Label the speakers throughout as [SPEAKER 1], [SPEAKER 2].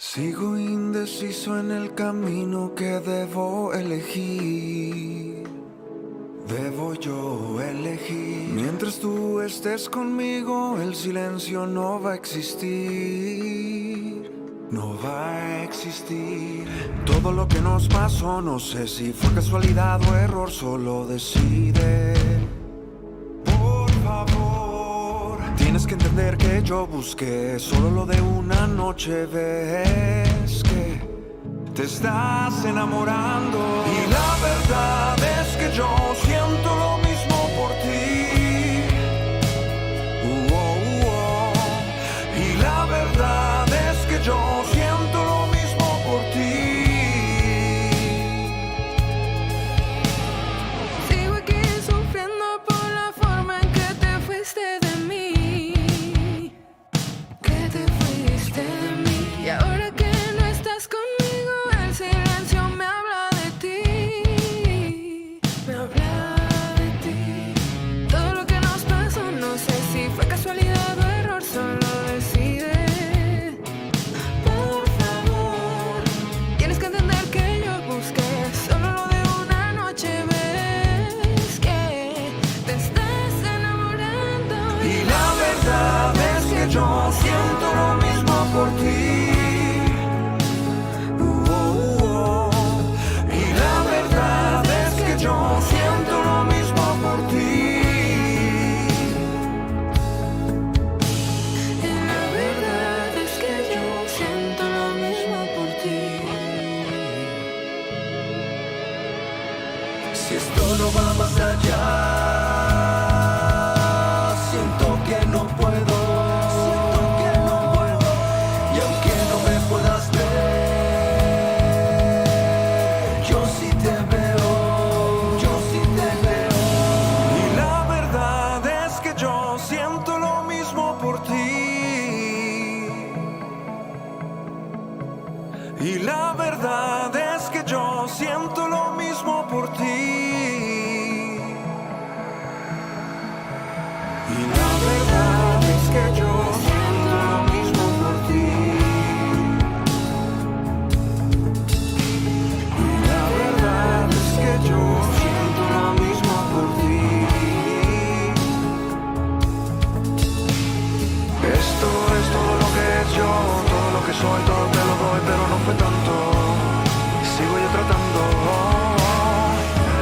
[SPEAKER 1] Sigo indeciso en el camino que debo elegir. Debo yo elegir. Mientras tú estés conmigo, el silencio no va a existir. No va a existir. Todo lo que nos pasó, no sé si fue casualidad o error, solo decide. Por favor, tienes que entender que yo busqué solo lo de una noche. Ves que te estás enamorando. Y la verdad es que yo siento lo mismo por ti. Uh, oh, uh, oh. Y la verdad es que yo siento lo mismo por ti.
[SPEAKER 2] Sigo aquí sufriendo por la forma en que te fuiste de mí. Que te fuiste de mí. Y ahora que no estás conmigo, el silencio me habla de ti. Me habla de ti. Todo lo que nos pasó, no sé si fue casualidad o error, solo decide. Por favor, tienes que entender que yo busqué solo lo de una noche. Ves que te estás enamorando.
[SPEAKER 1] Y la verdad es que yo siento lo mismo por ti. Uh, oh, uh, oh. Y la verdad es que yo siento lo mismo por ti.
[SPEAKER 2] Y la verdad es que yo siento lo mismo por ti.
[SPEAKER 3] Si esto no va más allá, siento que no puedo. Siento que no puedo. Y aunque no me puedas ver, yo sí te veo. Yo sí te veo.
[SPEAKER 1] Y la verdad es que yo siento lo mismo por ti. Y la verdad es que yo siento lo mismo por ti. Y la verdad es que yo siento lo mismo por ti. Y la verdad es que yo siento lo mismo por ti. Esto es todo lo que he hecho, todo lo que soy, todo te lo doy, pero no fue tanto. Sigo yo tratando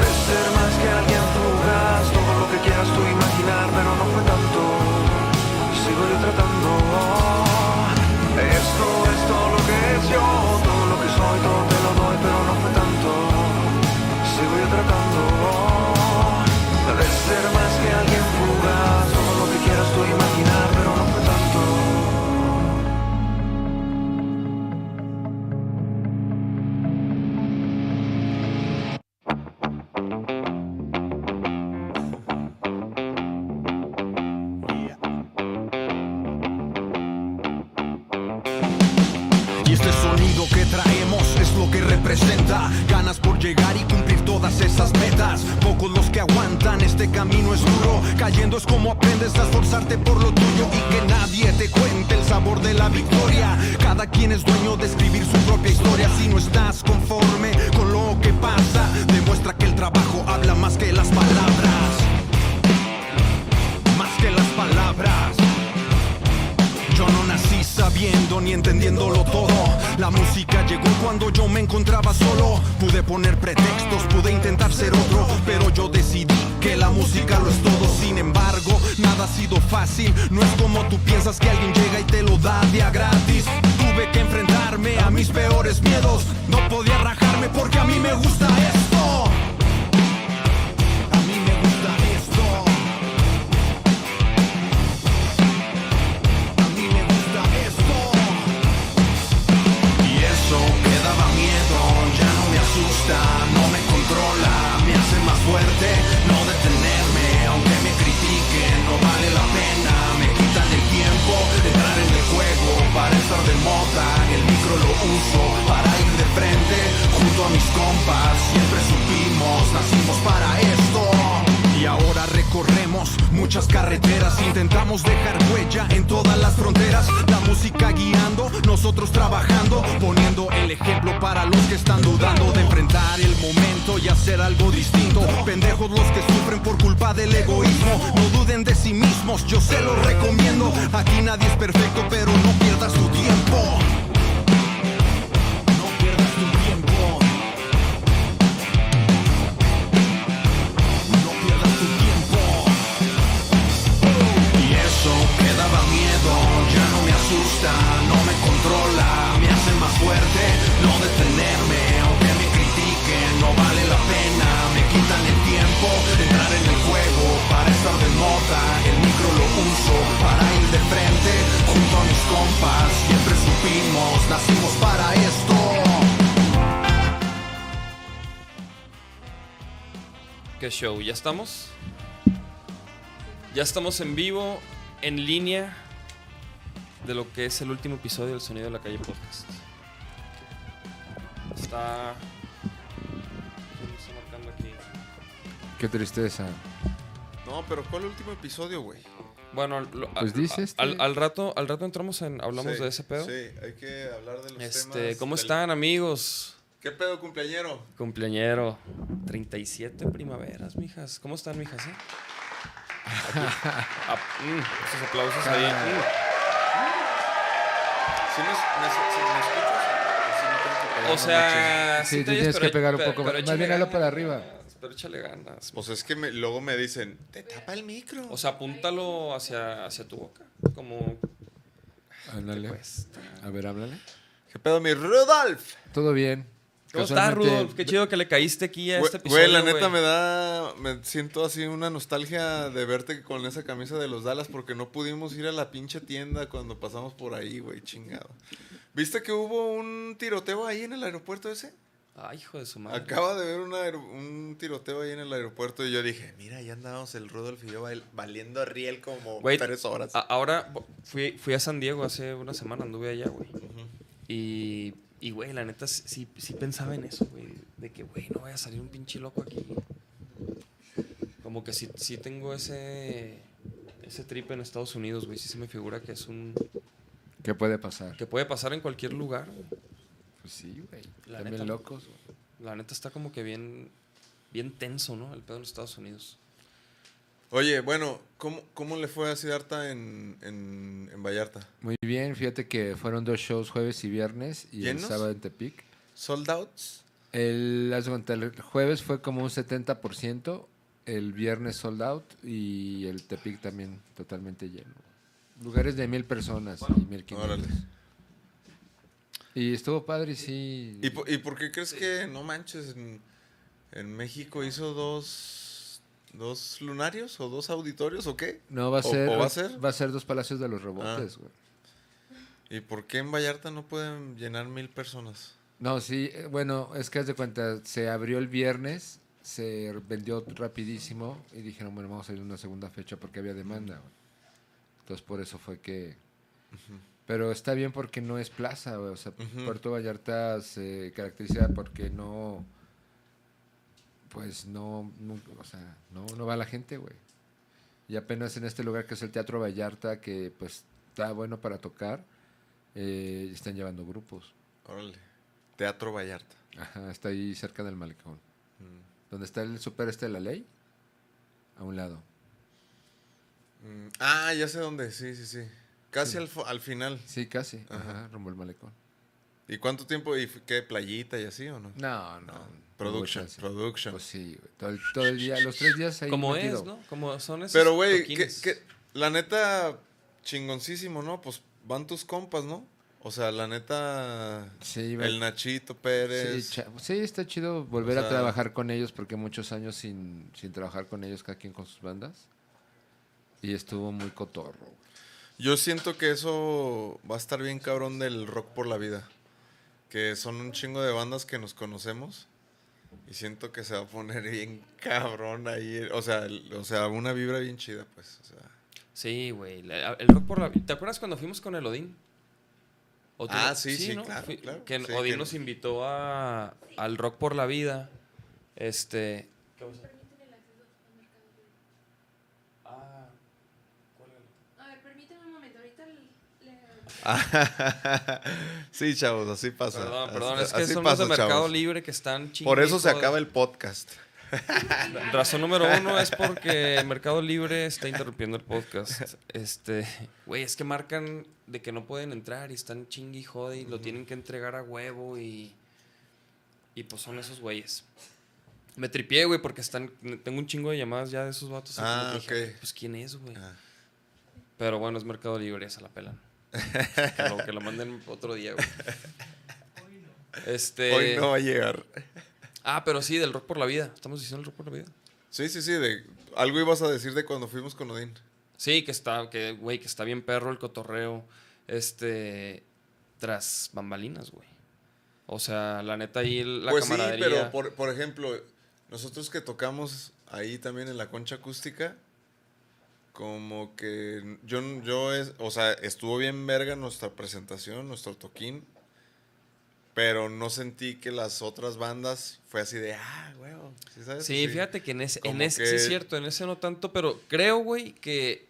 [SPEAKER 1] de ser más que alguien fugaz, todo lo que quieras tú imaginar, pero no fue tanto. Sigo yo tratando. Esto es todo lo que he hecho, todo lo que soy, todo te lo doy, pero no fue tanto. Sigo yo tratando de ser más que alguien fugaz, todo lo que quieras tú imaginar, pero no fue tanto.
[SPEAKER 4] Y este sonido que traemos es lo que representa Ganas por llegar y cumplir todas esas metas Pocos los que aguantan, este camino es duro Cayendo es como aprendes a esforzarte por lo tuyo Y que nadie te cuente el sabor de la victoria Cada quien es dueño de escribir su propia historia Si no estás conforme con lo que pasa Demuestra que el trabajo habla más que las palabras Más que las palabras yo no nací sabiendo ni entendiéndolo todo. La música llegó cuando yo me encontraba solo. Pude poner pretextos, pude intentar ser otro, pero yo decidí que la música lo es todo. Sin embargo, nada ha sido fácil. No es como tú piensas que alguien llega y te lo da de a gratis. Tuve que enfrentarme a mis peores miedos. No podía rajarme porque a mí me gusta esto. A mí me gusta esto. A mí me gusta esto Y eso me daba miedo, ya no me asusta, no me controla, me hace más fuerte No detenerme, aunque me critiquen, no vale la pena Me quitan el tiempo, de entrar en el juego para estar de moda El micro lo uso para ir de frente, junto a mis compas Siempre supimos, nacimos para esto y ahora recorremos muchas carreteras, intentamos dejar huella en todas las fronteras, la música guiando luchando, nosotros trabajando, poniendo el ejemplo para los que están dudando de enfrentar el momento y hacer algo distinto. Pendejos los que sufren por culpa del egoísmo, no duden de sí mismos, yo se los recomiendo. Aquí nadie es perfecto, pero no pierdas tu tiempo. No pierdas tu tiempo. No pierdas tu tiempo. Y eso que daba miedo ya no me asusta, no me controla, me hace más fuerte. No detenerme, aunque me critiquen, no vale la pena. Me quitan el tiempo, entrar en el juego para estar de moda. El micro lo uso para ir de frente junto a mis compas. Siempre supimos, nacimos para esto.
[SPEAKER 5] ¿Qué show? ¿Ya estamos? Ya estamos en vivo, en línea, de lo que es el último episodio del Sonido de la Calle Podcast. Está... ¿Quién está marcando aquí?
[SPEAKER 6] Qué tristeza.
[SPEAKER 7] No, pero ¿cuál último episodio, güey?
[SPEAKER 5] Bueno, al- lo-
[SPEAKER 6] Pues
[SPEAKER 5] al-
[SPEAKER 6] dice este.
[SPEAKER 5] al, al rato, al rato entramos en... Hablamos
[SPEAKER 7] Sí,
[SPEAKER 5] de ese pedo.
[SPEAKER 7] Sí, hay que hablar de los
[SPEAKER 5] Este,
[SPEAKER 7] temas.
[SPEAKER 5] ¿Cómo
[SPEAKER 7] del-
[SPEAKER 5] están, amigos?
[SPEAKER 7] ¿Qué pedo, cumpleañero?
[SPEAKER 5] Cumpleañero. 37 primaveras, mijas. ¿Cómo están, mijas? eh? Aquí. Ah, mm, esos aplausos ahí. Mm.
[SPEAKER 7] ¿Sí me, me- si me escuchas? ¿O sí me tengo que pegar
[SPEAKER 5] O
[SPEAKER 7] una noche?
[SPEAKER 5] sea,
[SPEAKER 6] Sí,
[SPEAKER 5] te
[SPEAKER 6] tienes
[SPEAKER 5] oyes,
[SPEAKER 6] que pegar un
[SPEAKER 5] pero-
[SPEAKER 6] poco
[SPEAKER 5] pero
[SPEAKER 6] más.
[SPEAKER 5] échale
[SPEAKER 6] Más bien hazlo
[SPEAKER 5] ganas,
[SPEAKER 6] para arriba.
[SPEAKER 5] Pero échale ganas.
[SPEAKER 7] Pues es que me- luego me dicen, te tapa el micro.
[SPEAKER 5] O sea, apúntalo hacia, hacia tu boca. Como
[SPEAKER 6] Háblale.
[SPEAKER 5] pues.
[SPEAKER 6] A ver, háblale.
[SPEAKER 7] ¿Qué pedo, mi Rudolf?
[SPEAKER 6] Todo bien.
[SPEAKER 5] ¿Cómo estás,
[SPEAKER 6] Casualmente-
[SPEAKER 5] Rudolf? Qué chido que le caíste aquí a
[SPEAKER 7] Güey,
[SPEAKER 5] este episodio.
[SPEAKER 7] Güey, la neta me da. Me siento así una nostalgia de verte con esa camisa de los Dallas porque no pudimos ir a la pinche tienda cuando pasamos por ahí, güey, chingado. ¿Viste que hubo un tiroteo ahí en el aeropuerto ese?
[SPEAKER 5] Ay, hijo de su madre.
[SPEAKER 7] Acaba de ver un, aer- un tiroteo ahí en el aeropuerto y yo dije, mira, ya andábamos el Rudolf y yo bail- valiendo a riel como
[SPEAKER 5] Güey, ah.
[SPEAKER 7] tres horas.
[SPEAKER 5] a- ahora bo- fui, fui a San Diego hace una semana, anduve allá, güey. Y, y, güey, la neta sí, sí pensaba en eso, güey. De que, güey, no vaya a salir un pinche loco aquí. Como que sí, sí tengo ese, ese trip en Estados Unidos, güey. Sí se me figura que es un...
[SPEAKER 6] ¿Qué puede pasar?
[SPEAKER 5] Que puede pasar en cualquier lugar. güey.
[SPEAKER 6] Pues sí, güey.
[SPEAKER 5] La
[SPEAKER 6] También
[SPEAKER 5] neta.
[SPEAKER 6] locos. güey.
[SPEAKER 5] La neta está como que bien, bien tenso, ¿no? El pedo en Estados Unidos.
[SPEAKER 7] Oye, bueno, ¿cómo, ¿cómo le fue a Siddhartha en, en, en Vallarta?
[SPEAKER 6] Muy bien, fíjate que fueron dos shows jueves y viernes y
[SPEAKER 7] ¿Llenos?
[SPEAKER 6] el sábado en Tepic.
[SPEAKER 7] ¿Sold outs?
[SPEAKER 6] El, haz de cuenta, el jueves fue como un 70%, el viernes sold out y el Tepic también totalmente lleno. Lugares de mil personas y mil
[SPEAKER 7] Órale.
[SPEAKER 6] Y estuvo padre, sí.
[SPEAKER 7] ¿Y, por- y por qué crees que, no manches, en, en México hizo dos, dos lunarios o dos auditorios o qué?
[SPEAKER 6] no va a
[SPEAKER 7] o-
[SPEAKER 6] ser,
[SPEAKER 7] o
[SPEAKER 6] va
[SPEAKER 7] va
[SPEAKER 6] a
[SPEAKER 7] a
[SPEAKER 6] ser,
[SPEAKER 7] ser?
[SPEAKER 6] dos palacios de los rebotes, güey.
[SPEAKER 7] ¿Y por qué en Vallarta no pueden llenar mil personas?
[SPEAKER 6] No, sí, eh, bueno, es que haz de cuenta, se abrió el viernes, se vendió rapidísimo y dijeron, bueno, vamos a ir a una segunda fecha porque había demanda. güey. Entonces por eso fue que... Pero está bien porque no es plaza, güey, o sea,
[SPEAKER 7] Ujú.
[SPEAKER 6] Puerto Vallarta se caracteriza porque no... Pues no, no, o sea, no, no va la gente, güey. Y apenas en este lugar que es el Teatro Vallarta, que pues está bueno para tocar, eh, están llevando grupos.
[SPEAKER 7] Órale. Teatro Vallarta.
[SPEAKER 6] Ajá, está ahí cerca del malecón.
[SPEAKER 7] Mm.
[SPEAKER 6] Donde está el super este de la ley, a un lado.
[SPEAKER 7] Mm, Ah, ya sé dónde, sí, sí, sí. Casi Al, fo- al final.
[SPEAKER 6] Sí, casi. Ajá,
[SPEAKER 7] Ajá.
[SPEAKER 6] rumbo al malecón.
[SPEAKER 7] ¿Y cuánto tiempo? ¿Y f- qué? ¿Playita y así o no?
[SPEAKER 6] No, no.
[SPEAKER 7] Production,
[SPEAKER 6] Pues,
[SPEAKER 7] production.
[SPEAKER 6] Pues sí, güey, todo el, todo el día, los tres días ahí.
[SPEAKER 5] Como
[SPEAKER 6] metido.
[SPEAKER 5] es, ¿no? Como son esos
[SPEAKER 7] Pero, güey, que,
[SPEAKER 5] toquines.
[SPEAKER 7] que- la neta, chingoncísimo, ¿no? Pues van tus compas, ¿no? O sea, la neta,
[SPEAKER 6] Sí, güey.
[SPEAKER 7] el Nachito
[SPEAKER 6] Sí,
[SPEAKER 7] Pérez.
[SPEAKER 6] cha- sí, está chido volver
[SPEAKER 7] O
[SPEAKER 6] a
[SPEAKER 7] sea-
[SPEAKER 6] trabajar con ellos porque muchos años sin, sin trabajar con ellos, cada quien con sus bandas. Y estuvo muy cotorro. güey.
[SPEAKER 7] Yo siento que eso va a estar bien cabrón del rock por la vida. Que son un chingo de bandas que nos conocemos. Y siento que se va a poner bien cabrón ahí. O sea, el- o sea una vibra bien chida, pues. O sea.
[SPEAKER 5] Sí, güey. la- El rock por la vida. ¿Te acuerdas cuando fuimos con el Odín? ¿O tú
[SPEAKER 7] Ah,
[SPEAKER 5] no?
[SPEAKER 7] sí, sí, claro,
[SPEAKER 5] Fui-
[SPEAKER 7] claro.
[SPEAKER 5] Que
[SPEAKER 7] Sí,
[SPEAKER 5] Odín
[SPEAKER 7] que-
[SPEAKER 5] nos invitó a, al rock por la vida. Este. ¿Qué pasa? Ah, ¿cuál era?
[SPEAKER 2] A ver, permíteme un momento, ahorita le...
[SPEAKER 7] sí, chavos, así pasa.
[SPEAKER 5] Perdón, perdón,
[SPEAKER 7] Ah, Así-
[SPEAKER 5] es que
[SPEAKER 7] así
[SPEAKER 5] son
[SPEAKER 7] pasa,
[SPEAKER 5] los de Mercado
[SPEAKER 7] chavos.
[SPEAKER 5] Libre que están chingados.
[SPEAKER 7] Por eso se acaba el podcast.
[SPEAKER 5] Razón número uno es porque Mercado Libre está interrumpiendo el podcast. Este, güey, es que marcan de que no pueden entrar y están chingui y jode y lo tienen que entregar a huevo y. Y pues son esos güeyes. Me tripié, güey, porque están. Tengo un chingo de llamadas ya de esos vatos.
[SPEAKER 7] Ah,
[SPEAKER 5] y dije,
[SPEAKER 7] ok.
[SPEAKER 5] Pues quién es, güey.
[SPEAKER 7] Ah.
[SPEAKER 5] Pero bueno, es Mercado Libre, se la pelan. que, lo, que lo manden otro día, güey. Este.
[SPEAKER 7] Hoy no va a llegar.
[SPEAKER 5] Ah, pero sí, del rock por la vida. Estamos diciendo el rock por la vida.
[SPEAKER 7] Sí, sí, sí. De, algo ibas a decir de cuando fuimos con Odín.
[SPEAKER 5] Sí, que está, que, güey, que está bien perro el cotorreo, este, tras bambalinas, güey. O sea, la neta ahí la
[SPEAKER 7] pues sí,
[SPEAKER 5] camaradería.
[SPEAKER 7] pero por, por ejemplo, nosotros que tocamos ahí también en la concha acústica, como que yo, yo es, o sea, estuvo bien verga nuestra presentación, nuestro toquín, pero no sentí que las otras bandas fue así de, ah, huevo. Sí, sabes?
[SPEAKER 5] Sí,
[SPEAKER 7] Así.
[SPEAKER 5] fíjate que en ese, en
[SPEAKER 7] Como
[SPEAKER 5] ese
[SPEAKER 7] que-
[SPEAKER 5] sí es cierto, en ese no tanto, pero creo, güey, que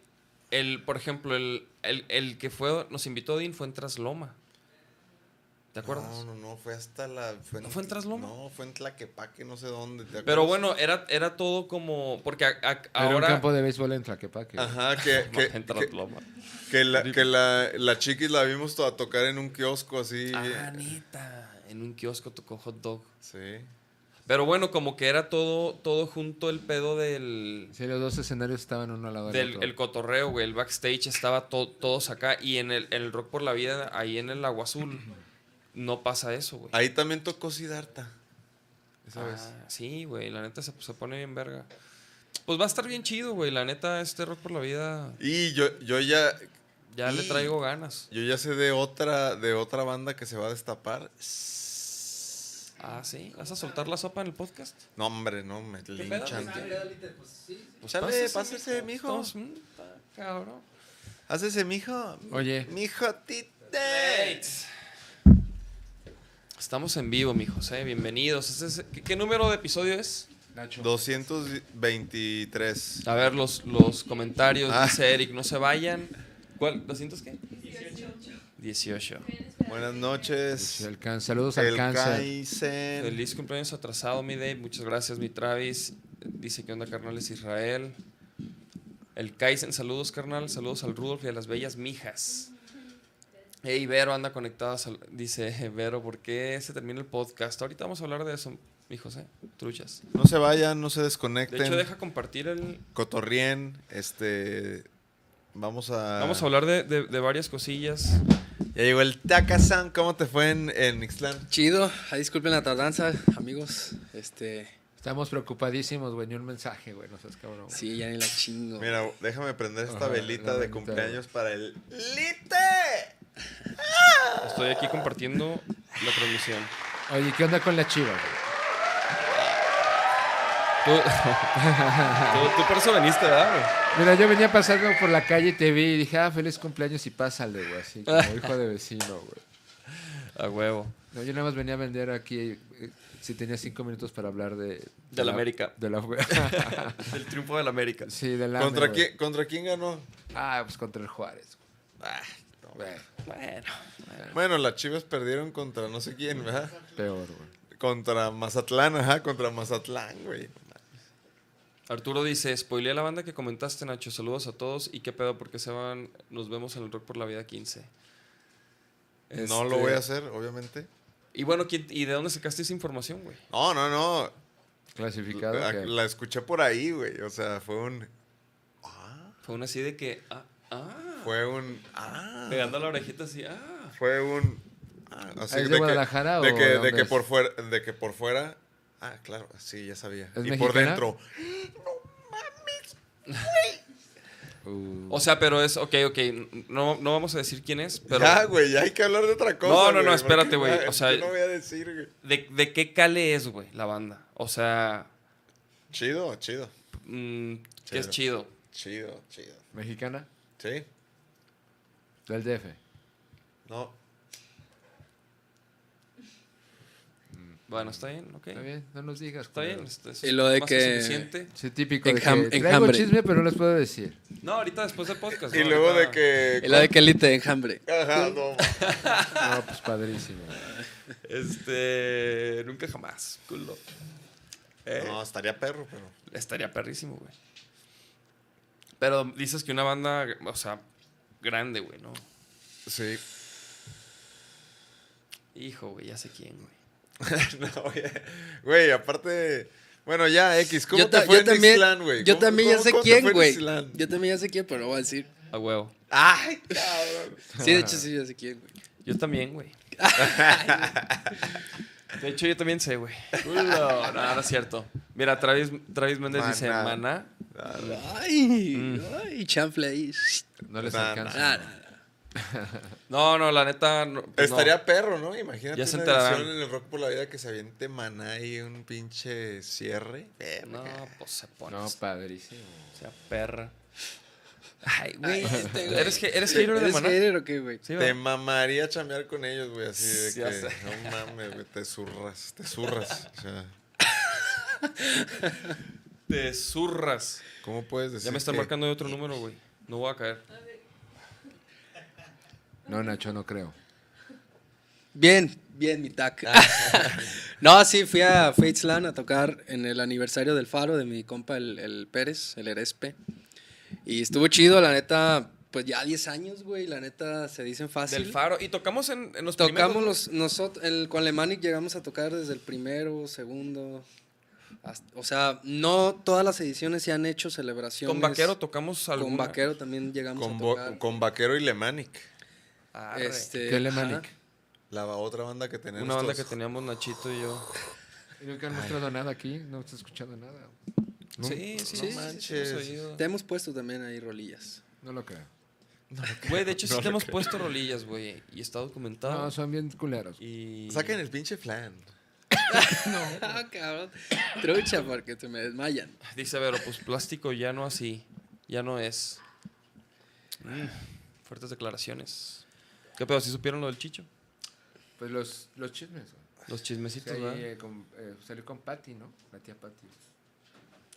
[SPEAKER 5] el, por ejemplo, el, el, el que fue, nos invitó Odín fue en Trasloma. ¿Te acuerdas?
[SPEAKER 7] No, no, no, fue hasta la...
[SPEAKER 5] ¿No fue en Trasloma?
[SPEAKER 7] No, fue en Tlaquepaque, no sé dónde. ¿te
[SPEAKER 5] Pero
[SPEAKER 7] acuerdas?
[SPEAKER 5] bueno, era, era todo como, porque a- a-
[SPEAKER 6] Era un
[SPEAKER 5] ahora...
[SPEAKER 6] campo de béisbol en Tlaquepaque. güey.
[SPEAKER 7] Ajá, que, que,
[SPEAKER 5] en
[SPEAKER 7] que-
[SPEAKER 5] Trasloma.
[SPEAKER 7] que la, que la, la chiquis la vimos to- a tocar en un kiosco así.
[SPEAKER 5] Ah, neta, en un kiosco tocó hot dog.
[SPEAKER 7] Sí.
[SPEAKER 5] Pero bueno, como que era todo, todo junto el pedo del,
[SPEAKER 6] Sí, los dos escenarios estaban uno al lado del,
[SPEAKER 5] del
[SPEAKER 6] otro.
[SPEAKER 5] el cotorreo, güey. El backstage estaba to- todos acá. Y en el, en el Rock por la Vida, ahí en el Agua Azul, no pasa eso, güey.
[SPEAKER 7] Ahí también tocó Sidarta. Esa
[SPEAKER 5] Ah,
[SPEAKER 7] vez.
[SPEAKER 5] sí, güey. La neta se, se pone bien verga. Pues va a estar bien chido, güey. La neta, este Rock por la Vida
[SPEAKER 7] Y yo, yo ya.
[SPEAKER 5] ya le
[SPEAKER 7] y
[SPEAKER 5] traigo ganas.
[SPEAKER 7] Yo ya sé de otra, de otra banda que se va a destapar.
[SPEAKER 5] Ah, sí. ¿Vas a soltar la sopa en el podcast?
[SPEAKER 7] No, hombre, no, me linchan.
[SPEAKER 5] Pues
[SPEAKER 7] Chale,
[SPEAKER 5] pásese,
[SPEAKER 7] pásese, mijo.
[SPEAKER 5] Estamos- mm, está Cabrón.
[SPEAKER 7] Hácese, mijo.
[SPEAKER 6] Oye.
[SPEAKER 7] Mijo, tite.
[SPEAKER 5] Estamos en vivo, mijos, eh. Bienvenidos. Este es- ¿qué- ¿Qué número de episodio es?
[SPEAKER 6] Nacho.
[SPEAKER 7] 223.
[SPEAKER 5] A ver, los, los comentarios,
[SPEAKER 7] Ah.
[SPEAKER 5] dice Eric, no se vayan. ¿Cuál? ¿200 qué? 18.
[SPEAKER 7] Buenas noches.
[SPEAKER 6] El can- Saludos al
[SPEAKER 7] El
[SPEAKER 6] cáncer.
[SPEAKER 7] Kaizen.
[SPEAKER 5] Feliz cumpleaños atrasado, mi Dave. Muchas gracias, mi Travis. Dice que onda, carnales Israel. El Kaizen, saludos, carnal. Saludos al Rudolf y a las bellas mijas. Hey, Vero anda conectada. sal- Dice Vero, ¿por qué se termina el podcast? Ahorita vamos a hablar de eso, mijos, eh. Truchas.
[SPEAKER 7] No se vayan, no se
[SPEAKER 5] De
[SPEAKER 7] desconecten.
[SPEAKER 5] hecho, deja compartir el,
[SPEAKER 7] Cotorrien, este. Vamos a.
[SPEAKER 5] Vamos a hablar de, de- de varias cosillas.
[SPEAKER 7] Ya llegó el Takasan. ¿Cómo te fue en, en Ixtlán?
[SPEAKER 3] Chido, ahí disculpen la tardanza, amigos. Este,
[SPEAKER 6] Estamos preocupadísimos, güey. Ni un mensaje, güey. No seas cabrón. güey.
[SPEAKER 3] sí, ya ni la chingo.
[SPEAKER 7] Mira, déjame prender esta
[SPEAKER 6] Ajá, la
[SPEAKER 7] velita de
[SPEAKER 6] velita.
[SPEAKER 7] cumpleaños para el Lite.
[SPEAKER 5] Estoy aquí compartiendo la transmisión.
[SPEAKER 6] Oye, ¿qué onda con la chiva, güey?
[SPEAKER 5] Tú, tú- tú por eso viniste, ¿verdad, güey?
[SPEAKER 6] Mira, yo venía pasando por la calle y te vi y dije, ah, feliz cumpleaños y pásale, güey. Así como hijo de vecino, güey.
[SPEAKER 5] A huevo.
[SPEAKER 6] No, yo nada más venía a vender aquí. eh, Si tenía cinco minutos para hablar de. De,
[SPEAKER 5] la América.
[SPEAKER 6] De la.
[SPEAKER 5] El triunfo del América.
[SPEAKER 6] sí, de la.
[SPEAKER 7] ¿Contra quién, ¿Contra quién ganó?
[SPEAKER 6] Ah, pues contra el Juárez, güey. Güey,
[SPEAKER 5] Bueno.
[SPEAKER 7] Bueno, las chivas perdieron contra no sé quién, ¿verdad?
[SPEAKER 6] Peor, güey.
[SPEAKER 7] Contra Mazatlán, ajá, contra Mazatlán, güey.
[SPEAKER 5] Arturo dice, spoileé la banda que comentaste, Nacho. Saludos a todos. ¿Y qué pedo? ¿Por qué se van? Nos vemos en el Rock por la Vida 15.
[SPEAKER 7] No
[SPEAKER 5] Este,
[SPEAKER 7] lo voy a hacer, obviamente.
[SPEAKER 5] Y bueno, ¿quién- ¿y de dónde sacaste esa información, güey?
[SPEAKER 7] No, no, no.
[SPEAKER 6] Clasificado.
[SPEAKER 7] La,
[SPEAKER 6] que-
[SPEAKER 7] la escuché por ahí, güey. O sea, fue un.
[SPEAKER 5] Fue una así de que... Ah, ah.
[SPEAKER 7] Fue un. Ah.
[SPEAKER 5] Pegando la orejita así, ah.
[SPEAKER 7] Fue un. ah, así
[SPEAKER 6] ¿Es de
[SPEAKER 7] que-
[SPEAKER 6] Guadalajara
[SPEAKER 7] de
[SPEAKER 6] o
[SPEAKER 7] que,
[SPEAKER 6] de
[SPEAKER 7] de
[SPEAKER 6] dónde
[SPEAKER 7] que
[SPEAKER 6] es?
[SPEAKER 7] por fuera, de que por fuera. Ah, claro, sí, ya sabía.
[SPEAKER 6] ¿Es
[SPEAKER 7] y por
[SPEAKER 6] mexicana?
[SPEAKER 7] dentro.
[SPEAKER 6] Uh,
[SPEAKER 5] O sea, pero es... Ok, ok. No, no vamos a decir quién es, pero...
[SPEAKER 7] ya, güey, ya hay que hablar de otra cosa.
[SPEAKER 5] no, no,
[SPEAKER 7] güey,
[SPEAKER 5] espérate,
[SPEAKER 7] porque
[SPEAKER 5] güey,
[SPEAKER 7] ya-
[SPEAKER 5] o sea-
[SPEAKER 7] yo no voy a decir, güey.
[SPEAKER 5] ¿De, de qué cale es, güey, la banda? O sea,
[SPEAKER 7] Chido, chido,
[SPEAKER 5] mm, que es chido.
[SPEAKER 7] Chido. chido, chido.
[SPEAKER 6] ¿Mexicana?
[SPEAKER 7] Sí,
[SPEAKER 6] Del DF.
[SPEAKER 7] no.
[SPEAKER 5] Bueno, está bien, ok.
[SPEAKER 6] Está bien, no nos digas.
[SPEAKER 5] Está bien,
[SPEAKER 6] culero.
[SPEAKER 5] esto es
[SPEAKER 8] Y lo de
[SPEAKER 5] más
[SPEAKER 8] que-
[SPEAKER 5] suficiente.
[SPEAKER 6] Sí, típico. de
[SPEAKER 8] Enjam-
[SPEAKER 6] que traigo
[SPEAKER 8] enjambre.
[SPEAKER 6] chisme, pero no les puedo decir.
[SPEAKER 5] No, ahorita después del podcast.
[SPEAKER 7] Y
[SPEAKER 5] Pues ¿no?
[SPEAKER 7] luego de
[SPEAKER 5] Ahorita-
[SPEAKER 7] que.
[SPEAKER 8] Y la de que elite de enjambre.
[SPEAKER 7] Ajá, no.
[SPEAKER 6] No, pues padrísimo.
[SPEAKER 5] Este. Nunca jamás, culo. Eh,
[SPEAKER 7] No, estaría perro, pero.
[SPEAKER 5] Estaría perrísimo, güey. Pero dices que una banda, o sea, grande, güey, ¿no?
[SPEAKER 7] Sí.
[SPEAKER 5] Hijo, güey, ya sé quién, güey.
[SPEAKER 7] no, güey. Güey, aparte. Bueno, ya, X. ¿Cómo
[SPEAKER 8] yo,
[SPEAKER 7] te
[SPEAKER 8] ta-
[SPEAKER 7] fue
[SPEAKER 8] yo
[SPEAKER 7] en
[SPEAKER 8] también,
[SPEAKER 7] Disneyland, güey?
[SPEAKER 8] yo
[SPEAKER 7] ¿Cómo-
[SPEAKER 8] también ya
[SPEAKER 7] cómo-
[SPEAKER 8] sé
[SPEAKER 7] cómo te
[SPEAKER 8] quién,
[SPEAKER 7] fue en
[SPEAKER 8] güey.
[SPEAKER 7] Disneyland?
[SPEAKER 8] Yo también ya sé quién, pero no voy a decir.
[SPEAKER 5] A huevo.
[SPEAKER 7] Ay, cabrón.
[SPEAKER 8] Sí, de hecho sí ya sé quién, güey.
[SPEAKER 5] Yo también, güey. De hecho, yo también sé, güey. Culo. No, no es cierto. Mira, Travis, Travis Méndez dice,
[SPEAKER 7] Maná.
[SPEAKER 5] maná.
[SPEAKER 8] Ay, ay, chanfle ahí.
[SPEAKER 6] No les
[SPEAKER 7] No, no.
[SPEAKER 8] Ah,
[SPEAKER 6] alcanza.
[SPEAKER 8] no, no.
[SPEAKER 5] No, no, la neta. no, pues no.
[SPEAKER 7] Estaría perro, ¿no? Imagínate
[SPEAKER 5] Ya se
[SPEAKER 7] una
[SPEAKER 5] enterarán.
[SPEAKER 7] edición en el Rock por la Vida que se aviente maná y un pinche cierre. Eh,
[SPEAKER 5] No,
[SPEAKER 7] Verga.
[SPEAKER 5] pues se pone.
[SPEAKER 6] No, padrísimo.
[SPEAKER 5] sea, perra. Ay, güey.
[SPEAKER 8] este güey.
[SPEAKER 5] ¿Eres, ge- ¿Eres hater de
[SPEAKER 8] ¿Eres
[SPEAKER 5] maná?
[SPEAKER 8] hater o qué, güey?
[SPEAKER 5] Sí,
[SPEAKER 7] Te
[SPEAKER 5] ¿verdad?
[SPEAKER 7] mamaría chambear con ellos, güey, así de
[SPEAKER 5] Ya
[SPEAKER 7] que
[SPEAKER 5] sé.
[SPEAKER 7] no mames, güey, te zurras, te zurras. O sea,
[SPEAKER 5] Te zurras.
[SPEAKER 7] ¿cómo puedes decir?
[SPEAKER 5] Ya me están
[SPEAKER 7] que-
[SPEAKER 5] marcando de otro número, güey. No voy a caer.
[SPEAKER 6] No, Nacho, no creo.
[SPEAKER 8] Bien, bien, mi tac.
[SPEAKER 5] Ah.
[SPEAKER 8] no, sí, fui a Fatesland a tocar en el aniversario del faro de mi compa, el, el Pérez, el Erespe. Y estuvo chido, la neta, pues ya 10 años, güey, la neta se dicen
[SPEAKER 6] ¿Ah,
[SPEAKER 8] fácil.
[SPEAKER 5] Del faro. Y tocamos en, en los
[SPEAKER 8] Tocamos
[SPEAKER 5] primeros,
[SPEAKER 8] los, nosotros, el, con Lemanic llegamos a tocar desde el primero, segundo. hasta- o sea, no todas las ediciones se han hecho
[SPEAKER 5] ¿no?
[SPEAKER 8] celebraciones.
[SPEAKER 5] Con Vaquero tocamos
[SPEAKER 8] Con
[SPEAKER 5] alguna.
[SPEAKER 8] Vaquero también llegamos
[SPEAKER 7] con,
[SPEAKER 8] a
[SPEAKER 7] Bo-
[SPEAKER 8] tocar.
[SPEAKER 7] con Vaquero y Lemanic,
[SPEAKER 5] Arre.
[SPEAKER 8] Este,
[SPEAKER 6] ¿Qué
[SPEAKER 8] ajá.
[SPEAKER 6] Lemanic?
[SPEAKER 7] la ba- otra banda que tenemos.
[SPEAKER 5] Una banda que
[SPEAKER 7] todos.
[SPEAKER 5] teníamos Nachito y yo.
[SPEAKER 6] Nunca han mostrado nada aquí, no se ha escuchado nada.
[SPEAKER 5] Sí, sí, sí, sí,
[SPEAKER 7] manches.
[SPEAKER 5] sí, hemos oído.
[SPEAKER 8] Te hemos puesto también ahí rolillas.
[SPEAKER 6] No lo creo.
[SPEAKER 5] Güey, de hecho sí
[SPEAKER 7] No
[SPEAKER 5] te
[SPEAKER 7] lo
[SPEAKER 5] hemos
[SPEAKER 7] creo.
[SPEAKER 5] puesto rolillas, güey. Y está documentado.
[SPEAKER 6] No, son bien culeros.
[SPEAKER 5] y...
[SPEAKER 7] Saquen el pinche flan.
[SPEAKER 8] Ah, cabrón. Trucha, porque te me desmayan.
[SPEAKER 5] Dice Vero, pues plástico ya no así. Ya no es. Mm, fuertes declaraciones. ¿Qué pedo? ¿Sí supieron lo del chicho?
[SPEAKER 6] Pues los, los chismes. güey.
[SPEAKER 5] Los
[SPEAKER 6] Sí,
[SPEAKER 5] chismecitos,
[SPEAKER 6] ahí,
[SPEAKER 5] ¿verdad?
[SPEAKER 6] eh, con- eh, salió con Patty, ¿no? La tía Patty.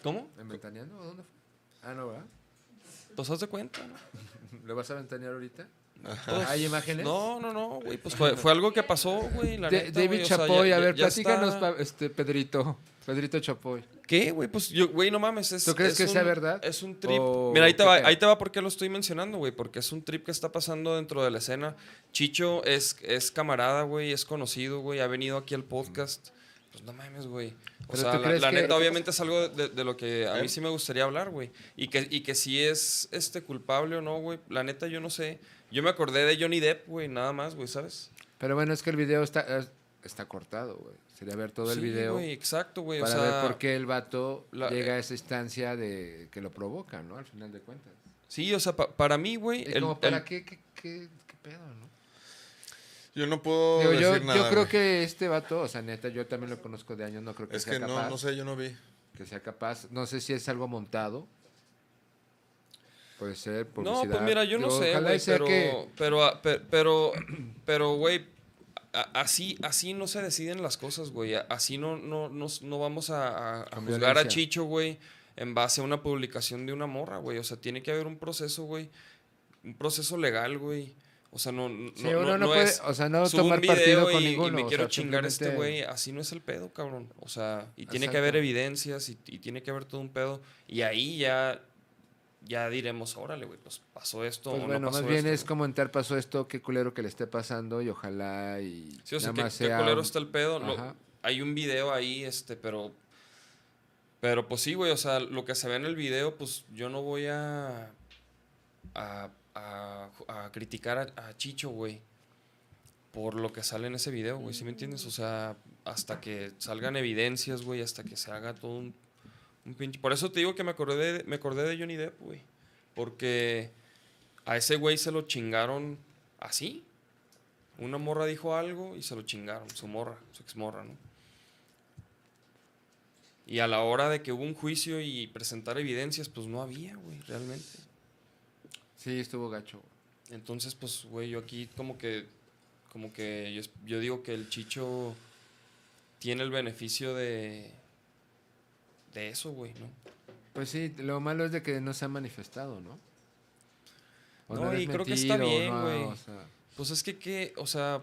[SPEAKER 5] ¿Cómo?
[SPEAKER 6] ¿En Ventaneando? ¿O ¿Dónde fue? Ah, no, ¿verdad?
[SPEAKER 5] ¿Pues haz de cuenta? no?
[SPEAKER 6] ¿Lo vas a ventanear ahorita?
[SPEAKER 5] Pues,
[SPEAKER 6] ¿Hay imágenes?
[SPEAKER 5] No, no, no, güey. Pues fue, fue algo que pasó, güey. la
[SPEAKER 6] Da-
[SPEAKER 5] neta,
[SPEAKER 6] David
[SPEAKER 5] güey, o sea, ya-
[SPEAKER 6] Chapoy, a
[SPEAKER 5] ya-
[SPEAKER 6] ver,
[SPEAKER 5] ya
[SPEAKER 6] platícanos,
[SPEAKER 5] está.
[SPEAKER 6] pa- este, Pedrito. Pedrito Chapoy.
[SPEAKER 5] ¿Qué, güey? Pues yo, güey, no mames. es-
[SPEAKER 6] ¿Tú crees
[SPEAKER 5] es
[SPEAKER 6] que
[SPEAKER 5] un-
[SPEAKER 6] sea verdad?
[SPEAKER 5] Es un trip.
[SPEAKER 6] ¿O
[SPEAKER 5] Mira, ahí te,
[SPEAKER 6] qué
[SPEAKER 5] va,
[SPEAKER 6] pedo?
[SPEAKER 5] ahí te va porque lo estoy mencionando, güey. Porque es un trip que está pasando dentro de la escena. Chicho es, es camarada, güey. Es conocido, güey. Ha venido aquí al podcast. Pues no mames, güey. O
[SPEAKER 6] Pero
[SPEAKER 5] sea,
[SPEAKER 6] ¿tú
[SPEAKER 5] la,
[SPEAKER 6] crees
[SPEAKER 5] la
[SPEAKER 6] que-
[SPEAKER 5] neta, obviamente es algo de, de lo que a mí sí me gustaría hablar, güey. Y que, y que si es este culpable o no, güey. La neta, yo no sé. Yo me acordé de Johnny Depp, güey. Nada más, güey, ¿sabes?
[SPEAKER 6] Pero bueno, es que el video está, es- está cortado, güey. Sería ver todo el
[SPEAKER 5] Sí,
[SPEAKER 6] video
[SPEAKER 5] güey, exacto, güey. O
[SPEAKER 6] para
[SPEAKER 5] sea,
[SPEAKER 6] ver por qué el vato
[SPEAKER 5] la- eh,
[SPEAKER 6] llega a esa instancia de que lo provoca, ¿no? Al final de cuentas.
[SPEAKER 5] Sí, o sea, pa- para mí, güey.
[SPEAKER 6] Es
[SPEAKER 5] el-
[SPEAKER 6] como, ¿para
[SPEAKER 5] el-
[SPEAKER 6] qué, qué, qué, qué pedo, no?
[SPEAKER 7] Yo no puedo
[SPEAKER 6] Digo, yo,
[SPEAKER 7] decir nada.
[SPEAKER 6] yo creo
[SPEAKER 7] güey.
[SPEAKER 6] que este vato, o sea, neta, yo también lo conozco de años, no creo que
[SPEAKER 7] Es
[SPEAKER 6] sea
[SPEAKER 7] que
[SPEAKER 6] capaz.
[SPEAKER 7] no, no sé, yo no vi.
[SPEAKER 6] Que sea capaz. No sé si es algo montado. Puede ser,
[SPEAKER 5] No,
[SPEAKER 6] publicidad.
[SPEAKER 5] pues mira, yo no
[SPEAKER 6] Digo,
[SPEAKER 5] sé,
[SPEAKER 6] ojalá
[SPEAKER 5] güey,
[SPEAKER 6] y sea
[SPEAKER 5] pero,
[SPEAKER 6] que-
[SPEAKER 5] pero, ah, per- pero, pero, güey, a- así, así no se deciden las cosas, güey. A- Así no, no, no, no vamos a, a- a
[SPEAKER 6] Con
[SPEAKER 5] juzgar a
[SPEAKER 6] violencia.
[SPEAKER 5] Chicho, güey, en base a una publicación de una morra, güey. O sea, tiene que haber un proceso, güey, un proceso legal, güey. O sea, no, no,
[SPEAKER 6] Sí,
[SPEAKER 5] no,
[SPEAKER 6] uno
[SPEAKER 5] no,
[SPEAKER 6] no puede,
[SPEAKER 5] es...
[SPEAKER 6] o sea, no
[SPEAKER 5] subo un
[SPEAKER 6] tomar
[SPEAKER 5] video
[SPEAKER 6] partido con
[SPEAKER 5] y, y
[SPEAKER 6] ninguno.
[SPEAKER 5] me
[SPEAKER 6] o
[SPEAKER 5] quiero
[SPEAKER 6] sea,
[SPEAKER 5] chingar a este
[SPEAKER 6] simplemente-
[SPEAKER 5] güey. Así no es el pedo, cabrón. O sea, y tiene que
[SPEAKER 6] Exacto.
[SPEAKER 5] haber evidencias y, y tiene que haber todo un pedo. Y ahí ya, ya diremos, órale, güey, pues pasó esto
[SPEAKER 6] Pues
[SPEAKER 5] o
[SPEAKER 6] bueno,
[SPEAKER 5] no pasó
[SPEAKER 6] más bien
[SPEAKER 5] esto,
[SPEAKER 6] es
[SPEAKER 5] ¿no?
[SPEAKER 6] comentar pasó esto, qué culero que le esté pasando y ojalá y
[SPEAKER 5] Sí, o sea,
[SPEAKER 6] nada
[SPEAKER 5] qué,
[SPEAKER 6] más
[SPEAKER 5] qué
[SPEAKER 6] sea
[SPEAKER 5] culero
[SPEAKER 6] un-
[SPEAKER 5] está el pedo. Lo-
[SPEAKER 6] Ajá.
[SPEAKER 5] hay un video ahí, este, pero. Pero pues sí, güey, o sea, lo que se ve en el video, pues yo no voy a. a, a- a criticar a, a Chicho, güey. Por lo que sale en ese video, güey, ¿sí me entiendes? O sea, hasta que salgan evidencias, güey, hasta que se haga todo un, un pinche. Por eso te digo que me acordé de, me acordé de Johnny Depp, güey. Porque a ese güey se lo chingaron así. Una morra dijo algo y se lo chingaron, su morra, su exmorra, ¿no? Y a la hora de que hubo un juicio y presentar evidencias, pues no había, güey, realmente.
[SPEAKER 6] Sí, estuvo gacho.
[SPEAKER 5] Entonces, pues, güey, yo aquí como que, como que yo, es- yo digo que el Chicho tiene el beneficio de, de eso, güey, ¿no?
[SPEAKER 6] Pues sí, lo malo es de que no se ha manifestado, ¿no?
[SPEAKER 5] No,
[SPEAKER 6] ha
[SPEAKER 5] y creo que está
[SPEAKER 6] desmentido,
[SPEAKER 5] bien,
[SPEAKER 6] no ha-
[SPEAKER 5] güey.
[SPEAKER 6] o sea,
[SPEAKER 5] Pues es que, ¿qué? O sea,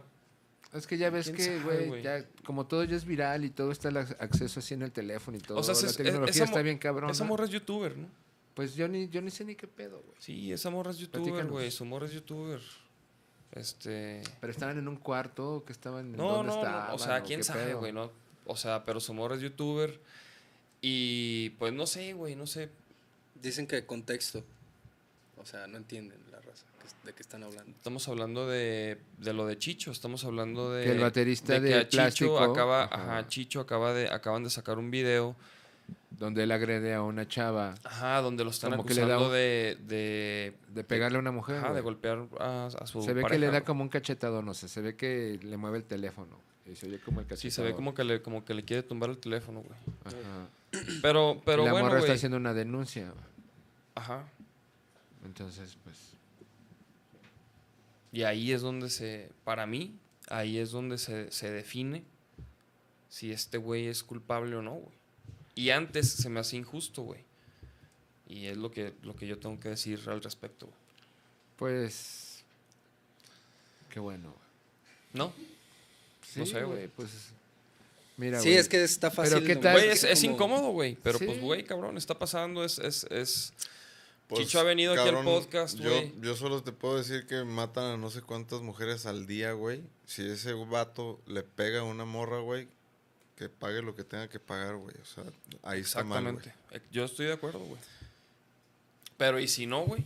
[SPEAKER 6] es que ya ves
[SPEAKER 5] ¿Quién
[SPEAKER 6] que,
[SPEAKER 5] sabe,
[SPEAKER 6] güey,
[SPEAKER 5] güey?
[SPEAKER 6] ya como todo ya es viral y todo está el ac- acceso así en el teléfono y todo.
[SPEAKER 5] o sea
[SPEAKER 6] la
[SPEAKER 5] es- es-
[SPEAKER 6] tecnología
[SPEAKER 5] esa
[SPEAKER 6] está
[SPEAKER 5] mo-
[SPEAKER 6] bien cabrón.
[SPEAKER 5] Esa morra es youtuber, ¿no?
[SPEAKER 6] Pues yo ni, yo ni sé ni qué pedo, güey.
[SPEAKER 5] Sí, esa morra es youtuber,
[SPEAKER 6] Platícanos.
[SPEAKER 5] güey. Su morra es youtuber. Este.
[SPEAKER 6] Pero estaban en un cuarto, que estaban en
[SPEAKER 5] No,
[SPEAKER 6] dónde
[SPEAKER 5] no,
[SPEAKER 6] estaban,
[SPEAKER 5] no, o sea,
[SPEAKER 6] qué
[SPEAKER 5] quién sabe,
[SPEAKER 6] pedo?
[SPEAKER 5] güey, ¿no? O sea, pero su morra es youtuber. Y pues no sé, güey, no sé.
[SPEAKER 8] Dicen que contexto. O sea, no entienden la raza que- de qué están hablando.
[SPEAKER 5] Estamos hablando de, de lo de Chicho, estamos hablando de.
[SPEAKER 6] Que el baterista de
[SPEAKER 5] a
[SPEAKER 6] Plástico,
[SPEAKER 5] Chicho acaba,
[SPEAKER 6] ajá.
[SPEAKER 5] ajá, Chicho acaba de, acaban de sacar un video,
[SPEAKER 6] Donde él agrede a una chava
[SPEAKER 5] ajá, donde lo están
[SPEAKER 6] Como que le da
[SPEAKER 5] acusando
[SPEAKER 6] un-
[SPEAKER 5] de, de,
[SPEAKER 6] de pegarle a una mujer.
[SPEAKER 5] ajá, de
[SPEAKER 6] güey.
[SPEAKER 5] golpear a, a su
[SPEAKER 6] se ve que
[SPEAKER 5] pareja,
[SPEAKER 6] le da
[SPEAKER 5] güey.
[SPEAKER 6] como un cachetado, no sé, se ve que le mueve el teléfono. Y se oye como el cachetado.
[SPEAKER 5] Sí, se ve como que le, como que le quiere tumbar el teléfono, güey.
[SPEAKER 6] Ajá.
[SPEAKER 5] Pero, pero
[SPEAKER 6] la
[SPEAKER 5] bueno,
[SPEAKER 6] morra está
[SPEAKER 5] güey.
[SPEAKER 6] haciendo una denuncia. güey.
[SPEAKER 5] Ajá.
[SPEAKER 6] Entonces, pues.
[SPEAKER 5] Y ahí es donde se, para mí, ahí es donde se, se define si este güey es culpable o no, güey. Y antes se me hacía injusto, güey. Y es lo que, lo que yo tengo que decir al respecto, güey.
[SPEAKER 6] Pues. Qué bueno. güey.
[SPEAKER 5] ¿No?
[SPEAKER 6] Sí,
[SPEAKER 5] sé, güey.
[SPEAKER 6] Pues. Mira,
[SPEAKER 8] sí,
[SPEAKER 6] güey,
[SPEAKER 8] es que está
[SPEAKER 6] Pero
[SPEAKER 8] fácil.
[SPEAKER 6] ¿qué
[SPEAKER 8] nomás
[SPEAKER 6] tal?
[SPEAKER 5] Güey,
[SPEAKER 6] que
[SPEAKER 5] es, es
[SPEAKER 8] como-
[SPEAKER 5] incómodo, güey. Pero
[SPEAKER 6] Sí.
[SPEAKER 5] pues, güey, cabrón, está pasando. Es, es, es...
[SPEAKER 7] Pues,
[SPEAKER 5] Chicho ha venido aquí al podcast,
[SPEAKER 7] yo,
[SPEAKER 5] güey.
[SPEAKER 7] yo solo te puedo decir que matan a no sé cuántas mujeres al día, güey. Si ese vato le pega a una morra, güey, que pague lo que tenga que pagar, güey. O sea, ahí está mal, güey.
[SPEAKER 5] Exactamente. Eh, Yo estoy de acuerdo, güey. Pero ¿y si no, güey?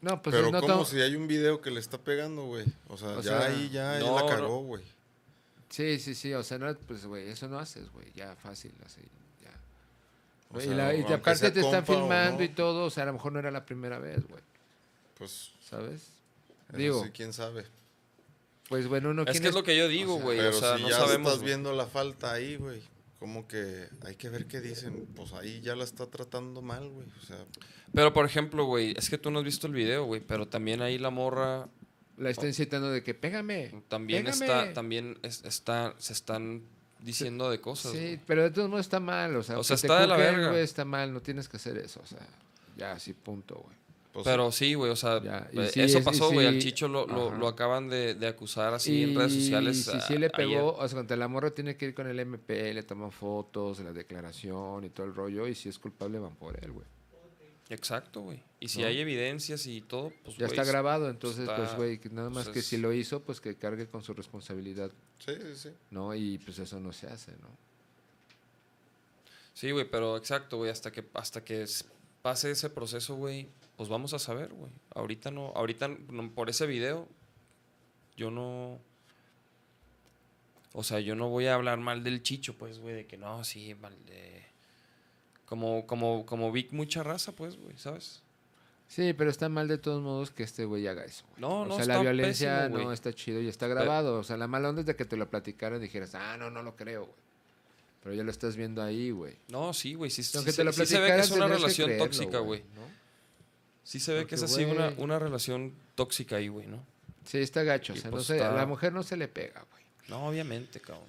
[SPEAKER 6] No, pues
[SPEAKER 7] Pero
[SPEAKER 6] no
[SPEAKER 7] como
[SPEAKER 6] todo-
[SPEAKER 7] si hay un video que le está pegando, güey. O sea,
[SPEAKER 6] O
[SPEAKER 7] ya
[SPEAKER 6] sea,
[SPEAKER 7] ahí, ya ahí
[SPEAKER 5] no,
[SPEAKER 7] la
[SPEAKER 5] no.
[SPEAKER 7] cagó, güey.
[SPEAKER 6] Sí, sí, sí. O sea, no, pues, güey, eso no haces, güey. Ya fácil, así. Ya.
[SPEAKER 7] O
[SPEAKER 6] Güey, y
[SPEAKER 7] sea,
[SPEAKER 6] la- y
[SPEAKER 7] aunque
[SPEAKER 6] aparte
[SPEAKER 7] sea
[SPEAKER 6] te están
[SPEAKER 7] compa o
[SPEAKER 6] filmando
[SPEAKER 7] no,
[SPEAKER 6] y todo. O sea, a lo mejor no era la primera vez, güey.
[SPEAKER 7] Pues,
[SPEAKER 6] ¿Sabes?
[SPEAKER 7] Digo.
[SPEAKER 6] Digo,
[SPEAKER 7] quién sabe.
[SPEAKER 6] pues bueno, uno
[SPEAKER 5] es que es lo que yo digo,
[SPEAKER 6] o sea,
[SPEAKER 5] güey.
[SPEAKER 7] Pero
[SPEAKER 5] O sea,
[SPEAKER 7] si
[SPEAKER 5] no
[SPEAKER 7] ya
[SPEAKER 5] sabemos.
[SPEAKER 7] estás
[SPEAKER 5] güey.
[SPEAKER 7] viendo la falta ahí, güey. Como que hay que ver qué dicen. Pues ahí ya la está tratando mal, güey. O sea,
[SPEAKER 5] Pero por ejemplo, güey, es que tú no has visto el video, güey. Pero también ahí la morra
[SPEAKER 6] La está incitando de que pégame.
[SPEAKER 5] También
[SPEAKER 6] pégame".
[SPEAKER 5] está, también es- está, se están diciendo de cosas.
[SPEAKER 6] Sí,
[SPEAKER 5] güey.
[SPEAKER 6] pero de todos modos está mal. O sea,
[SPEAKER 5] O sea,
[SPEAKER 6] que te
[SPEAKER 5] está de la
[SPEAKER 6] juzguen,
[SPEAKER 5] verga.
[SPEAKER 6] güey, está mal, no tienes que hacer eso. O sea, ya, así, punto, güey.
[SPEAKER 7] pues,
[SPEAKER 5] Pero sí, güey, o sea,
[SPEAKER 6] Ya, y
[SPEAKER 5] eh,
[SPEAKER 6] sí,
[SPEAKER 5] eso
[SPEAKER 6] es- y
[SPEAKER 5] pasó, güey. Al
[SPEAKER 6] sí,
[SPEAKER 5] Chicho lo, lo-
[SPEAKER 6] ajá.
[SPEAKER 5] lo acaban de, de acusar así en redes sociales. ah,
[SPEAKER 6] Si
[SPEAKER 5] a-
[SPEAKER 6] sí le
[SPEAKER 5] ayer.
[SPEAKER 6] pegó, o sea, contra la morra tiene que ir con el MP, le toman fotos, la declaración y todo el rollo. Y si es culpable, van por él, güey.
[SPEAKER 5] Exacto, güey. Y si
[SPEAKER 6] ¿No?
[SPEAKER 5] hay evidencias y todo, pues.
[SPEAKER 6] Ya
[SPEAKER 5] güey,
[SPEAKER 6] está grabado, entonces,
[SPEAKER 5] está-
[SPEAKER 6] pues, güey, que nada más
[SPEAKER 5] pues,
[SPEAKER 6] que
[SPEAKER 5] es-
[SPEAKER 6] si lo hizo, pues que cargue con su responsabilidad,
[SPEAKER 7] Sí, sí, sí.
[SPEAKER 6] ¿no? Y pues eso no se hace, ¿no?
[SPEAKER 5] Sí, güey, pero exacto, güey. Hasta que, hasta que s- pase ese proceso, güey, pues vamos a saber, güey. Ahorita no, ahorita no- por ese video, yo no. O sea, yo no voy a hablar mal del chicho, pues, güey, de que no, sí, mal de. Como, como, como vi mucha raza, pues, güey, ¿sabes?
[SPEAKER 6] Sí, pero está mal de todos modos que este güey haga eso. güey.
[SPEAKER 5] No,
[SPEAKER 6] o
[SPEAKER 5] no,
[SPEAKER 6] sea, la
[SPEAKER 5] está
[SPEAKER 6] violencia
[SPEAKER 5] pésimo, güey.
[SPEAKER 6] no está chido y está grabado. o sea, la mala onda es de que te lo platicaran y dijeras, ah, no, no lo creo, güey. Pero ya lo estás viendo ahí, güey.
[SPEAKER 5] No, sí, güey, sí, sí,
[SPEAKER 6] Aunque
[SPEAKER 5] se-
[SPEAKER 6] te lo
[SPEAKER 5] sí se
[SPEAKER 6] platicaran,
[SPEAKER 5] ve que es una
[SPEAKER 6] tendrías que
[SPEAKER 5] relación
[SPEAKER 6] creerlo,
[SPEAKER 5] tóxica, güey.
[SPEAKER 6] ¿no?
[SPEAKER 5] Sí se ve
[SPEAKER 6] Porque,
[SPEAKER 5] que es así una,
[SPEAKER 6] güey.
[SPEAKER 5] una relación tóxica ahí, güey, ¿no?
[SPEAKER 6] Sí, está gacho. O
[SPEAKER 5] Y
[SPEAKER 6] sea,
[SPEAKER 5] pues
[SPEAKER 6] no se- a
[SPEAKER 5] está-
[SPEAKER 6] la mujer no se le pega, güey.
[SPEAKER 5] No, obviamente, cabrón.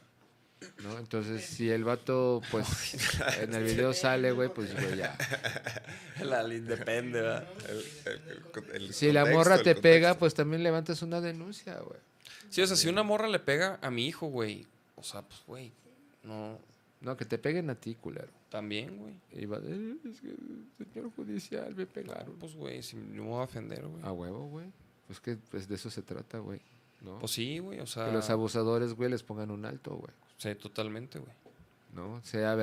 [SPEAKER 6] ¿no? Entonces, si el vato, pues, en el video sale, güey, pues, güey, ya.
[SPEAKER 5] La depende, ¿verdad?
[SPEAKER 6] Si la morra te pega, pues también levantas una denuncia, güey.
[SPEAKER 5] Sí, o sea, si una morra le pega a mi hijo, güey. O sea, pues, güey. No,
[SPEAKER 6] No, que te peguen a ti, culero.
[SPEAKER 5] también, güey.
[SPEAKER 6] Y va, "Eh, es que, señor judicial, me
[SPEAKER 5] Claro,
[SPEAKER 6] pegaron.
[SPEAKER 5] pues, güey. Si no me voy a ofender, güey.
[SPEAKER 6] A huevo, güey. Pues que pues, de eso se trata, güey. ¿no?
[SPEAKER 5] Pues sí, güey. O sea,
[SPEAKER 6] que los abusadores, güey, les pongan un alto, güey.
[SPEAKER 5] sí, totalmente, güey.
[SPEAKER 6] ¿No? Sea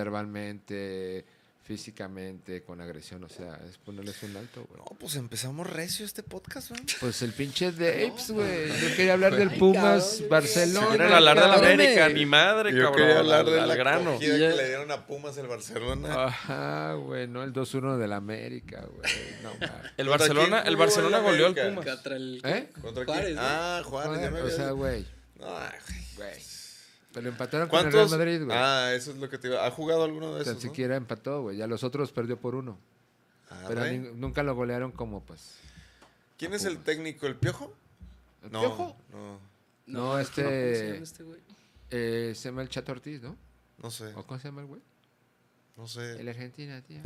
[SPEAKER 6] verbalmente, físicamente, con agresión. O sea, es ponerles un alto, güey.
[SPEAKER 7] No, pues empezamos recio este podcast, güey.
[SPEAKER 6] Pues el pinche de Apes, güey. Yo quería hablar del Pumas Barcelona.
[SPEAKER 5] Quieren hablar de la
[SPEAKER 6] cabrón.
[SPEAKER 5] América, ni madre,
[SPEAKER 7] Yo
[SPEAKER 5] cabrón.
[SPEAKER 7] quería hablar
[SPEAKER 5] al-
[SPEAKER 7] de
[SPEAKER 5] al
[SPEAKER 7] la
[SPEAKER 5] grano.
[SPEAKER 7] acogida
[SPEAKER 8] Y ya-
[SPEAKER 7] que le dieron a Pumas el Barcelona.
[SPEAKER 6] Ajá, güey, no el 2-1 del América, güey. No, mames.
[SPEAKER 5] El
[SPEAKER 7] Contra
[SPEAKER 5] Barcelona,
[SPEAKER 7] quién
[SPEAKER 5] el
[SPEAKER 7] jugó
[SPEAKER 5] Barcelona
[SPEAKER 7] el
[SPEAKER 5] goleó al
[SPEAKER 7] América?
[SPEAKER 5] Pumas.
[SPEAKER 8] Contra el-
[SPEAKER 6] ¿Eh?
[SPEAKER 7] ¿Contra
[SPEAKER 8] Juárez,
[SPEAKER 7] quién?
[SPEAKER 8] ¿no?
[SPEAKER 7] Ah, Juárez. ya me
[SPEAKER 6] o
[SPEAKER 7] había
[SPEAKER 6] sea,
[SPEAKER 7] dicho.
[SPEAKER 6] güey.
[SPEAKER 7] No, ah, ay, güey.
[SPEAKER 6] Pero empataron con el Real
[SPEAKER 7] ¿Cuántos?
[SPEAKER 6] Madrid, güey.
[SPEAKER 7] ah, eso es lo que te iba. ¿Ha jugado alguno de esos?
[SPEAKER 6] Tan
[SPEAKER 7] no?
[SPEAKER 6] siquiera empató, güey. Ya los otros perdió por uno.
[SPEAKER 7] Ah,
[SPEAKER 6] Pero
[SPEAKER 7] güey.
[SPEAKER 6] nin- nunca lo golearon como, pues.
[SPEAKER 7] ¿Quién es el técnico? ¿El Piojo?
[SPEAKER 6] ¿El
[SPEAKER 7] No,
[SPEAKER 6] Piojo?
[SPEAKER 7] no.
[SPEAKER 6] No,
[SPEAKER 8] ¿cómo se llama
[SPEAKER 6] este.
[SPEAKER 8] este güey?
[SPEAKER 6] eh, se llama el Chato Ortiz, ¿no?
[SPEAKER 7] No sé,
[SPEAKER 6] ¿O cómo se llama el güey?
[SPEAKER 7] no sé.
[SPEAKER 6] El Argentina, tío.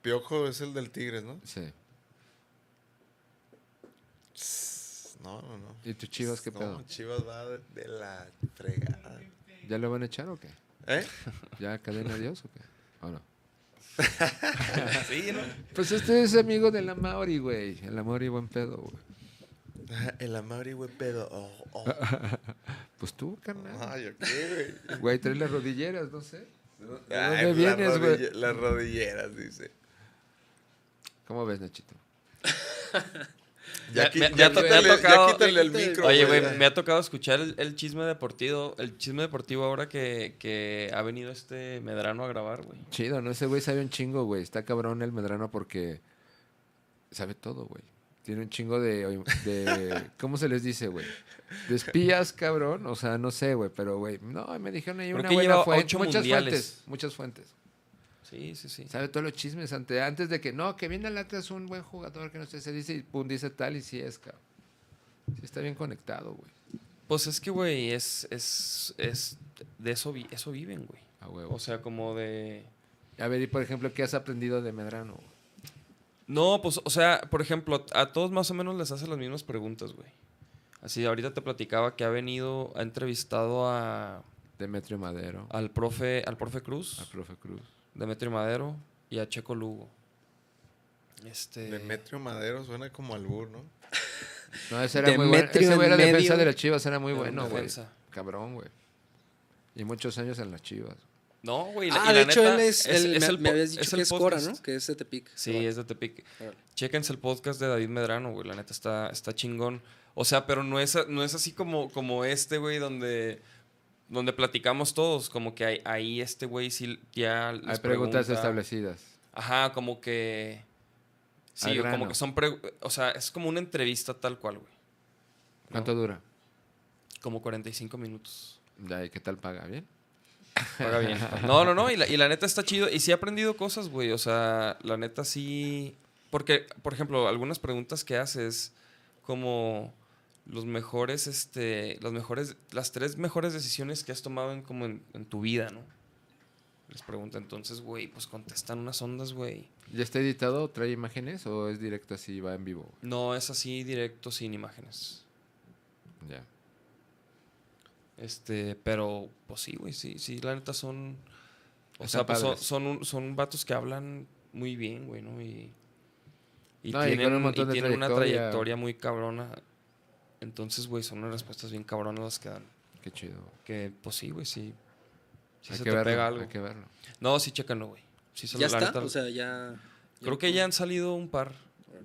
[SPEAKER 7] Piojo es el del Tigres, ¿no?
[SPEAKER 6] Sí.
[SPEAKER 7] No, no, no.
[SPEAKER 6] ¿Y tus chivas qué
[SPEAKER 7] No,
[SPEAKER 6] pedo?
[SPEAKER 7] Chivas va de, de la fregada.
[SPEAKER 6] ¿Ya lo van a echar o qué?
[SPEAKER 7] ¿Eh?
[SPEAKER 6] ¿Ya cadena adiós o qué? ¿O no?
[SPEAKER 7] sí, ¿no?
[SPEAKER 6] Pues este es amigo del Amauri, güey. El Amauri buen pedo, güey.
[SPEAKER 7] El Amaury, güey, pedo. Oh, oh.
[SPEAKER 6] Pues tú, carnal.
[SPEAKER 7] Ay, qué, güey.
[SPEAKER 6] Güey, traes las rodilleras, no sé. ¿De dó- de
[SPEAKER 7] Ay,
[SPEAKER 6] dónde
[SPEAKER 7] las
[SPEAKER 6] vienes, güey?
[SPEAKER 7] rodille- Las rodilleras, dice.
[SPEAKER 6] ¿Cómo ves, Nachito?
[SPEAKER 7] Ya,
[SPEAKER 5] Me-
[SPEAKER 7] qui-
[SPEAKER 5] me- me
[SPEAKER 7] ya
[SPEAKER 5] ha to- me ha
[SPEAKER 7] quítale, ya
[SPEAKER 5] tocado-
[SPEAKER 7] quítale el micro.
[SPEAKER 5] Oye, güey, me ha tocado escuchar el, el chisme deportivo, el chisme deportivo ahora que, que ha venido este Medrano a grabar, güey.
[SPEAKER 6] Chido, ¿no? Ese güey sabe un chingo, güey. Está cabrón el Medrano porque sabe todo, güey. Tiene un chingo de, de- ¿Cómo se les dice, güey? ¿De espías, cabrón? O sea, no sé, güey. Pero, güey, no, me dijeron ahí
[SPEAKER 5] Creo
[SPEAKER 6] una
[SPEAKER 5] que
[SPEAKER 6] buena
[SPEAKER 5] lleva
[SPEAKER 6] fuente.
[SPEAKER 5] ocho
[SPEAKER 6] Muchas
[SPEAKER 5] mundiales.
[SPEAKER 6] fuentes. Muchas fuentes.
[SPEAKER 5] Sí, sí, sí.
[SPEAKER 6] Sabe todos los chismes ante, antes de que, no, que viene el Atlas un buen jugador, que no sé, se dice y pum, dice tal y sí es, cabrón. Sí está bien conectado, güey.
[SPEAKER 5] Pues es que, güey, es, es, es, de eso, vi- eso viven, güey.
[SPEAKER 6] A huevo.
[SPEAKER 5] O sea, como de...
[SPEAKER 6] A ver, y por ejemplo, ¿qué has aprendido de Medrano? güey?
[SPEAKER 5] No, pues, o sea, por ejemplo, a todos más o menos les hace las mismas preguntas, güey. Así, ahorita te platicaba que ha venido, ha entrevistado a,
[SPEAKER 6] Demetrio Madero,
[SPEAKER 5] al profe, al profe Cruz.
[SPEAKER 6] a Profe Cruz.
[SPEAKER 5] Demetrio Madero y a Checo Lugo. Este.
[SPEAKER 7] Demetrio Madero suena como albur, ¿no?
[SPEAKER 6] No, ese era muy bueno.
[SPEAKER 8] Demetrio
[SPEAKER 6] Ese güey era
[SPEAKER 8] en medio.
[SPEAKER 6] defensa de las Chivas, era muy
[SPEAKER 5] Era
[SPEAKER 6] bueno,
[SPEAKER 5] una
[SPEAKER 6] güey.
[SPEAKER 5] defensa.
[SPEAKER 6] Cabrón, güey. Y muchos años en las Chivas.
[SPEAKER 5] No, güey. la-
[SPEAKER 8] Ah,
[SPEAKER 5] y
[SPEAKER 8] de
[SPEAKER 5] la
[SPEAKER 8] hecho,
[SPEAKER 5] neta,
[SPEAKER 8] él es, el, me,
[SPEAKER 5] el
[SPEAKER 8] me
[SPEAKER 5] po-
[SPEAKER 8] habías dicho
[SPEAKER 5] el
[SPEAKER 8] que es Cora, ¿no?
[SPEAKER 5] podcast.
[SPEAKER 8] Que es de Tepic. Ah.
[SPEAKER 5] Sí, es de Tepic.
[SPEAKER 8] Órale.
[SPEAKER 5] Chéquense el podcast de David Medrano, güey. La neta está, está chingón. O sea, pero no es, no es así como, como este, güey, donde, donde platicamos todos. Como que ahí, ahí este güey sí ya. les
[SPEAKER 6] Hay preguntas
[SPEAKER 5] pregunta.
[SPEAKER 6] establecidas.
[SPEAKER 5] Ajá, como que.
[SPEAKER 6] Al
[SPEAKER 5] Sí, o como
[SPEAKER 6] grano.
[SPEAKER 5] que son. pre- O sea, es como una entrevista tal cual, güey.
[SPEAKER 6] ¿Cuánto dura?
[SPEAKER 5] Como 45 minutos.
[SPEAKER 6] Ya, ¿y qué tal paga? ¿Bien?
[SPEAKER 5] Paga bien. No, no, no. Y la, y la neta está chido. Y sí he aprendido cosas, güey. O sea, la neta sí. Porque, por ejemplo, algunas preguntas que haces, como los mejores, este, las mejores, las tres mejores decisiones que has tomado en, como en, en tu vida, ¿no? Les pregunta entonces, güey, pues contestan unas ondas, güey.
[SPEAKER 6] ¿Ya está editado? ¿Trae imágenes o es directo así, va en vivo?
[SPEAKER 5] No es así directo sin imágenes.
[SPEAKER 6] güey? Ya.
[SPEAKER 5] Este, pero, pues sí, güey, sí, sí, la neta son. O
[SPEAKER 6] Están
[SPEAKER 5] sea, pues, son,
[SPEAKER 6] padres.
[SPEAKER 5] son, un- son vatos que hablan muy bien, güey, ¿no? Y, y
[SPEAKER 6] No, y con
[SPEAKER 5] tienen,
[SPEAKER 6] un
[SPEAKER 5] y
[SPEAKER 6] montón de
[SPEAKER 5] tienen una
[SPEAKER 6] trayectoria.
[SPEAKER 5] trayectoria muy cabrona. Entonces, güey, son unas respuestas bien cabronas las que dan.
[SPEAKER 6] Qué chido.
[SPEAKER 5] Que, pues sí, güey, sí. Sí
[SPEAKER 6] hay
[SPEAKER 5] se
[SPEAKER 6] que
[SPEAKER 5] te
[SPEAKER 6] verlo.
[SPEAKER 5] pega algo.
[SPEAKER 6] Hay que verlo.
[SPEAKER 5] No, sí, chécalo, güey. Sí, se
[SPEAKER 8] ¿Ya
[SPEAKER 5] lo- la
[SPEAKER 8] está?
[SPEAKER 5] neta-
[SPEAKER 8] O sea, ya.
[SPEAKER 5] Creo que ya han salido un par. Este,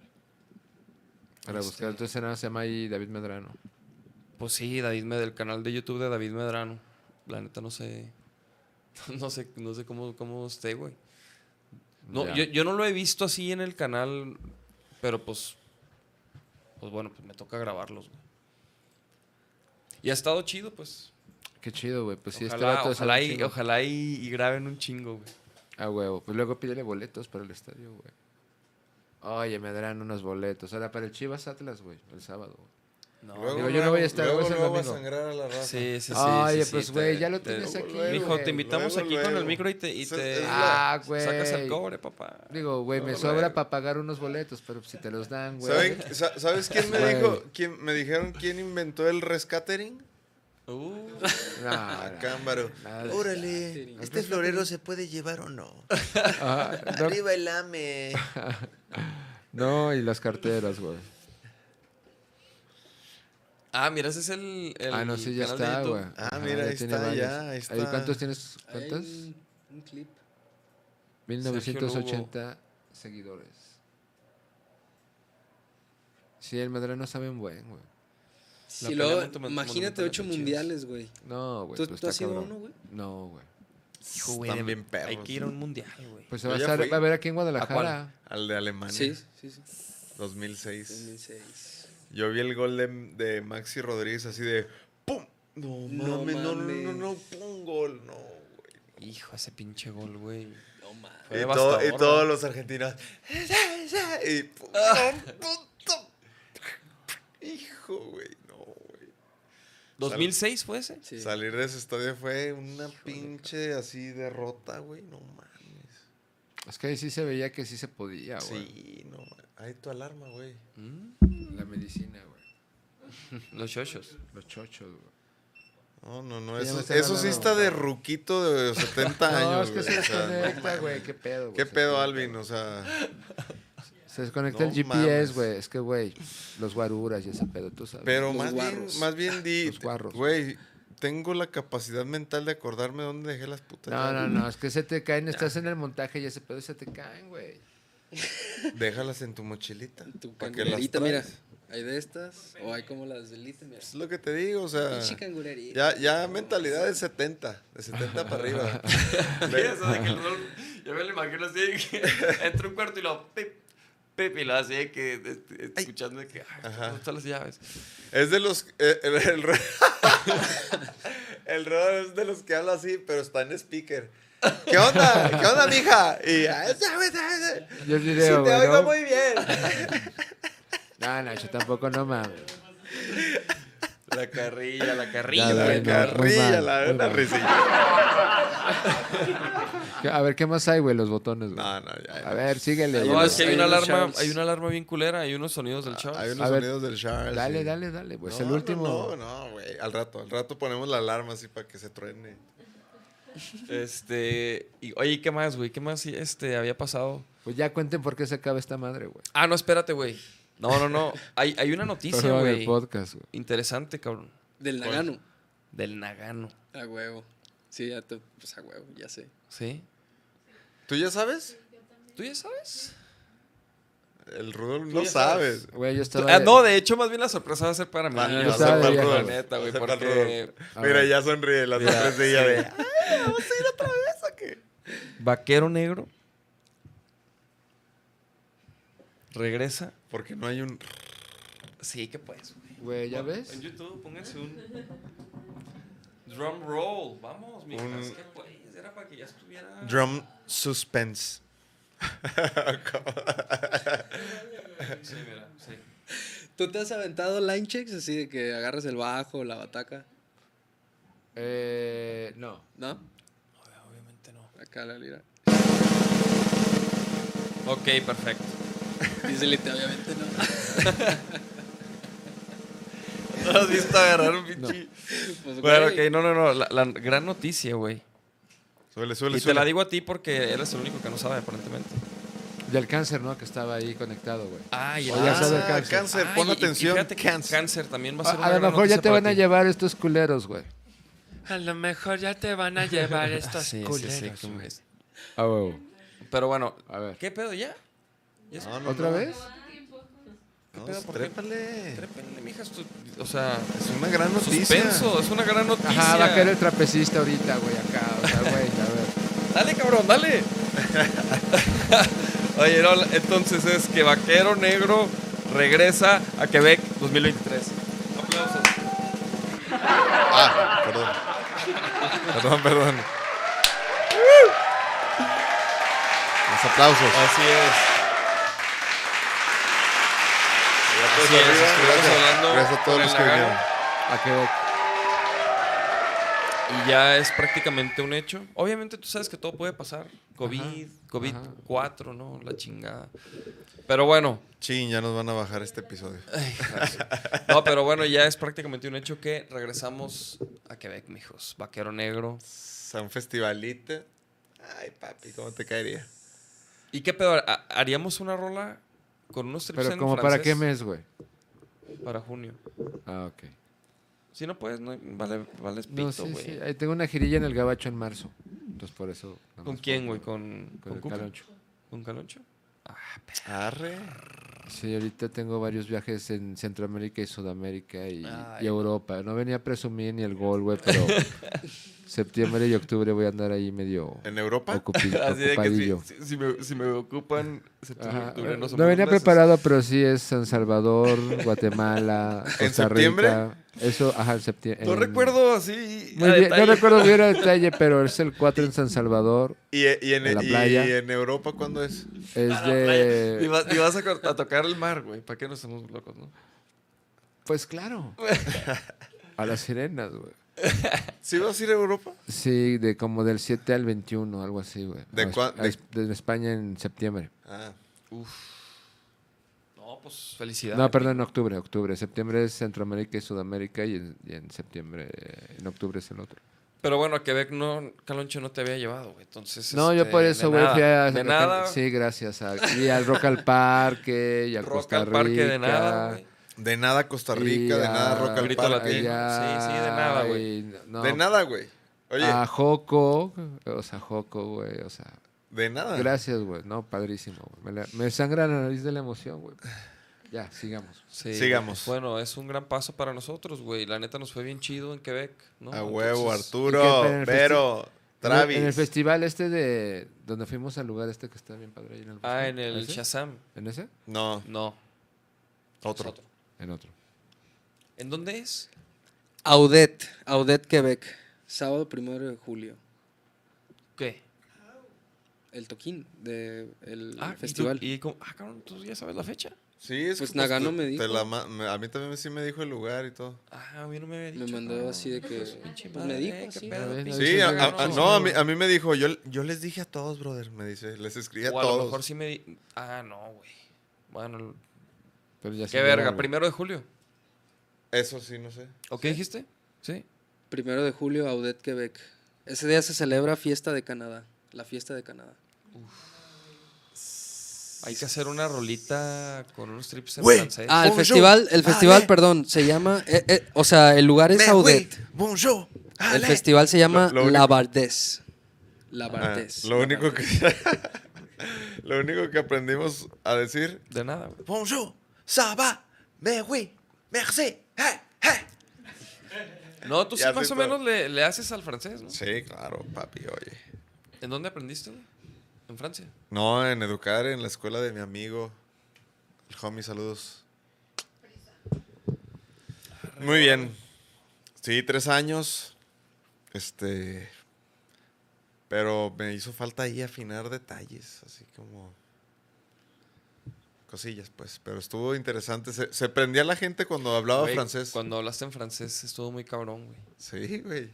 [SPEAKER 6] Para buscar. Entonces nada, se llama ahí David Medrano.
[SPEAKER 5] Pues sí, David Med- del canal de YouTube de David Medrano. La neta no sé. No sé, no sé cómo, cómo esté, güey. No,
[SPEAKER 6] Ya.
[SPEAKER 5] yo, yo no lo he visto así en el canal, pero pues. Pues bueno, pues me toca grabarlos, güey. Y ha estado chido, pues.
[SPEAKER 6] Qué chido, güey. Pues sí, este
[SPEAKER 5] ojalá,
[SPEAKER 6] vato sabe
[SPEAKER 5] ojalá,
[SPEAKER 6] un
[SPEAKER 5] y,
[SPEAKER 6] chingo.
[SPEAKER 5] ojalá y, y graben un chingo, güey.
[SPEAKER 6] Ah, huevo. Pues luego pídele boletos para el estadio, güey. Oye, me darán unos boletos. Ahora para el Chivas Atlas, güey. El sábado, güey.
[SPEAKER 5] No.
[SPEAKER 7] Luego,
[SPEAKER 6] Digo, yo no voy a estar,
[SPEAKER 7] luego,
[SPEAKER 6] voy a ser
[SPEAKER 7] luego va a
[SPEAKER 6] domingo.
[SPEAKER 7] sangrar a la raza.
[SPEAKER 5] Sí, sí, sí.
[SPEAKER 6] Oye,
[SPEAKER 5] sí, sí,
[SPEAKER 6] pues,
[SPEAKER 5] te-
[SPEAKER 6] güey, ya lo
[SPEAKER 5] te-
[SPEAKER 6] tienes aquí,
[SPEAKER 5] Mijo,
[SPEAKER 6] güey.
[SPEAKER 5] te invitamos
[SPEAKER 7] Luego,
[SPEAKER 5] aquí con el
[SPEAKER 7] luego.
[SPEAKER 5] micro y te, y
[SPEAKER 7] Esa
[SPEAKER 5] te
[SPEAKER 7] es la-
[SPEAKER 6] Ah, güey.
[SPEAKER 5] sacas el cobre, papá.
[SPEAKER 6] Digo, güey, me
[SPEAKER 5] Luego,
[SPEAKER 6] sobra
[SPEAKER 5] luego.
[SPEAKER 6] para pagar unos boletos, pero si te los dan, güey.
[SPEAKER 7] ¿Saben- sa- ¿Sabes quién me
[SPEAKER 6] Güey.
[SPEAKER 7] dijo? ¿Quién, me dijeron quién inventó el rescatering.
[SPEAKER 5] Uh.
[SPEAKER 6] No,
[SPEAKER 7] Ah,
[SPEAKER 6] no.
[SPEAKER 7] cámbaro.
[SPEAKER 6] Nada.
[SPEAKER 7] Órale, ¿este florero se puede llevar o no?
[SPEAKER 6] Ah, no,
[SPEAKER 7] el AME.
[SPEAKER 6] no, y las carteras, güey.
[SPEAKER 5] Ah, mira, ese es el. el
[SPEAKER 6] Ah, no, sí, ya
[SPEAKER 5] canal de
[SPEAKER 6] está,
[SPEAKER 5] YouTube.
[SPEAKER 6] güey.
[SPEAKER 7] Ah,
[SPEAKER 6] Ajá,
[SPEAKER 7] mira, ahí
[SPEAKER 6] tiene
[SPEAKER 7] está,
[SPEAKER 6] varios.
[SPEAKER 7] ya, ahí
[SPEAKER 6] Ahí,
[SPEAKER 7] está.
[SPEAKER 6] ¿Cuántos tienes?
[SPEAKER 8] Hay
[SPEAKER 6] ¿Cuántos?
[SPEAKER 8] Un, un clip.
[SPEAKER 6] 1980 seguidores. Sí, el Medrano sabe un buen, güey.
[SPEAKER 5] La
[SPEAKER 8] Si luego,
[SPEAKER 5] pelea montu-
[SPEAKER 8] imagínate
[SPEAKER 5] monumental
[SPEAKER 8] ocho
[SPEAKER 5] de Chivas.
[SPEAKER 8] mundiales, güey.
[SPEAKER 6] No, güey.
[SPEAKER 8] ¿Tú-
[SPEAKER 6] pues
[SPEAKER 8] tú has
[SPEAKER 6] está
[SPEAKER 8] ido a
[SPEAKER 6] cabrón.
[SPEAKER 8] uno, güey?
[SPEAKER 6] No, güey.
[SPEAKER 5] Hijo, güey,
[SPEAKER 7] Están
[SPEAKER 5] de-
[SPEAKER 7] bien perros,
[SPEAKER 5] Hay que ir a un mundial, güey.
[SPEAKER 6] Pues se
[SPEAKER 7] Yo
[SPEAKER 6] va a,
[SPEAKER 7] ya
[SPEAKER 6] estar-
[SPEAKER 7] fui.
[SPEAKER 6] va a ver aquí en Guadalajara.
[SPEAKER 7] Al de Alemania.
[SPEAKER 8] Sí, sí, sí.
[SPEAKER 7] 2006.
[SPEAKER 8] 2006.
[SPEAKER 7] Yo vi el gol de, de Maxi Rodríguez así de ¡pum! No
[SPEAKER 8] No
[SPEAKER 7] mames, no, no, no, no,
[SPEAKER 8] mames.
[SPEAKER 7] pum, gol, no, güey.
[SPEAKER 5] Hijo, ese pinche gol, güey.
[SPEAKER 8] No mames.
[SPEAKER 5] Fue
[SPEAKER 7] Y,
[SPEAKER 5] devastador,
[SPEAKER 7] todo- y
[SPEAKER 5] güey.
[SPEAKER 7] todos los argentinos. "Eh, Y ¡pum!
[SPEAKER 8] Ah.
[SPEAKER 7] no, puto. Hijo, güey, no, güey.
[SPEAKER 5] ¿2006 fue ese?
[SPEAKER 8] Sí.
[SPEAKER 7] Salir de ese estadio fue una pinche así derrota, güey. No mames.
[SPEAKER 6] Es que ahí sí se veía que sí se podía,
[SPEAKER 8] Ah,
[SPEAKER 6] güey.
[SPEAKER 7] Sí, no mames. Ahí tu alarma, güey.
[SPEAKER 6] La medicina, güey.
[SPEAKER 5] Los chochos.
[SPEAKER 6] Los chochos, güey.
[SPEAKER 7] No, no, no.
[SPEAKER 6] Ya
[SPEAKER 7] Eso,
[SPEAKER 6] me está
[SPEAKER 7] eso sí
[SPEAKER 6] ganando,
[SPEAKER 7] está de ruquito de 70
[SPEAKER 6] No,
[SPEAKER 7] años,
[SPEAKER 6] es que
[SPEAKER 7] güey.
[SPEAKER 6] se
[SPEAKER 7] O sea, no
[SPEAKER 6] desconecta,
[SPEAKER 7] mames.
[SPEAKER 6] güey. ¿Qué pedo, güey?
[SPEAKER 7] ¿Qué
[SPEAKER 6] Se
[SPEAKER 7] pedo,
[SPEAKER 6] desconecta.
[SPEAKER 7] Alvin? O sea,
[SPEAKER 6] Se desconecta
[SPEAKER 7] No
[SPEAKER 6] el GPS,
[SPEAKER 7] mames.
[SPEAKER 6] güey. Es que, güey, los guaruras y ese pedo, tú sabes.
[SPEAKER 7] pero
[SPEAKER 8] Los
[SPEAKER 7] más bien,
[SPEAKER 8] guarros.
[SPEAKER 7] más bien di,
[SPEAKER 6] Los guarros.
[SPEAKER 7] güey, tengo la capacidad mental de acordarme dónde dejé las putas.
[SPEAKER 6] No, no,
[SPEAKER 7] llaves.
[SPEAKER 6] no. Es que se te caen. Estás en el montaje y ese pedo se te caen, güey.
[SPEAKER 7] Déjalas en tu mochilita.
[SPEAKER 8] Tu
[SPEAKER 7] pa' que las
[SPEAKER 8] cangurerita, mira.
[SPEAKER 7] traigas.
[SPEAKER 8] Hay de estas o hay como las de Lite, mira.
[SPEAKER 7] Es lo que te digo, o sea.
[SPEAKER 8] Pinche cangurerita.
[SPEAKER 7] Ah. Ya, ya mentalidad de 70, de 70 para arriba.
[SPEAKER 5] Ya sabes que el Rodolfo- yo me lo imagino así, que entra un cuarto y lo pip, pip, y lo hace de que este, escuchando de que, ay,
[SPEAKER 7] Ajá.
[SPEAKER 5] ¿dónde están las llaves?
[SPEAKER 7] Es de los. eh, el, el, Ro- el Ro es de los que habla así, pero está en speaker. ¿Qué onda? ¿Qué onda, mija? Y. "Ah, ¿sabes, sabes?
[SPEAKER 6] Yo el
[SPEAKER 7] Sí, te
[SPEAKER 6] video, güey.
[SPEAKER 7] oigo
[SPEAKER 6] ¿no?
[SPEAKER 7] muy bien.
[SPEAKER 6] No, Nacho, tampoco no mames.
[SPEAKER 5] La carrilla, la carrilla.
[SPEAKER 6] Ya,
[SPEAKER 7] La
[SPEAKER 6] bueno, muy
[SPEAKER 7] carrilla,
[SPEAKER 6] mal,
[SPEAKER 7] la
[SPEAKER 6] muy
[SPEAKER 7] la
[SPEAKER 6] mal.
[SPEAKER 7] risilla.
[SPEAKER 6] ¿Qué- A ver, ¿qué más hay, güey? Los botones, güey.
[SPEAKER 7] No, no, ya. ya.
[SPEAKER 6] A ver, síguele.
[SPEAKER 8] Ahí
[SPEAKER 5] No,
[SPEAKER 6] güey.
[SPEAKER 5] es que hay
[SPEAKER 8] Hay
[SPEAKER 5] una
[SPEAKER 8] unos
[SPEAKER 5] alarma,
[SPEAKER 8] Charles.
[SPEAKER 5] hay una alarma bien culera, hay unos sonidos del Charles.
[SPEAKER 7] Hay unos
[SPEAKER 6] A ver,
[SPEAKER 7] sonidos del Charles.
[SPEAKER 6] Dale,
[SPEAKER 7] sí.
[SPEAKER 6] dale, dale. Pues
[SPEAKER 7] No,
[SPEAKER 6] el
[SPEAKER 7] no,
[SPEAKER 6] último.
[SPEAKER 7] No, no, güey. al rato, al rato ponemos la alarma así para que se truene.
[SPEAKER 5] Este, y, oye, ¿qué más, güey? ¿Qué más este, había pasado?
[SPEAKER 6] Pues ya cuenten por qué se acaba esta madre, güey.
[SPEAKER 5] Ah, no, espérate, güey. No, no, no. Hay, hay una noticia,
[SPEAKER 6] Perdón, el
[SPEAKER 5] güey.
[SPEAKER 6] podcast, güey.
[SPEAKER 5] Interesante, cabrón.
[SPEAKER 8] Del Nagano.
[SPEAKER 5] Del Nagano,
[SPEAKER 8] A huevo. Sí, ya te, pues a huevo, ya sé.
[SPEAKER 5] ¿sí?
[SPEAKER 7] ¿Tú ya sabes?
[SPEAKER 5] ¿Tú ya sabes?
[SPEAKER 7] El Rudolf no
[SPEAKER 5] ya sabes.
[SPEAKER 7] sabes.
[SPEAKER 6] Güey, yo estaba.
[SPEAKER 5] Ah, no, de hecho, más bien la sorpresa va a ser para mí.
[SPEAKER 6] Ah,
[SPEAKER 7] Va-
[SPEAKER 5] yo
[SPEAKER 7] Ah, va a
[SPEAKER 5] sé,
[SPEAKER 7] ser
[SPEAKER 6] para
[SPEAKER 5] la
[SPEAKER 6] Rudolf.
[SPEAKER 5] neta, güey,
[SPEAKER 7] Va a ser para
[SPEAKER 5] porque
[SPEAKER 6] A
[SPEAKER 7] Mira,
[SPEAKER 6] ver.
[SPEAKER 7] ya sonríe la sorpresilla de.
[SPEAKER 5] Vaquero Negro regresa.
[SPEAKER 7] Porque no hay un.
[SPEAKER 5] Sí, que pues, güey.
[SPEAKER 6] Güey, ¿ya ves?
[SPEAKER 5] En YouTube, pónganse un drum roll. Vamos, mijas,
[SPEAKER 7] Un-
[SPEAKER 5] ¿qué pues? Era para que ya estuviera.
[SPEAKER 7] Drum suspense.
[SPEAKER 5] Sí, mira, sí.
[SPEAKER 8] ¿Tú te has aventado line checks así de que agarras el bajo, la bataca?
[SPEAKER 6] Eh, no.
[SPEAKER 8] ¿No?
[SPEAKER 5] Obviamente no.
[SPEAKER 8] Acá la lira.
[SPEAKER 5] Ok, perfecto.
[SPEAKER 8] Dice Lite, obviamente no.
[SPEAKER 5] No has visto agarrar un pinche.
[SPEAKER 8] Pues,
[SPEAKER 5] Bueno,
[SPEAKER 8] güey,
[SPEAKER 5] ok, no, no, no. La, la gran noticia, güey.
[SPEAKER 7] Suele, suele,
[SPEAKER 5] Y te
[SPEAKER 7] suele.
[SPEAKER 5] la digo a ti porque eres el único que no sabe, aparentemente.
[SPEAKER 6] Del cáncer, ¿no? Que estaba ahí conectado, güey.
[SPEAKER 5] Ah, y
[SPEAKER 6] O
[SPEAKER 5] el
[SPEAKER 6] ya
[SPEAKER 5] cáncer.
[SPEAKER 6] sabe
[SPEAKER 7] Ah,
[SPEAKER 6] cáncer.
[SPEAKER 7] cáncer,
[SPEAKER 5] Ay,
[SPEAKER 7] pon
[SPEAKER 5] y- y
[SPEAKER 7] atención.
[SPEAKER 5] fíjate que
[SPEAKER 7] cáncer.
[SPEAKER 5] cáncer también va a ser una
[SPEAKER 6] A, a lo
[SPEAKER 5] gran
[SPEAKER 6] mejor ya
[SPEAKER 5] noticia
[SPEAKER 6] te
[SPEAKER 5] para
[SPEAKER 6] van a
[SPEAKER 5] ti.
[SPEAKER 6] llevar estos culeros, güey.
[SPEAKER 9] A lo mejor ya te van a llevar
[SPEAKER 5] Ah,
[SPEAKER 9] estos
[SPEAKER 5] sí, sí, sí,
[SPEAKER 9] culeros.
[SPEAKER 5] como
[SPEAKER 9] güey.
[SPEAKER 5] es.
[SPEAKER 6] Ah, huevo.
[SPEAKER 5] Pero bueno,
[SPEAKER 6] A ver.
[SPEAKER 5] ¿qué pedo ya? ¿Ya se-
[SPEAKER 7] No, no,
[SPEAKER 6] ¿Otra
[SPEAKER 7] no.
[SPEAKER 6] vez?
[SPEAKER 7] No,
[SPEAKER 5] pedo? ¿Por qué?
[SPEAKER 7] trépale.
[SPEAKER 5] Trépenle, mijas, tú- o sea,
[SPEAKER 7] Es una gran noticia.
[SPEAKER 5] suspenso, es una gran noticia.
[SPEAKER 6] Ajá, va a caer el trapecista ahorita, güey, acá. O sea, güey, a ver.
[SPEAKER 5] Dale, cabrón, dale. Oye, no, la- entonces es que Vaquero Negro regresa a Quebec 2023. Aplausos.
[SPEAKER 7] Ah, perdón. Perdón, perdón. Los aplausos.
[SPEAKER 5] Así es.
[SPEAKER 7] Gracias,
[SPEAKER 5] así es, estuvimos hablando
[SPEAKER 7] gracias. gracias a
[SPEAKER 5] con
[SPEAKER 7] todos los
[SPEAKER 5] el
[SPEAKER 7] que
[SPEAKER 5] Nagano.
[SPEAKER 7] vinieron.
[SPEAKER 6] A Quebec.
[SPEAKER 5] Y ya es prácticamente un hecho. Obviamente tú sabes que todo puede pasar. COVID,
[SPEAKER 6] ajá.
[SPEAKER 5] COVID-4, ¿no? La chingada. Pero bueno,
[SPEAKER 7] Chin, ya nos van a bajar este episodio.
[SPEAKER 5] Eh. No, pero bueno, ya es prácticamente un hecho que regresamos a Quebec, mijos. Vaquero Negro.
[SPEAKER 7] A un festivalito. Ay, papi, ¿cómo te caería?
[SPEAKER 5] ¿Y qué pedo? ¿Ha- ¿Haríamos una rola con unos trips
[SPEAKER 6] Pero
[SPEAKER 5] en
[SPEAKER 6] como para qué
[SPEAKER 5] francés?
[SPEAKER 6] mes, güey.
[SPEAKER 5] Para junio.
[SPEAKER 6] Ah, ok.
[SPEAKER 5] Si no puedes, no, vale, vales pito,
[SPEAKER 6] No,
[SPEAKER 5] güey.
[SPEAKER 6] sí, sí. Ahí tengo una girilla en el gabacho en marzo. Entonces por eso. nada
[SPEAKER 5] ¿Con
[SPEAKER 6] más
[SPEAKER 5] quién,
[SPEAKER 6] por-
[SPEAKER 5] güey? ¿Con,
[SPEAKER 6] Con el
[SPEAKER 5] Cuca?
[SPEAKER 6] caloncho.
[SPEAKER 5] ¿Con Caloncho?
[SPEAKER 7] Arre.
[SPEAKER 6] Sí, ahorita tengo varios viajes en Centroamérica y Sudamérica y,
[SPEAKER 5] Ay,
[SPEAKER 6] y Europa. No venía a presumir ni el gol, güey, pero septiembre y octubre voy a andar ahí medio
[SPEAKER 7] ¿En Europa?
[SPEAKER 6] ocupi-
[SPEAKER 5] Así de que si,
[SPEAKER 6] ocupadillo.
[SPEAKER 5] si- si me, si me ocupan, septiembre,
[SPEAKER 6] Ajá.
[SPEAKER 5] octubre, no
[SPEAKER 6] No,
[SPEAKER 5] somos
[SPEAKER 6] venía
[SPEAKER 5] ingleses.
[SPEAKER 6] preparado, pero sí es San Salvador, Guatemala, Costa
[SPEAKER 7] ¿En septiembre?
[SPEAKER 6] Rica. Eso, ajá, en septiembre.
[SPEAKER 5] No recuerdo así.
[SPEAKER 6] Eh, Muy
[SPEAKER 5] a
[SPEAKER 6] bien, no
[SPEAKER 5] detalle.
[SPEAKER 6] recuerdo bien el detalle, pero es el 4 en San Salvador.
[SPEAKER 7] ¿Y, y en,
[SPEAKER 6] En la
[SPEAKER 7] y
[SPEAKER 6] playa.
[SPEAKER 7] en Europa cuándo es?
[SPEAKER 6] Es
[SPEAKER 5] Y
[SPEAKER 6] de...
[SPEAKER 5] vas, y vas a, cor- a tocar el mar, güey. ¿Para qué no estamos locos, no?
[SPEAKER 6] Pues claro. A las sirenas, güey.
[SPEAKER 7] ¿Sí vas a ir a Europa?
[SPEAKER 6] Sí, de como del 7 al 21, algo así, güey.
[SPEAKER 7] ¿De
[SPEAKER 6] A Es-
[SPEAKER 7] cuán-
[SPEAKER 6] a
[SPEAKER 7] de-
[SPEAKER 6] Es- Desde España en septiembre.
[SPEAKER 7] Ah,
[SPEAKER 5] No, pues felicidades.
[SPEAKER 6] No, perdón, en octubre, octubre. Septiembre es Centroamérica y Sudamérica y en, y en septiembre, eh, en octubre es el otro.
[SPEAKER 5] Pero bueno, a Quebec no, Caloncho no te había llevado, güey. Entonces.
[SPEAKER 6] No, yo
[SPEAKER 5] este,
[SPEAKER 6] por
[SPEAKER 5] de
[SPEAKER 6] eso, güey,
[SPEAKER 5] nada,
[SPEAKER 6] fui a...
[SPEAKER 5] De nada.
[SPEAKER 6] Sí, gracias. a- y al Rock al Parque, y al
[SPEAKER 5] Rock
[SPEAKER 6] Costa
[SPEAKER 5] al parque de nada,
[SPEAKER 6] Rica,
[SPEAKER 5] güey.
[SPEAKER 7] de nada Costa
[SPEAKER 6] y
[SPEAKER 7] Rica, de nada
[SPEAKER 6] a-
[SPEAKER 7] Rock al
[SPEAKER 5] Grito
[SPEAKER 7] Parque.
[SPEAKER 5] Latino. Sí, sí, de nada, güey.
[SPEAKER 6] y ah, no- Ah,
[SPEAKER 7] De nada, güey. Oye,
[SPEAKER 6] A Joco, o sea, Joco, güey, o sea...
[SPEAKER 7] de nada.
[SPEAKER 6] Gracias, güey. No, padrísimo. güey. Me, la- me sangra la nariz de la emoción, güey. Ya, sigamos.
[SPEAKER 5] Sí,
[SPEAKER 7] Sigamos.
[SPEAKER 5] güey. Bueno, es un gran paso para nosotros, güey. La neta nos fue bien chido en Quebec, ¿no?
[SPEAKER 7] a huevo,
[SPEAKER 5] Entonces,
[SPEAKER 6] ¿y qué, en
[SPEAKER 7] Arturo,
[SPEAKER 6] el
[SPEAKER 7] Vero, Travis.
[SPEAKER 6] En el festival este de... Donde fuimos al lugar este que está bien padre ahí en el bosque.
[SPEAKER 5] Ah, en el
[SPEAKER 6] ¿Ese?
[SPEAKER 5] Shazam.
[SPEAKER 6] ¿En ese?
[SPEAKER 7] No,
[SPEAKER 5] No.
[SPEAKER 7] otro.
[SPEAKER 5] otro.
[SPEAKER 6] En otro.
[SPEAKER 5] ¿En dónde es?
[SPEAKER 8] Audet, Audet, Quebec. Sábado primero de julio.
[SPEAKER 5] ¿Qué?
[SPEAKER 8] El toquín del
[SPEAKER 5] Ah, ¿y tú-
[SPEAKER 8] festival.
[SPEAKER 5] Y, cómo- ah, cabrón, ¿tú ya sabes la fecha?
[SPEAKER 7] Sí, es
[SPEAKER 8] Pues
[SPEAKER 7] que,
[SPEAKER 8] Nagano
[SPEAKER 7] te-
[SPEAKER 8] me dijo.
[SPEAKER 7] te la ma- me- a mí también sí me dijo el lugar y todo.
[SPEAKER 5] Ah, a mí no me había dicho.
[SPEAKER 8] Me mandó
[SPEAKER 5] cabrón.
[SPEAKER 8] así de que.
[SPEAKER 5] Pinche
[SPEAKER 8] pues, me
[SPEAKER 5] madre,
[SPEAKER 8] dijo
[SPEAKER 5] eh, qué
[SPEAKER 8] así.
[SPEAKER 5] pedo,
[SPEAKER 6] A ver,
[SPEAKER 5] pinche
[SPEAKER 7] Sí, a-
[SPEAKER 5] madre,
[SPEAKER 7] a- a- no, a mí, a mí me dijo, yo, yo les dije a todos, brother, me dice, les escribí a
[SPEAKER 5] O a
[SPEAKER 7] todos.
[SPEAKER 5] lo mejor sí me di... Ah, no, güey. Bueno,
[SPEAKER 6] Pero ya
[SPEAKER 5] qué
[SPEAKER 6] se
[SPEAKER 5] verga.
[SPEAKER 6] verá, güey.
[SPEAKER 5] Primero de julio.
[SPEAKER 7] Eso sí, no sé.
[SPEAKER 5] ¿O qué dijiste? Sí.
[SPEAKER 8] Primero de julio, Audet, Quebec. Ese día se celebra fiesta de Canadá. La fiesta de Canadá.
[SPEAKER 5] Hay que hacer una rolita con unos trips en
[SPEAKER 7] Güey.
[SPEAKER 5] francés.
[SPEAKER 8] Ah, el
[SPEAKER 7] Bonjour.
[SPEAKER 8] festival, el
[SPEAKER 7] Ah,
[SPEAKER 8] festival,
[SPEAKER 7] ve.
[SPEAKER 8] perdón, se llama. eh, eh, o sea, el lugar es
[SPEAKER 7] Me
[SPEAKER 8] Audet.
[SPEAKER 7] fui. Bonjour.
[SPEAKER 8] El
[SPEAKER 7] Ale.
[SPEAKER 8] festival se llama
[SPEAKER 7] Lo- lo
[SPEAKER 8] La
[SPEAKER 7] único-
[SPEAKER 8] Bardés. La
[SPEAKER 7] Ah,
[SPEAKER 8] Bardés.
[SPEAKER 7] lo
[SPEAKER 8] La
[SPEAKER 7] único que lo único que aprendimos a decir
[SPEAKER 5] De nada, güey.
[SPEAKER 7] Bonjour, ça va, mais oui, merci. hey, hey".
[SPEAKER 5] No, tú sí
[SPEAKER 7] Ya
[SPEAKER 5] más
[SPEAKER 7] sé
[SPEAKER 5] o
[SPEAKER 7] todo.
[SPEAKER 5] menos le, le haces al francés, ¿no?
[SPEAKER 7] Sí, claro, papi, oye.
[SPEAKER 5] ¿En dónde aprendiste, güey? En Francia.
[SPEAKER 7] No, en educar en la escuela de mi amigo. El homie, saludos. Muy bien. Sí, tres años. Este. Pero me hizo falta ahí afinar detalles, así como. Cosillas, pues. Pero estuvo interesante. Se, se prendía la gente cuando hablaba
[SPEAKER 5] Güey,
[SPEAKER 7] francés.
[SPEAKER 5] Cuando hablaste en francés estuvo muy cabrón, güey.
[SPEAKER 7] Sí, güey.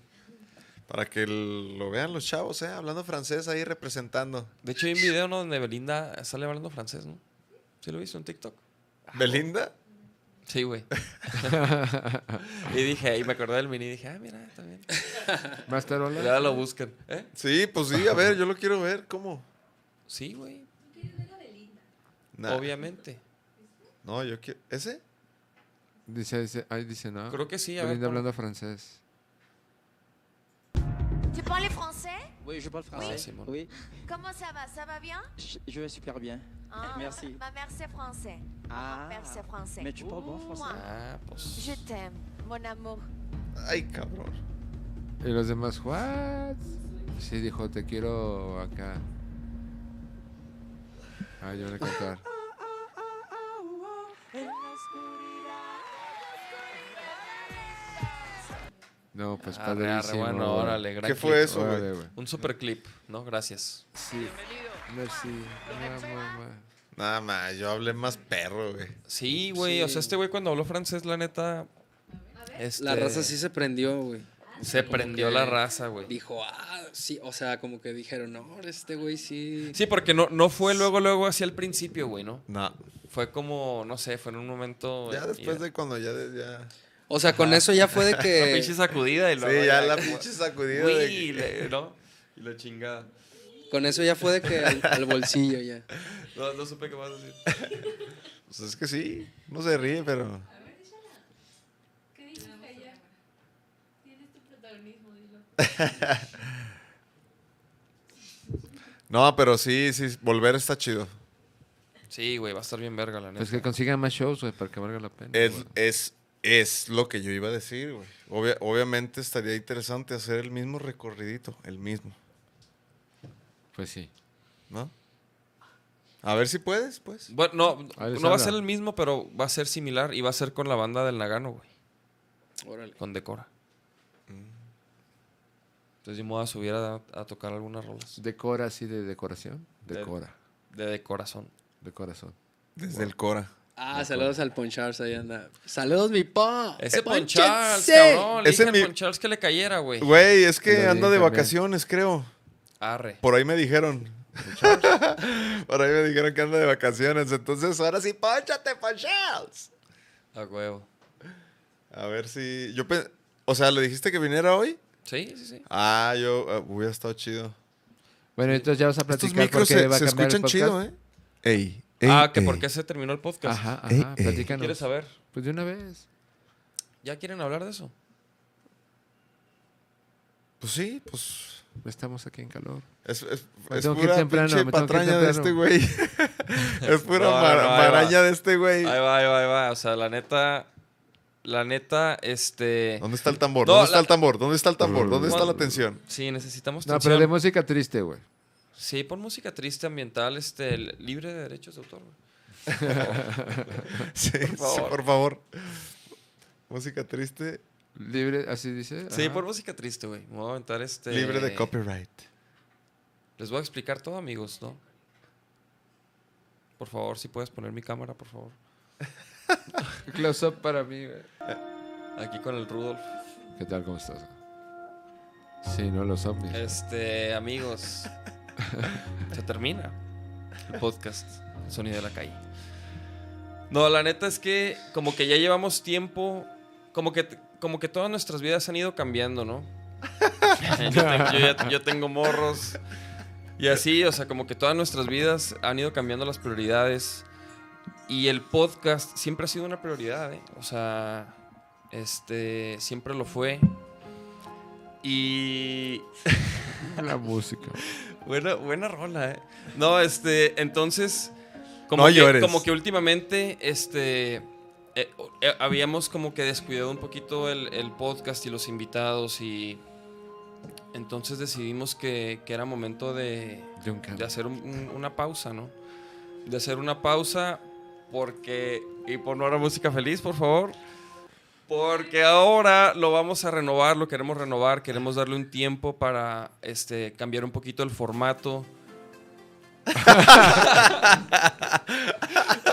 [SPEAKER 7] Para que el- lo vean los chavos, ¿eh? Hablando francés ahí representando.
[SPEAKER 5] De hecho, hay un video ¿no? donde Belinda sale hablando francés, ¿no? ¿Sí lo viste en TikTok? Ah,
[SPEAKER 7] ¿Belinda?
[SPEAKER 5] Sí, güey. y dije, y me acordé del mini y dije, ah, mira, también. Y
[SPEAKER 6] Mastarola.
[SPEAKER 5] ahora lo buscan. ¿Eh?
[SPEAKER 7] Sí, pues sí, a ver, yo lo quiero ver. ¿Cómo?
[SPEAKER 5] Sí, güey.
[SPEAKER 7] Nah.
[SPEAKER 5] Obviamente.
[SPEAKER 7] No, yo quiero. ¿Ese?
[SPEAKER 6] Dice, dice, ahí dice, no.
[SPEAKER 5] Creo que sí, a ver,
[SPEAKER 6] Belinda
[SPEAKER 5] ponlo.
[SPEAKER 6] hablando francés.
[SPEAKER 10] Tu parles français
[SPEAKER 11] Oui, je parle
[SPEAKER 5] Ah,
[SPEAKER 11] français.
[SPEAKER 5] Simon.
[SPEAKER 11] Oui,
[SPEAKER 10] Comment ça va Ça va bien
[SPEAKER 11] je, je vais super bien.
[SPEAKER 10] Ah,
[SPEAKER 11] Merci.
[SPEAKER 10] Ma mère c'est français.
[SPEAKER 11] Ah,
[SPEAKER 10] Ma mère c'est français.
[SPEAKER 11] mais tu parles bon français
[SPEAKER 5] Ah, pues.
[SPEAKER 10] Je t'aime, mon amour.
[SPEAKER 7] Ay, cabrón.
[SPEAKER 6] Y los demás, ¿what? Sí, dijo, te quiero acá. Ah, yo voy a cantar. No, pues
[SPEAKER 5] Arre, arre,
[SPEAKER 6] padrísimo.
[SPEAKER 5] Ah, bueno,
[SPEAKER 6] güey.
[SPEAKER 5] órale, gran
[SPEAKER 7] ¿Qué
[SPEAKER 5] clip.
[SPEAKER 7] fue eso,
[SPEAKER 6] Órale,
[SPEAKER 7] güey?
[SPEAKER 6] güey.
[SPEAKER 5] Un super clip, ¿no? Gracias.
[SPEAKER 6] Sí. Merci. Mua, mua, mua.
[SPEAKER 7] Nada más, yo hablé más perro, güey.
[SPEAKER 5] Sí, güey. O sea, este güey cuando habló francés, la neta. este,
[SPEAKER 8] La raza sí se prendió, güey.
[SPEAKER 5] Se prendió
[SPEAKER 8] que
[SPEAKER 5] la raza, güey.
[SPEAKER 8] Dijo, ah, sí, o sea, como que dijeron, no, este güey sí.
[SPEAKER 5] Sí, porque no, no fue luego, luego hacia el principio, güey, ¿no?
[SPEAKER 7] No.
[SPEAKER 5] Fue como, no sé, fue en un momento.
[SPEAKER 7] Ya
[SPEAKER 5] eh,
[SPEAKER 7] después
[SPEAKER 5] y-
[SPEAKER 7] de cuando ya. de- ya...
[SPEAKER 8] O sea, con eso ya fue de
[SPEAKER 5] Una pinche
[SPEAKER 8] que.
[SPEAKER 5] sacudida y luego
[SPEAKER 7] Sí, ya la
[SPEAKER 5] como-
[SPEAKER 7] pinche sacudida. de
[SPEAKER 5] Uy,
[SPEAKER 7] que-
[SPEAKER 5] le- ¿no? Y la chingada.
[SPEAKER 8] con eso ya fue de que al, al bolsillo ya.
[SPEAKER 5] No, no supe qué más decir.
[SPEAKER 7] Pues es que sí, no se ríe, pero. No, pero sí, sí, volver está chido.
[SPEAKER 5] Sí, güey, va a estar bien verga, la neta.
[SPEAKER 6] Pues que consigan más shows, güey, para que valga la pena.
[SPEAKER 7] Es,
[SPEAKER 6] güey.
[SPEAKER 7] es, es lo que yo iba a decir, güey. Obvia- obviamente estaría interesante hacer el mismo recorridito, el mismo,
[SPEAKER 6] Pues sí.
[SPEAKER 7] ¿no? A ver si puedes, pues.
[SPEAKER 5] Bueno, no,
[SPEAKER 6] Ahí les
[SPEAKER 5] no va a
[SPEAKER 6] habla.
[SPEAKER 5] ser el mismo, pero va a ser similar y va a ser con la banda del Nagano, güey.
[SPEAKER 8] Órale.
[SPEAKER 5] Con Decora. Mm. Entonces yo me voy a subir a, a tocar algunas rolas.
[SPEAKER 6] Decora así de decoración.
[SPEAKER 5] De-
[SPEAKER 6] Decora.
[SPEAKER 5] De, de corazón.
[SPEAKER 6] De corazón.
[SPEAKER 7] Desde el Cora.
[SPEAKER 8] Ah, saludos al Ponchars, ahí anda. Saludos, mi pa.
[SPEAKER 5] Ese Pon
[SPEAKER 8] Ponchese.
[SPEAKER 5] Charles, cabrón. Le
[SPEAKER 7] Ese
[SPEAKER 5] dije
[SPEAKER 7] mi-
[SPEAKER 5] al Pon Charles que le cayera, güey.
[SPEAKER 7] Güey, es que
[SPEAKER 6] Lo
[SPEAKER 7] anda
[SPEAKER 6] vi
[SPEAKER 7] de
[SPEAKER 6] también.
[SPEAKER 7] vacaciones, creo.
[SPEAKER 5] Arre.
[SPEAKER 7] Por ahí me dijeron. Por ahí me dijeron que anda de vacaciones. Entonces, ahora sí, ponchate, ponchaos.
[SPEAKER 5] A huevo.
[SPEAKER 7] A ver si. Yo pe- O sea, ¿le dijiste que viniera hoy?
[SPEAKER 5] Sí, sí, sí.
[SPEAKER 7] Ah, yo. ah, hubiera estado chido.
[SPEAKER 6] Bueno, entonces ya vas a
[SPEAKER 7] Estos
[SPEAKER 6] platicar
[SPEAKER 7] micros
[SPEAKER 6] porque
[SPEAKER 7] se,
[SPEAKER 6] va a
[SPEAKER 7] se
[SPEAKER 6] cambiar el
[SPEAKER 7] escuchan chido,
[SPEAKER 6] podcast.
[SPEAKER 7] ¿eh? Ey. ey,
[SPEAKER 5] ah, que
[SPEAKER 7] ey.
[SPEAKER 5] por qué se terminó el podcast.
[SPEAKER 6] Ajá, ajá,
[SPEAKER 7] Ey, ey.
[SPEAKER 6] platícanos.
[SPEAKER 5] ¿Quieres saber?
[SPEAKER 6] Pues de una vez.
[SPEAKER 5] ¿Ya quieren hablar de eso?
[SPEAKER 7] Pues sí, pues.
[SPEAKER 6] Estamos aquí en calor.
[SPEAKER 7] Es, es,
[SPEAKER 6] Me
[SPEAKER 7] es
[SPEAKER 6] tengo que ir
[SPEAKER 7] pura
[SPEAKER 6] temprano,
[SPEAKER 7] pinche
[SPEAKER 6] me tengo que ir
[SPEAKER 7] patraña de
[SPEAKER 6] temprano.
[SPEAKER 7] este güey. es pura
[SPEAKER 5] No, no,
[SPEAKER 7] mar-
[SPEAKER 5] no, ahí va.
[SPEAKER 7] maraña de este güey.
[SPEAKER 5] Ahí va, ahí va, ahí va. O sea, la neta. La neta, este.
[SPEAKER 7] ¿Dónde está el tambor?
[SPEAKER 5] No,
[SPEAKER 7] ¿Dónde está
[SPEAKER 5] la-
[SPEAKER 7] el tambor? ¿Dónde está el tambor? ¿Dónde está la
[SPEAKER 5] Cuando-
[SPEAKER 7] tensión?
[SPEAKER 5] Sí, necesitamos
[SPEAKER 6] No,
[SPEAKER 5] tensión.
[SPEAKER 6] pero de música triste, güey.
[SPEAKER 5] Sí, pon música triste, ambiental, este, li- libre de derechos de autor. güey.
[SPEAKER 7] Sí, sí, por favor.
[SPEAKER 5] favor.
[SPEAKER 7] Música triste,
[SPEAKER 6] Libre, así dice.
[SPEAKER 5] Sí,
[SPEAKER 6] Ajá.
[SPEAKER 5] pon música triste, güey. Me voy a aventar este.
[SPEAKER 7] libre de copyright.
[SPEAKER 5] Les voy a explicar todo, amigos, ¿no? Por favor, si puedes poner mi cámara, por favor.
[SPEAKER 6] Close up para mí, güey.
[SPEAKER 5] Aquí con el Rudolf.
[SPEAKER 6] ¿Qué tal? ¿Cómo estás? Sí, no los ovnis.
[SPEAKER 5] Este, amigos, se termina el podcast el Sonido de la Calle. No, la neta es que como que ya llevamos tiempo, como que, como que todas nuestras vidas han ido cambiando, ¿no? yo, tengo, yo ya- yo tengo morros y así, o sea, como que todas nuestras vidas han ido cambiando las prioridades y el podcast siempre ha sido una prioridad, ¿eh? O sea, este, siempre lo fue. Y
[SPEAKER 6] La música.
[SPEAKER 5] Buena, buena rola, eh. No, este, entonces.
[SPEAKER 7] No
[SPEAKER 5] que,
[SPEAKER 7] llores.
[SPEAKER 5] Como que últimamente, este. eh, o- eh, habíamos como que descuidado un poquito el, el podcast y los invitados y. Entonces decidimos que, que era momento de,
[SPEAKER 6] De un cambio.
[SPEAKER 5] de hacer un- un- una pausa, ¿no? De hacer una pausa porque... Y por no ahora música feliz, por favor. Porque ahora lo vamos a renovar, lo queremos renovar, queremos darle un tiempo para este, cambiar un poquito el formato.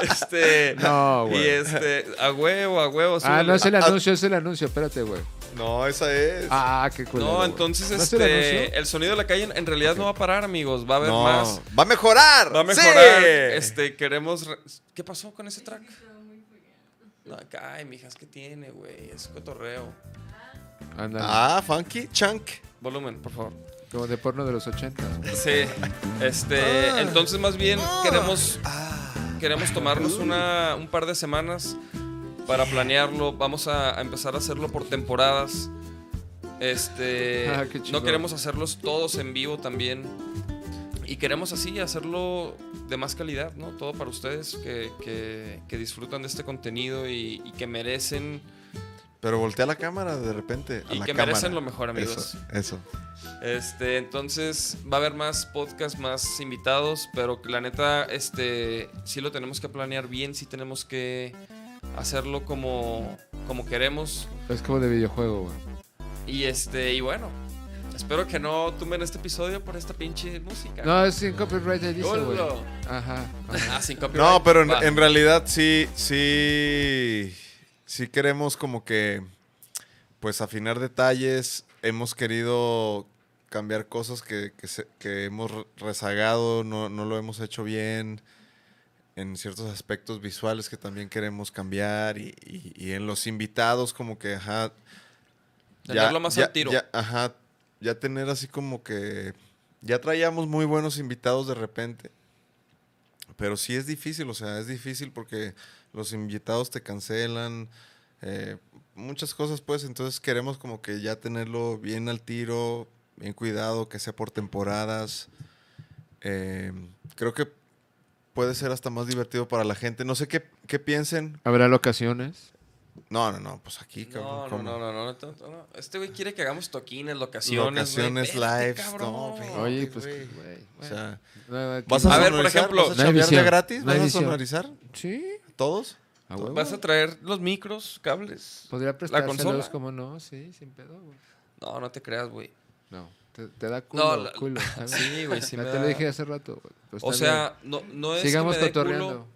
[SPEAKER 5] este,
[SPEAKER 6] No, güey.
[SPEAKER 5] y este, a huevo, a huevo.
[SPEAKER 6] Ah,
[SPEAKER 5] súbele.
[SPEAKER 6] no es el
[SPEAKER 7] Ah, ah.
[SPEAKER 6] anuncio, es el anuncio. Espérate, güey.
[SPEAKER 7] No, esa es.
[SPEAKER 6] Ah, qué culero.
[SPEAKER 5] No,
[SPEAKER 6] güey.
[SPEAKER 5] entonces
[SPEAKER 6] ¿No es el
[SPEAKER 5] este,
[SPEAKER 6] anuncio?
[SPEAKER 5] el sonido de la calle en- en realidad no va a parar, amigos. Va a haber
[SPEAKER 7] no.
[SPEAKER 5] más.
[SPEAKER 7] Va a mejorar.
[SPEAKER 5] Va a mejorar.
[SPEAKER 7] ¡Sí!
[SPEAKER 5] Este, queremos. re- ¿Qué pasó con ese track? No, ay, mijas, ¿qué tiene, güey? Es cotorreo.
[SPEAKER 6] Ándale,
[SPEAKER 7] Ah, funky, chunk.
[SPEAKER 5] Volumen, por favor.
[SPEAKER 6] Como de porno de los 80. güey.
[SPEAKER 5] Sí. Este,
[SPEAKER 6] Ah.
[SPEAKER 5] entonces más bien queremos queremos tomarnos una, un par de semanas para planearlo. Vamos a, a empezar a hacerlo por temporadas. Este,
[SPEAKER 6] Ah, qué chido.
[SPEAKER 5] no queremos hacerlos todos en vivo también. Y queremos así hacerlo de más calidad, ¿no? Todo para ustedes que, que- que disfrutan de este contenido y, y que merecen
[SPEAKER 7] Pero voltea la cámara de repente. a
[SPEAKER 5] y
[SPEAKER 7] la
[SPEAKER 5] que
[SPEAKER 7] cámara.
[SPEAKER 5] merecen lo mejor, amigos.
[SPEAKER 7] Eso, eso.
[SPEAKER 5] Este, entonces va a haber más podcast, más invitados, pero que la neta, este, sí lo tenemos que planear bien, sí tenemos que hacerlo como, como queremos.
[SPEAKER 6] Es como de videojuego, güey.
[SPEAKER 5] Y este, y bueno, espero que no tumben este episodio por esta pinche música.
[SPEAKER 6] No, es sin copyright ahí dice, güey.
[SPEAKER 5] Hola.
[SPEAKER 6] Ajá. ajá.
[SPEAKER 5] Ah, sin copyright.
[SPEAKER 7] No, pero en,
[SPEAKER 5] Va.
[SPEAKER 7] en realidad sí, sí, sí queremos como que, pues afinar detalles. Hemos querido cambiar cosas que, que se- que hemos re- rezagado, no, no lo hemos hecho bien en ciertos aspectos visuales que también queremos cambiar y, y- y en los invitados como que, ajá,
[SPEAKER 5] Tenerlo más al tiro.
[SPEAKER 7] ya- ajá, ya tener así como que. Ya traíamos muy buenos invitados de repente. Pero sí es difícil, o sea, es difícil porque los invitados te cancelan. eh, muchas cosas, pues. Entonces queremos como que ya tenerlo bien al tiro, bien cuidado, que sea por temporadas. Eh, creo que puede ser hasta más divertido para la gente. No sé qué, qué piensen.
[SPEAKER 6] Habrá locaciones.
[SPEAKER 7] No, no, no, pues aquí,
[SPEAKER 5] No,
[SPEAKER 7] cabrón.
[SPEAKER 5] no,
[SPEAKER 7] ¿cómo?
[SPEAKER 5] no, no, no, no, no, no. Este güey quiere que hagamos toquines, locaciones. güey.
[SPEAKER 7] Locaciones,
[SPEAKER 5] Vete,
[SPEAKER 7] lives,
[SPEAKER 5] cabrón.
[SPEAKER 7] no, güey.
[SPEAKER 6] Oye,
[SPEAKER 7] Ay,
[SPEAKER 6] pues,
[SPEAKER 7] güey.
[SPEAKER 6] güey.
[SPEAKER 7] O sea.
[SPEAKER 6] No, aquí
[SPEAKER 7] ¿Vas a,
[SPEAKER 5] A ver, por
[SPEAKER 7] sonorizar?
[SPEAKER 5] ejemplo-
[SPEAKER 7] ¿Vas
[SPEAKER 6] No
[SPEAKER 7] a
[SPEAKER 6] hay
[SPEAKER 7] chambear de
[SPEAKER 6] visión.
[SPEAKER 7] gratis?
[SPEAKER 6] No
[SPEAKER 7] ¿Vas
[SPEAKER 6] hay
[SPEAKER 7] a
[SPEAKER 6] visión.
[SPEAKER 7] sonorizar?
[SPEAKER 6] Sí.
[SPEAKER 7] ¿Todos?
[SPEAKER 6] A huevo. Pues
[SPEAKER 5] ¿Vas a traer los micros, cables?
[SPEAKER 6] Podría prestárselos,
[SPEAKER 5] consola?
[SPEAKER 6] como no, sí, sin pedo, güey.
[SPEAKER 5] No, no te creas, güey.
[SPEAKER 6] No, te, te da culo,
[SPEAKER 5] la-
[SPEAKER 6] culo. ¿sabes?
[SPEAKER 5] Sí, güey, sí
[SPEAKER 6] Ya
[SPEAKER 5] me
[SPEAKER 6] te lo
[SPEAKER 5] da-
[SPEAKER 6] dije hace rato, güey. Pero
[SPEAKER 5] O
[SPEAKER 6] Pues está bien.
[SPEAKER 5] sea, no, no es
[SPEAKER 6] sigamos
[SPEAKER 5] que me dé culo,
[SPEAKER 6] cotorreando.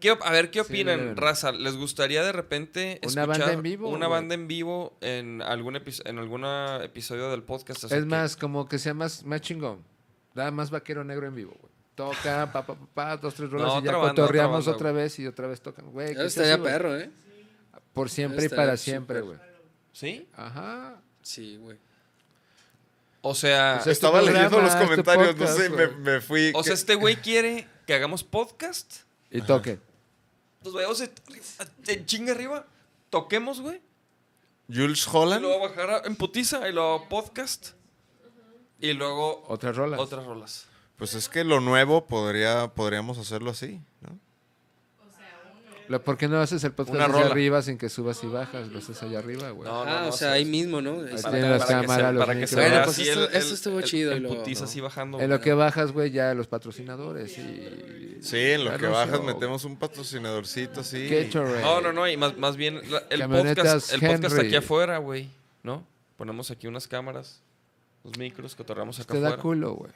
[SPEAKER 5] ¿Qué op- a ver, ¿qué
[SPEAKER 6] Sí,
[SPEAKER 5] opinan,
[SPEAKER 6] debe haber.
[SPEAKER 5] raza? ¿Les gustaría de repente
[SPEAKER 6] ¿Una
[SPEAKER 5] escuchar
[SPEAKER 6] banda en vivo
[SPEAKER 5] una
[SPEAKER 6] o-
[SPEAKER 5] banda en vivo en algún epi- en algún episodio del podcast? O sea,
[SPEAKER 6] es
[SPEAKER 5] que-
[SPEAKER 6] más, como que sea más, más chingón. Da más vaquero negro en vivo, güey. Toca, pa, pa, pa, pa, dos, tres rolas
[SPEAKER 5] No,
[SPEAKER 6] y ya
[SPEAKER 5] otra banda, otra
[SPEAKER 6] cotorreamos
[SPEAKER 5] banda,
[SPEAKER 6] otra, vez y otra vez tocan, güey.
[SPEAKER 8] Ya
[SPEAKER 6] que sea
[SPEAKER 8] estaría
[SPEAKER 6] así, güey.
[SPEAKER 8] perro, ¿eh?
[SPEAKER 6] Por siempre y
[SPEAKER 8] Estaría
[SPEAKER 6] para
[SPEAKER 8] súper.
[SPEAKER 6] siempre, güey.
[SPEAKER 5] ¿Sí?
[SPEAKER 6] Ajá.
[SPEAKER 8] Sí, güey.
[SPEAKER 5] O sea,
[SPEAKER 6] O sea, este
[SPEAKER 7] Estaba leyendo
[SPEAKER 6] programa,
[SPEAKER 7] los
[SPEAKER 6] este
[SPEAKER 7] comentarios, no
[SPEAKER 6] podcast,
[SPEAKER 7] sé, me,
[SPEAKER 6] güey.
[SPEAKER 7] me fui.
[SPEAKER 5] o sea, este güey quiere que hagamos podcast.
[SPEAKER 6] Y toque.
[SPEAKER 5] Nos vayamos en- en chinga arriba, toquemos, güey.
[SPEAKER 7] Jules
[SPEAKER 5] Y
[SPEAKER 7] Holland.
[SPEAKER 5] luego bajar a- en putiza y luego podcast. Y luego
[SPEAKER 6] Otras rolas.
[SPEAKER 5] otras rolas.
[SPEAKER 7] Pues es que lo nuevo podría, podríamos hacerlo así, ¿no?
[SPEAKER 6] Lo- ¿Por qué no haces el podcast
[SPEAKER 5] Una
[SPEAKER 6] desde
[SPEAKER 5] rola.
[SPEAKER 6] arriba sin que subas y bajas? Lo haces allá arriba, güey.
[SPEAKER 5] No,
[SPEAKER 8] ah,
[SPEAKER 5] no,
[SPEAKER 8] o
[SPEAKER 5] no,
[SPEAKER 8] sea,
[SPEAKER 5] sí,
[SPEAKER 8] ahí
[SPEAKER 5] sí.
[SPEAKER 8] mismo, ¿no? Este, Ahí
[SPEAKER 6] Ahí
[SPEAKER 8] está.
[SPEAKER 6] tienen las cámaras, los
[SPEAKER 5] para que se
[SPEAKER 6] micros.
[SPEAKER 5] vea
[SPEAKER 8] Bueno, pues
[SPEAKER 5] así
[SPEAKER 8] esto-
[SPEAKER 5] el- el-
[SPEAKER 8] esto estuvo
[SPEAKER 5] el-
[SPEAKER 8] chido y
[SPEAKER 5] En
[SPEAKER 8] luego-
[SPEAKER 5] putiza así bajando.
[SPEAKER 6] En lo que bajas, güey, ya los patrocinadores. Y...
[SPEAKER 7] Sí, en lo
[SPEAKER 6] Ya
[SPEAKER 7] que
[SPEAKER 6] no
[SPEAKER 7] bajas
[SPEAKER 6] sé,
[SPEAKER 7] metemos un patrocinadorcito así.
[SPEAKER 6] Gatorade.
[SPEAKER 5] No, no, no, y más, más bien la- el, podcast,
[SPEAKER 6] Camionetas
[SPEAKER 5] el podcast aquí
[SPEAKER 6] Henry.
[SPEAKER 5] afuera, güey, ¿no? Ponemos aquí unas cámaras, los micros, cotorramos acá
[SPEAKER 6] Te da
[SPEAKER 5] afuera.
[SPEAKER 6] culo, güey.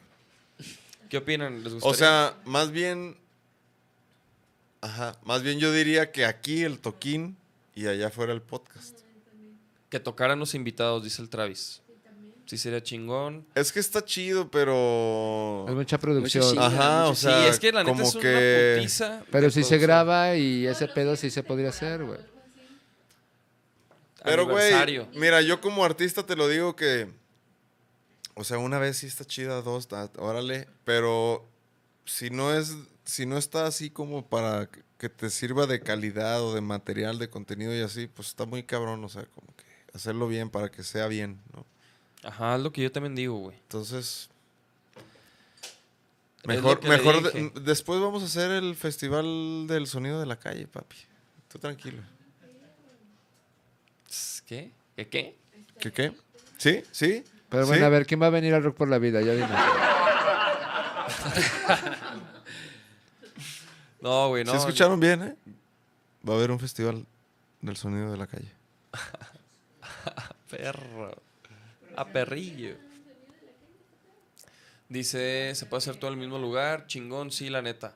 [SPEAKER 5] ¿Qué opinan? ¿Les gustaría?
[SPEAKER 7] O sea, más bien. Ajá, más bien yo diría que aquí el toquín y allá fuera el podcast.
[SPEAKER 5] que tocaran los invitados, dice el Travis. Sí, sería chingón.
[SPEAKER 7] Es que está chido, pero.
[SPEAKER 6] Es mucha producción.
[SPEAKER 8] chinga.
[SPEAKER 7] Ajá, o
[SPEAKER 5] Sí,
[SPEAKER 7] sea,
[SPEAKER 5] es que la neta
[SPEAKER 7] como
[SPEAKER 5] es
[SPEAKER 7] que
[SPEAKER 5] una putiza.
[SPEAKER 6] Pero
[SPEAKER 5] de
[SPEAKER 6] si se
[SPEAKER 5] producción.
[SPEAKER 6] graba y ese pedo sí se podría hacer, güey.
[SPEAKER 7] Pero, güey,
[SPEAKER 5] Aniversario.
[SPEAKER 7] mira, yo como artista te lo digo que. O sea, una vez sí está chida, dos, ah, órale. Pero si no es. Si no está así como para que- que te sirva de calidad o de material, de contenido y así, pues está muy cabrón, o sea, como que hacerlo bien para que sea bien, ¿no?
[SPEAKER 5] Ajá, es lo que yo también digo, güey.
[SPEAKER 7] Entonces.
[SPEAKER 5] Es lo
[SPEAKER 7] Mejor,
[SPEAKER 5] que le
[SPEAKER 7] mejor.
[SPEAKER 5] dije.
[SPEAKER 7] de- después vamos a hacer el festival del sonido de la calle, papi. Tú tranquilo.
[SPEAKER 5] Tss, ¿Qué? ¿Qué qué?
[SPEAKER 7] ¿Qué qué? ¿Sí? ¿Sí?
[SPEAKER 6] Pero
[SPEAKER 7] ¿Sí?
[SPEAKER 6] bueno, a ver, ¿quién va a venir al Rock por la Vida? Ya dime.
[SPEAKER 5] No, güey,
[SPEAKER 7] ¿Sí
[SPEAKER 5] no.
[SPEAKER 7] escucharon bien, ¿eh? Va a haber un festival del sonido de la calle.
[SPEAKER 5] Perro. A perrillo. Dice, se puede hacer todo en el mismo lugar. Chingón, sí, la neta.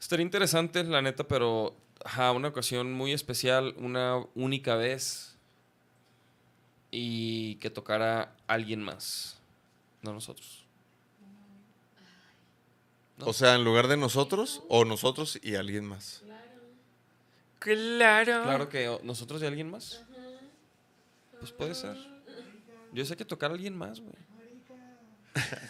[SPEAKER 5] Estaría interesante, la neta, pero ajá, una ocasión muy especial, una única vez. Y que tocara alguien más. No nosotros. No.
[SPEAKER 7] O sea, en lugar de nosotros, o nosotros y alguien más.
[SPEAKER 9] Claro.
[SPEAKER 5] Claro que o- nosotros y alguien más. Pues puede ser. Yo sé que tocar a alguien más, güey.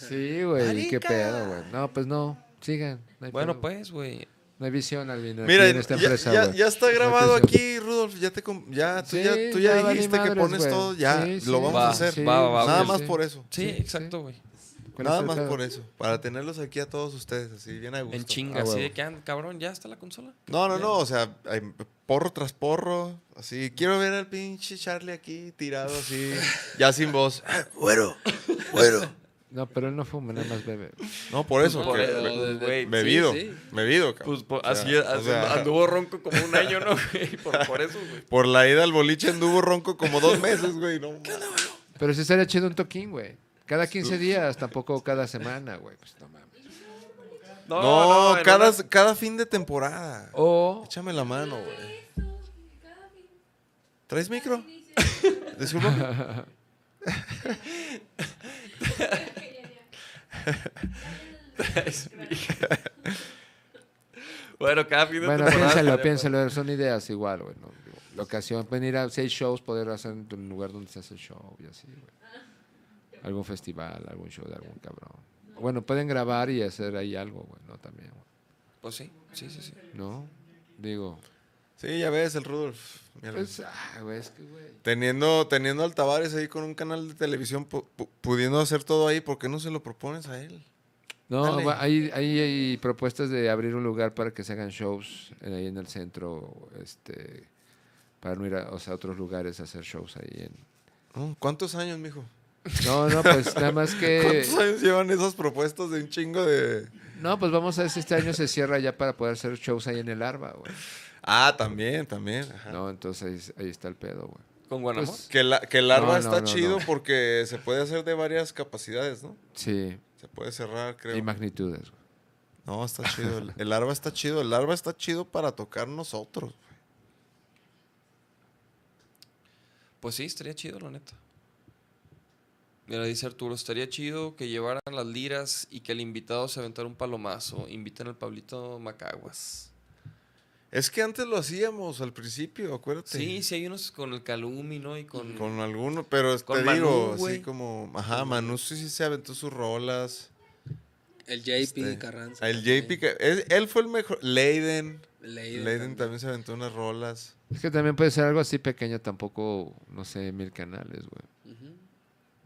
[SPEAKER 6] Sí, güey, qué pedo, güey. No, pues no, sigan. no hay
[SPEAKER 5] Bueno,
[SPEAKER 6] pedo.
[SPEAKER 5] pues, güey.
[SPEAKER 6] No hay visión, Alvin. aquí
[SPEAKER 7] Mira,
[SPEAKER 6] en esta
[SPEAKER 7] ya,
[SPEAKER 6] empresa,
[SPEAKER 7] ya-
[SPEAKER 6] güey.
[SPEAKER 7] ya está
[SPEAKER 6] No hay
[SPEAKER 7] grabado
[SPEAKER 6] visión.
[SPEAKER 7] aquí, Rudolf. Ya te com- ya, tú
[SPEAKER 6] Sí,
[SPEAKER 7] ya, tú ya
[SPEAKER 6] ya vale
[SPEAKER 7] dijiste que
[SPEAKER 6] madres,
[SPEAKER 7] pones
[SPEAKER 6] güey.
[SPEAKER 7] todo. Ya,
[SPEAKER 6] Sí, sí.
[SPEAKER 7] lo vamos
[SPEAKER 5] Va,
[SPEAKER 7] a hacer.
[SPEAKER 5] sí, va, va,
[SPEAKER 7] Nada
[SPEAKER 5] sí,
[SPEAKER 7] más
[SPEAKER 5] sí.
[SPEAKER 7] por eso.
[SPEAKER 5] Sí,
[SPEAKER 6] Sí, sí.
[SPEAKER 5] exacto, güey.
[SPEAKER 6] ¿Cuál es
[SPEAKER 7] Nada
[SPEAKER 6] el
[SPEAKER 7] más
[SPEAKER 6] pedo?
[SPEAKER 7] por eso. Para tenerlos aquí a todos ustedes, así, bien a gusto.
[SPEAKER 5] En chinga,
[SPEAKER 6] Ah,
[SPEAKER 5] así
[SPEAKER 6] huevo.
[SPEAKER 5] de que, "Ah, cabrón, ya está la consola.
[SPEAKER 7] No, no, no, o sea, hay porro tras porro, así, quiero ver al pinche Charlie aquí tirado así, ya sin voz. Bueno, bueno.
[SPEAKER 6] No, pero él no fuma, nada más bebe.
[SPEAKER 7] No, por eso,
[SPEAKER 5] Por
[SPEAKER 7] que-
[SPEAKER 5] el-
[SPEAKER 7] be-
[SPEAKER 5] el-
[SPEAKER 8] güey, este, sí,
[SPEAKER 7] bebido,
[SPEAKER 8] sí.
[SPEAKER 7] bebido, cabrón.
[SPEAKER 5] Pues po-
[SPEAKER 7] O sea,
[SPEAKER 5] así,
[SPEAKER 7] o
[SPEAKER 5] así
[SPEAKER 7] sea,
[SPEAKER 5] anduvo ronco como un año, ¿no, güey? Por, por eso, güey.
[SPEAKER 7] Por la ida al boliche anduvo ronco como dos meses, güey, no.
[SPEAKER 6] Pero sí estaría chido un toquín, güey. Cada 15 días, tampoco cada semana, güey. Pues no mames.
[SPEAKER 7] No,
[SPEAKER 5] en
[SPEAKER 7] cada,
[SPEAKER 5] una-
[SPEAKER 7] cada fin de temporada.
[SPEAKER 6] O,
[SPEAKER 7] Échame la
[SPEAKER 8] Oh,
[SPEAKER 7] mano, güey. ¿Traes micro? Disculpa.
[SPEAKER 5] Bueno, cada fin de
[SPEAKER 6] bueno,
[SPEAKER 5] temporada
[SPEAKER 6] piénsalo,
[SPEAKER 5] estaría
[SPEAKER 6] piénsalo. Son ideas igual, güey. ¿no? Digo, La ocasión, pues, venir a seis shows, poder hacer en un lugar donde se hace el show y así, güey. Algún festival, algún show de algún cabrón. Bueno, pueden grabar y hacer ahí algo, güey, ¿no? También, güey.
[SPEAKER 5] padre. Pues sí, sí, sí, sí.
[SPEAKER 6] ¿No? Digo,
[SPEAKER 7] Sí, ya ves, el Rudolf. mi hermano.
[SPEAKER 6] pues, ah, güey, es que, güey.
[SPEAKER 7] Teniendo, teniendo al Tavares ahí con un canal de televisión, pu- pu- pudiendo hacer todo ahí, ¿por qué no se lo propones a él?
[SPEAKER 6] No,
[SPEAKER 7] Dale.
[SPEAKER 6] va- hay, hay, hay propuestas de abrir un lugar para que se hagan shows en- ahí en el centro, este, para no ir a, o sea, a otros lugares a hacer shows ahí. En...
[SPEAKER 7] Mm, ¿Cuántos años, mijo?
[SPEAKER 6] No, no, pues nada más
[SPEAKER 5] Eh,
[SPEAKER 6] que...
[SPEAKER 7] ¿Cuántos años llevan esas propuestas de un chingo de...?
[SPEAKER 6] No, pues vamos a ver si este año se cierra ya para poder hacer shows ahí en el Arba, güey.
[SPEAKER 7] Ah, también, también. ajá.
[SPEAKER 6] No, entonces ahí, ahí está el pedo, güey.
[SPEAKER 5] ¿Con Guanamor?
[SPEAKER 7] Que, la, que el arma
[SPEAKER 6] No, no,
[SPEAKER 7] está
[SPEAKER 6] no,
[SPEAKER 7] chido
[SPEAKER 6] no.
[SPEAKER 7] porque se puede hacer de varias capacidades, ¿no?
[SPEAKER 6] Sí,
[SPEAKER 7] Se puede cerrar, creo.
[SPEAKER 6] y magnitudes, güey.
[SPEAKER 7] No, está chido. El, el arba está chido. El arba está chido para tocar nosotros.
[SPEAKER 5] Pues sí, estaría chido, la neta. Mira, dice Arturo, estaría chido que llevaran las liras y que el invitado se aventara un palomazo. Inviten al Pablito Macaguas.
[SPEAKER 7] Es que antes lo hacíamos al principio, acuérdate.
[SPEAKER 5] Sí, sí, hay unos con el Calumi, ¿no? Y con...
[SPEAKER 7] Con alguno, pero
[SPEAKER 5] Con
[SPEAKER 7] te
[SPEAKER 5] Manu,
[SPEAKER 7] digo,
[SPEAKER 5] güey.
[SPEAKER 7] así como. Ajá, Manu sí, sí se aventó sus rolas.
[SPEAKER 8] El JP
[SPEAKER 7] Este,
[SPEAKER 8] Carranza.
[SPEAKER 7] El JP, que- él, él fue el mejor. Leiden.
[SPEAKER 8] Leiden
[SPEAKER 7] Leiden, también. se aventó unas rolas.
[SPEAKER 6] Es que también puede ser algo así pequeño, tampoco, no sé, mil canales, güey.
[SPEAKER 8] Ujú.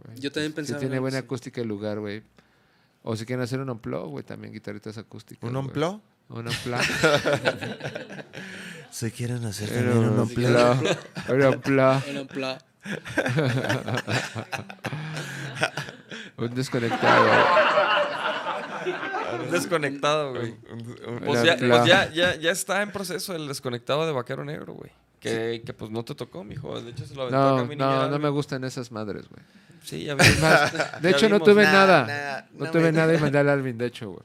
[SPEAKER 6] Güey,
[SPEAKER 8] Yo también
[SPEAKER 6] si
[SPEAKER 8] pensaba en
[SPEAKER 6] tiene
[SPEAKER 8] algo
[SPEAKER 6] buena
[SPEAKER 8] así.
[SPEAKER 6] acústica el lugar, güey. O si quieren hacer un unplug, güey, también guitarritas acústicas.
[SPEAKER 7] ¿Un
[SPEAKER 6] güey.
[SPEAKER 7] unplug?
[SPEAKER 6] Un unplug.
[SPEAKER 7] Se quieren hacer
[SPEAKER 6] Era un unplug. Era un unplug.
[SPEAKER 8] Un unplug.
[SPEAKER 6] Un desconectado.
[SPEAKER 5] Desconectado, güey. Pues,
[SPEAKER 6] Era
[SPEAKER 5] ya,
[SPEAKER 6] plan.
[SPEAKER 5] pues ya, ya, ya está en proceso el desconectado de Vaquero Negro, güey. Que, que pues no te tocó, mijo. De hecho, se lo aventó acá
[SPEAKER 6] No,
[SPEAKER 5] a mi niñera,
[SPEAKER 6] no, no me
[SPEAKER 5] güey.
[SPEAKER 6] gustan esas madres, güey.
[SPEAKER 5] Sí, ya vimos.
[SPEAKER 6] Es más, de
[SPEAKER 5] Ya
[SPEAKER 6] hecho, no
[SPEAKER 5] vimos.
[SPEAKER 6] tuve
[SPEAKER 5] Nah,
[SPEAKER 6] nada.
[SPEAKER 5] nah,
[SPEAKER 6] no,
[SPEAKER 5] no
[SPEAKER 6] tuve
[SPEAKER 5] me-
[SPEAKER 6] nada y mandé al Alvin, de hecho, güey.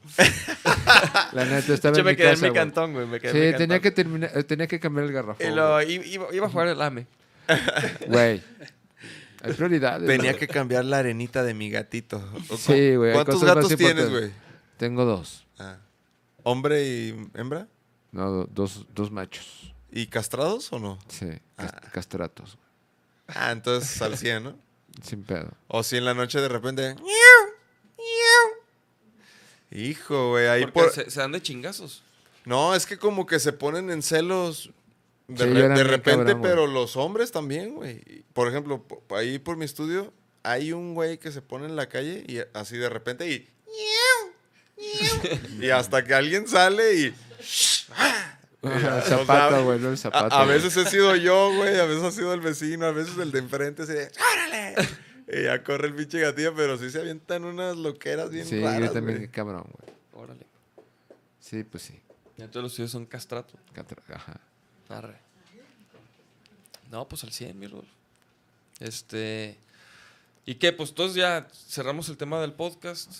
[SPEAKER 6] La neta, estaba
[SPEAKER 5] Yo
[SPEAKER 6] en
[SPEAKER 5] me
[SPEAKER 6] mi
[SPEAKER 5] quedé en
[SPEAKER 6] casa,
[SPEAKER 5] mi cantón, güey, me quedé en
[SPEAKER 6] sí,
[SPEAKER 5] mi
[SPEAKER 6] tenía
[SPEAKER 5] cantón.
[SPEAKER 6] que terminar, eh, tenía que cambiar el garrafón.
[SPEAKER 5] Y lo- i- iba, iba a E, jugar el AME.
[SPEAKER 6] güey. Güey. Hay prioridades.
[SPEAKER 7] Tenía
[SPEAKER 6] güey.
[SPEAKER 7] que cambiar la arenita de mi gatito. O-
[SPEAKER 6] Sí, güey. hay
[SPEAKER 7] ¿Cuántos
[SPEAKER 6] cosas más
[SPEAKER 7] gatos tienes, güey?
[SPEAKER 6] importantes. Tengo dos.
[SPEAKER 7] Ah. ¿Hombre y hembra?
[SPEAKER 6] No, do- dos, dos machos.
[SPEAKER 7] ¿Y castrados o no?
[SPEAKER 6] Sí,
[SPEAKER 5] Ah.
[SPEAKER 6] cas- castratos. güey,
[SPEAKER 7] Ah, entonces al 100, ¿no?
[SPEAKER 6] Sin pedo.
[SPEAKER 7] O si en la noche de repente. Hijo, güey, ahí
[SPEAKER 5] Porque
[SPEAKER 7] por.
[SPEAKER 5] se, se dan de chingazos.
[SPEAKER 7] No, es que como que se ponen en celos de,
[SPEAKER 6] Sí,
[SPEAKER 7] re-
[SPEAKER 6] lloran
[SPEAKER 7] de
[SPEAKER 6] bien
[SPEAKER 7] repente,
[SPEAKER 6] cabrón, güey.
[SPEAKER 7] pero los hombres también, güey. Y, Por ejemplo, po- ahí por mi estudio hay un güey que se pone en la calle y así de repente y... y hasta que alguien sale y...
[SPEAKER 6] el
[SPEAKER 7] o sea,
[SPEAKER 6] zapato, güey. No el
[SPEAKER 7] a-
[SPEAKER 6] zapato.
[SPEAKER 7] A,
[SPEAKER 6] güey.
[SPEAKER 7] veces he sido yo, güey, a veces ha sido el vecino, a veces el de enfrente, así de... ¡Órale! Y ya corre el pinche gatillo, pero sí se avientan unas loqueras bien
[SPEAKER 6] Sí,
[SPEAKER 7] raras,
[SPEAKER 6] yo también,
[SPEAKER 7] güey.
[SPEAKER 6] cabrón, güey.
[SPEAKER 5] Órale.
[SPEAKER 6] Sí, pues sí.
[SPEAKER 5] Entonces los tuyos son castrato.
[SPEAKER 6] Catra- Ajá.
[SPEAKER 5] Arre. No, pues al 100, mi Rodolfo. Este. ¿Y qué? Pues entonces ya cerramos el tema del podcast.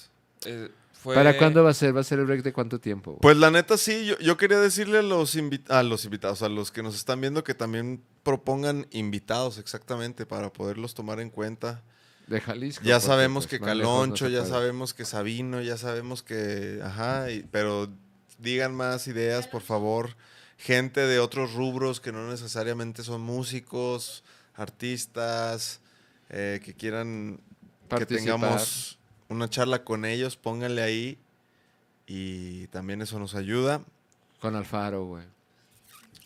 [SPEAKER 5] Eh, fue...
[SPEAKER 6] ¿Para cuándo va a ser? ¿Va a ser el break de cuánto tiempo? güey?
[SPEAKER 7] Pues la neta sí, yo, yo quería decirle a los, invi- a los invitados, a los que nos están viendo que también propongan invitados exactamente para poderlos tomar en cuenta.
[SPEAKER 6] de Jalisco.
[SPEAKER 7] Ya
[SPEAKER 6] porque,
[SPEAKER 7] sabemos
[SPEAKER 6] pues,
[SPEAKER 7] que
[SPEAKER 6] más lejos no
[SPEAKER 7] Caloncho,
[SPEAKER 6] se
[SPEAKER 7] ya
[SPEAKER 6] puede.
[SPEAKER 7] sabemos que Sabino, ya sabemos que... Ajá, y- pero digan más ideas, por favor. Gente de otros rubros que no necesariamente son músicos, artistas, eh, que quieran que
[SPEAKER 6] Participar.
[SPEAKER 7] tengamos una charla con ellos, pónganle ahí. Y también eso nos ayuda.
[SPEAKER 6] Con Alfaro, güey.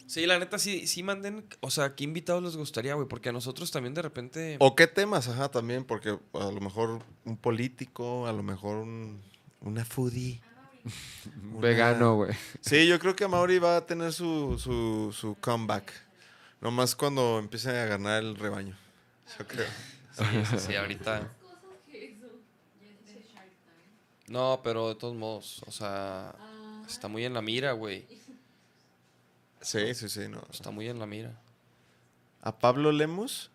[SPEAKER 5] Sí, la neta, sí, sí manden. O sea, ¿qué invitados les gustaría, güey? Porque a nosotros también de repente.
[SPEAKER 7] ¿O qué temas? Ajá, también, porque a lo mejor un político, a lo mejor un- una foodie. Una-
[SPEAKER 6] Vegano, güey.
[SPEAKER 7] Sí, yo creo que Mauri va a tener su, su, su comeback. Nomás cuando empiece a ganar el rebaño. Yo creo.
[SPEAKER 5] Sí, sí, sí, ahorita. No, pero de todos modos, o sea, está muy en la mira, güey.
[SPEAKER 7] Sí, sí, sí. No.
[SPEAKER 5] Está muy en la mira.
[SPEAKER 7] A Pablo Lemus.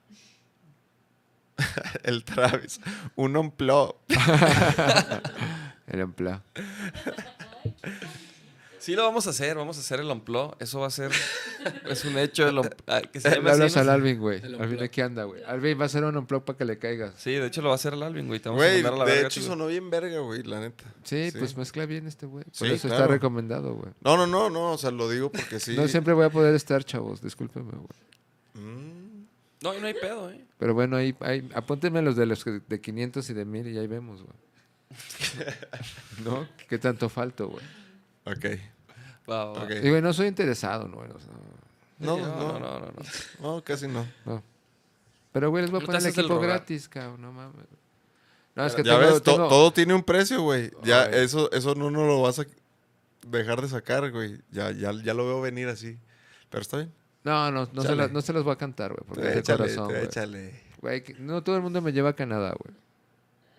[SPEAKER 7] el Travis. Un unplug.
[SPEAKER 6] El empleo.
[SPEAKER 5] Sí, lo vamos a hacer, vamos a hacer el Ompló. Eso va a ser. es un hecho. El Ompló- ah, que se
[SPEAKER 6] Eh, Le
[SPEAKER 5] llame así,
[SPEAKER 6] hablas
[SPEAKER 5] ¿no?
[SPEAKER 6] al Alvin, güey.
[SPEAKER 8] El
[SPEAKER 6] Alvin,
[SPEAKER 8] unplug.
[SPEAKER 6] aquí anda, güey. Alvin, va a hacer un unplug para que le caigas.
[SPEAKER 5] Sí, de hecho lo va a hacer el Alvin, güey. Te vamos
[SPEAKER 7] Güey,
[SPEAKER 5] a mandar a la
[SPEAKER 7] de
[SPEAKER 5] verga,
[SPEAKER 7] hecho
[SPEAKER 5] tío.
[SPEAKER 7] sonó bien verga, güey, la neta.
[SPEAKER 6] Sí, pues mezcla bien este güey. Por
[SPEAKER 7] Sí,
[SPEAKER 6] eso está
[SPEAKER 7] claro.
[SPEAKER 6] recomendado, güey.
[SPEAKER 7] No, no, no, no, o sea, lo digo porque sí.
[SPEAKER 6] No siempre voy a poder estar, chavos. Discúlpenme, güey.
[SPEAKER 7] Mm,
[SPEAKER 5] No, y no hay pedo, ¿eh?
[SPEAKER 6] Pero bueno, ahí, ahí apúntenme los de los que- de 500 y de 1000 y ahí vemos, güey. ¿No? ¿Qué tanto falto, güey?
[SPEAKER 7] ok,
[SPEAKER 5] Va, va, va.
[SPEAKER 7] ok.
[SPEAKER 6] Y, güey, no soy interesado, no, güey. No,
[SPEAKER 7] No,
[SPEAKER 5] Sí,
[SPEAKER 7] no,
[SPEAKER 5] no,
[SPEAKER 7] no,
[SPEAKER 5] no, no, no.
[SPEAKER 7] casi no.
[SPEAKER 6] no. Pero, güey, les voy a
[SPEAKER 5] No te
[SPEAKER 6] poner el
[SPEAKER 5] haces el
[SPEAKER 6] equipo
[SPEAKER 5] rogar.
[SPEAKER 6] gratis, cabrón. No mames. No, es que
[SPEAKER 7] ya
[SPEAKER 6] tengo-
[SPEAKER 7] ves, to-
[SPEAKER 6] tengo-
[SPEAKER 7] todo tiene un precio, güey. Ya
[SPEAKER 6] Ay.
[SPEAKER 7] eso, eso no nos lo vas a dejar de sacar, güey. Ya, ya, ya lo veo venir así. Pero está bien.
[SPEAKER 6] No, no, no se,
[SPEAKER 7] Chale.
[SPEAKER 6] la- no se los voy a cantar, güey, porque es de
[SPEAKER 7] Échale,
[SPEAKER 6] corazón, güey.
[SPEAKER 7] échale.
[SPEAKER 6] Güey, que- no todo el mundo me lleva a Canadá, güey.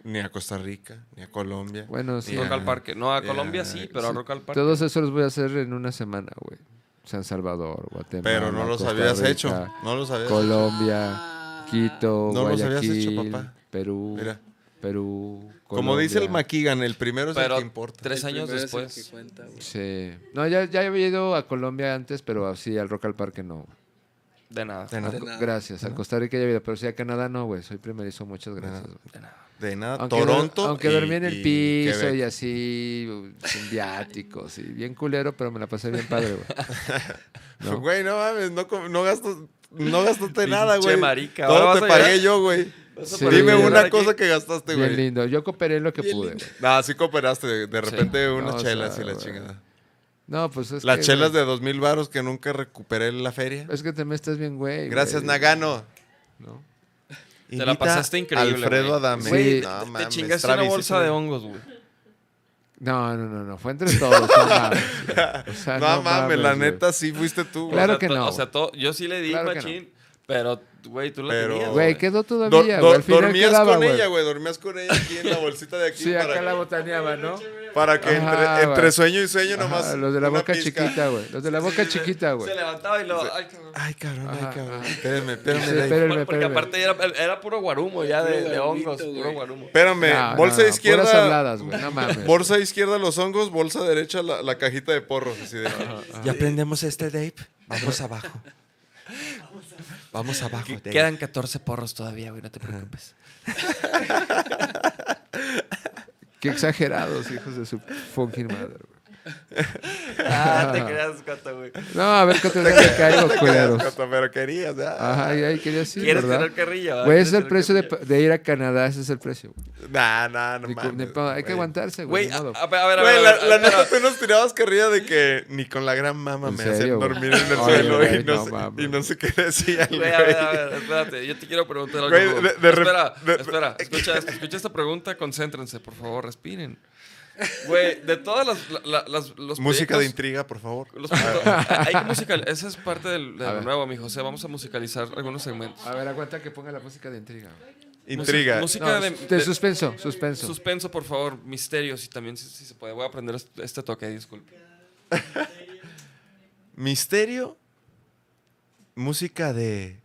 [SPEAKER 7] Ni a Costa Rica, ni a Colombia.
[SPEAKER 6] Bueno, sí.
[SPEAKER 7] Ya.
[SPEAKER 5] Rock al Parque. No, a
[SPEAKER 7] Ya,
[SPEAKER 5] Colombia sí, pero a
[SPEAKER 6] sí.
[SPEAKER 5] Rock al Parque.
[SPEAKER 6] Todos esos los voy a hacer en una semana, güey. San Salvador, Guatemala.
[SPEAKER 7] Pero no los
[SPEAKER 6] Costa
[SPEAKER 7] habías
[SPEAKER 6] Rica,
[SPEAKER 7] hecho. No los habías
[SPEAKER 6] Colombia, Quito,
[SPEAKER 7] No los habías hecho,
[SPEAKER 6] Guayaquil,
[SPEAKER 7] papá.
[SPEAKER 6] Perú.
[SPEAKER 7] Mira,
[SPEAKER 6] Perú.
[SPEAKER 7] Como dice el
[SPEAKER 6] Colombia.
[SPEAKER 7] McKeegan, el primero es
[SPEAKER 5] Pero
[SPEAKER 7] el que importa.
[SPEAKER 5] tres
[SPEAKER 8] El
[SPEAKER 5] años
[SPEAKER 8] primero es el
[SPEAKER 5] después.
[SPEAKER 8] que cuenta, güey.
[SPEAKER 6] Sí. No, ya, ya había ido a Colombia antes, pero así al Rock al Parque no.
[SPEAKER 5] De nada.
[SPEAKER 7] De
[SPEAKER 6] A
[SPEAKER 7] nada.
[SPEAKER 6] Co-
[SPEAKER 8] nada.
[SPEAKER 6] gracias. A Costa Rica ya había ido, pero sí a Canadá no, güey. Soy primerizo, muchas gracias. güey.
[SPEAKER 7] De nada.
[SPEAKER 6] Aunque dor-
[SPEAKER 7] Toronto.
[SPEAKER 6] aunque
[SPEAKER 7] y-
[SPEAKER 6] dormí en el
[SPEAKER 7] y
[SPEAKER 6] piso
[SPEAKER 7] Quebec.
[SPEAKER 6] y así, uh, sin viáticos y bien culero, pero me la pasé bien padre, güey. ¿No?
[SPEAKER 7] Güey, no mames, no, com- no gasto. No gastaste nada,
[SPEAKER 5] Pinche
[SPEAKER 7] güey.
[SPEAKER 5] marica, ahora
[SPEAKER 7] Todo
[SPEAKER 5] vas
[SPEAKER 7] te
[SPEAKER 5] a llorar.
[SPEAKER 7] pagué yo, güey.
[SPEAKER 6] a
[SPEAKER 5] Sí.
[SPEAKER 6] poner
[SPEAKER 7] Dime
[SPEAKER 6] a llorar
[SPEAKER 7] una
[SPEAKER 5] aquí.
[SPEAKER 7] cosa que gastaste,
[SPEAKER 6] Bien
[SPEAKER 7] güey.
[SPEAKER 6] lindo. Yo cooperé en lo que pude. güey.
[SPEAKER 7] Nah, Ah, sí cooperaste. De, de
[SPEAKER 6] Sí.
[SPEAKER 7] repente unas
[SPEAKER 6] No, o sea,
[SPEAKER 7] chelas y la
[SPEAKER 6] güey.
[SPEAKER 7] chingada.
[SPEAKER 6] No, pues es
[SPEAKER 7] Las
[SPEAKER 6] que,
[SPEAKER 7] chelas
[SPEAKER 6] güey,
[SPEAKER 7] de dos mil varos que nunca recuperé en la feria.
[SPEAKER 6] Es que también estás bien, güey.
[SPEAKER 7] Gracias,
[SPEAKER 6] güey.
[SPEAKER 7] Nagano.
[SPEAKER 6] ¿no.
[SPEAKER 5] Te la
[SPEAKER 7] Invita
[SPEAKER 5] pasaste increíble,
[SPEAKER 7] Alfredo
[SPEAKER 5] güey.
[SPEAKER 7] Adame.
[SPEAKER 6] Güey,
[SPEAKER 7] No
[SPEAKER 5] te
[SPEAKER 7] mames,
[SPEAKER 5] chingaste
[SPEAKER 7] Travis,
[SPEAKER 5] una bolsa
[SPEAKER 7] sí,
[SPEAKER 5] de
[SPEAKER 7] güey.
[SPEAKER 5] hongos, güey.
[SPEAKER 6] No, no, no, no. Fue entre todos. No mames. güey. O sea,
[SPEAKER 7] No mames, la
[SPEAKER 6] Ah, güey.
[SPEAKER 7] neta sí fuiste tú, güey.
[SPEAKER 6] Claro
[SPEAKER 5] O sea,
[SPEAKER 6] que
[SPEAKER 5] to-
[SPEAKER 6] no,
[SPEAKER 5] O sea,
[SPEAKER 6] güey.
[SPEAKER 5] todo- yo sí le di
[SPEAKER 6] Claro que no.
[SPEAKER 5] machín, pero, güey, tú la
[SPEAKER 7] Pero-
[SPEAKER 5] tenías.
[SPEAKER 6] Güey, quedó
[SPEAKER 7] Dor-
[SPEAKER 6] todavía, güey.
[SPEAKER 7] dor-
[SPEAKER 6] Al final
[SPEAKER 7] dormías
[SPEAKER 6] quedaba,
[SPEAKER 7] con
[SPEAKER 6] güey.
[SPEAKER 7] ella, güey. Dormías con ella aquí en la bolsita de aquí.
[SPEAKER 6] Sí,
[SPEAKER 7] para,
[SPEAKER 6] acá la botaneaba, ¿no?
[SPEAKER 7] para que entre,
[SPEAKER 6] Ajá,
[SPEAKER 7] entre
[SPEAKER 6] güey.
[SPEAKER 7] sueño y sueño
[SPEAKER 6] Ajá,
[SPEAKER 7] nomás.
[SPEAKER 6] los de la
[SPEAKER 7] una
[SPEAKER 6] boca
[SPEAKER 7] pizca.
[SPEAKER 6] chiquita, güey. Los de la boca chiquita, güey.
[SPEAKER 5] Se levantaba y lo... Ay, cabrón.
[SPEAKER 7] Ay, cabrón, ay,
[SPEAKER 6] Ajá,
[SPEAKER 7] cabrón.
[SPEAKER 6] ajá.
[SPEAKER 7] Espérame,
[SPEAKER 6] Sí,
[SPEAKER 7] espérame. Dave.
[SPEAKER 6] espérenme,
[SPEAKER 5] Porque
[SPEAKER 6] espérenme.
[SPEAKER 5] aparte era, era puro guarumo ya de, de
[SPEAKER 8] guarumito,
[SPEAKER 5] hongos, puro
[SPEAKER 8] güey.
[SPEAKER 5] guarumo.
[SPEAKER 7] Espérame,
[SPEAKER 6] No, no,
[SPEAKER 7] bolsa
[SPEAKER 6] no, Puras
[SPEAKER 7] izquierda.
[SPEAKER 6] habladas, güey. No mames.
[SPEAKER 7] Bolsa izquierda los hongos, bolsa derecha la, la cajita de porros. Así de, "Ah,
[SPEAKER 3] Ya prendemos este Dave. Vamos abajo. Vamos abajo, Dave.
[SPEAKER 5] Quedan 14 porros todavía, güey, no te preocupes.
[SPEAKER 6] Qué exagerados, hijos de su fucking madre, güey.
[SPEAKER 5] Ah, te creas, Cota, güey.
[SPEAKER 6] No, a ver qué te que caigo, culeros.
[SPEAKER 7] Cota, pero querías, ¿eh? ya.
[SPEAKER 6] Ajá, ay, ay, quería decir,
[SPEAKER 5] ¿Quieres
[SPEAKER 6] ¿verdad?
[SPEAKER 5] tener carrilla?
[SPEAKER 6] Güey, ese es el precio de, de ir a Canadá, ese es el precio. güey.
[SPEAKER 7] Nah, nah, no
[SPEAKER 6] Ni cu-
[SPEAKER 7] mames.
[SPEAKER 6] ni pa- hay que
[SPEAKER 7] güey.
[SPEAKER 6] aguantarse, güey.
[SPEAKER 5] Güey, a,
[SPEAKER 6] ni
[SPEAKER 5] a
[SPEAKER 6] modo.
[SPEAKER 5] ver, a ver, a ver.
[SPEAKER 7] Güey,
[SPEAKER 5] a
[SPEAKER 7] la,
[SPEAKER 5] ver,
[SPEAKER 7] la
[SPEAKER 5] a ver,
[SPEAKER 7] neta tú nos tirabas carrilla de que ni con la gran mama
[SPEAKER 6] ¿En
[SPEAKER 7] me
[SPEAKER 6] serio,
[SPEAKER 7] hacían
[SPEAKER 6] güey?
[SPEAKER 7] dormir en el
[SPEAKER 6] Oye,
[SPEAKER 7] suelo y,
[SPEAKER 6] güey,
[SPEAKER 7] no
[SPEAKER 6] no
[SPEAKER 7] sé,
[SPEAKER 6] mames.
[SPEAKER 7] y no sé qué decía el
[SPEAKER 5] Güey, a ver, a
[SPEAKER 7] güey.
[SPEAKER 5] ver, espérate, yo te quiero preguntar algo.
[SPEAKER 7] Güey,
[SPEAKER 5] por
[SPEAKER 7] de-
[SPEAKER 5] favor.
[SPEAKER 7] de rep-
[SPEAKER 5] espera,
[SPEAKER 7] de-
[SPEAKER 5] espera, escucha, esto, escucha esta pregunta, concéntrense, por favor, respiren. Güey, de todas las, la- la- las- los
[SPEAKER 7] Música de
[SPEAKER 5] proyectos-
[SPEAKER 7] intriga, por favor. Ah,
[SPEAKER 5] los proyectos- hay que musical, esa es parte del, de
[SPEAKER 6] A
[SPEAKER 5] lo
[SPEAKER 6] ver.
[SPEAKER 5] nuevo, mi José. Vamos a musicalizar algunos segmentos.
[SPEAKER 6] A ver, aguanta que ponga la música de intriga. güey.
[SPEAKER 7] Intriga.
[SPEAKER 5] Música
[SPEAKER 6] No,
[SPEAKER 5] de-
[SPEAKER 6] de
[SPEAKER 5] de-
[SPEAKER 6] suspenso, suspenso.
[SPEAKER 5] Suspenso, por favor, misterios y también si, si se puede. Voy a aprender este- este toque, disculpe.
[SPEAKER 7] Misterio. Música de.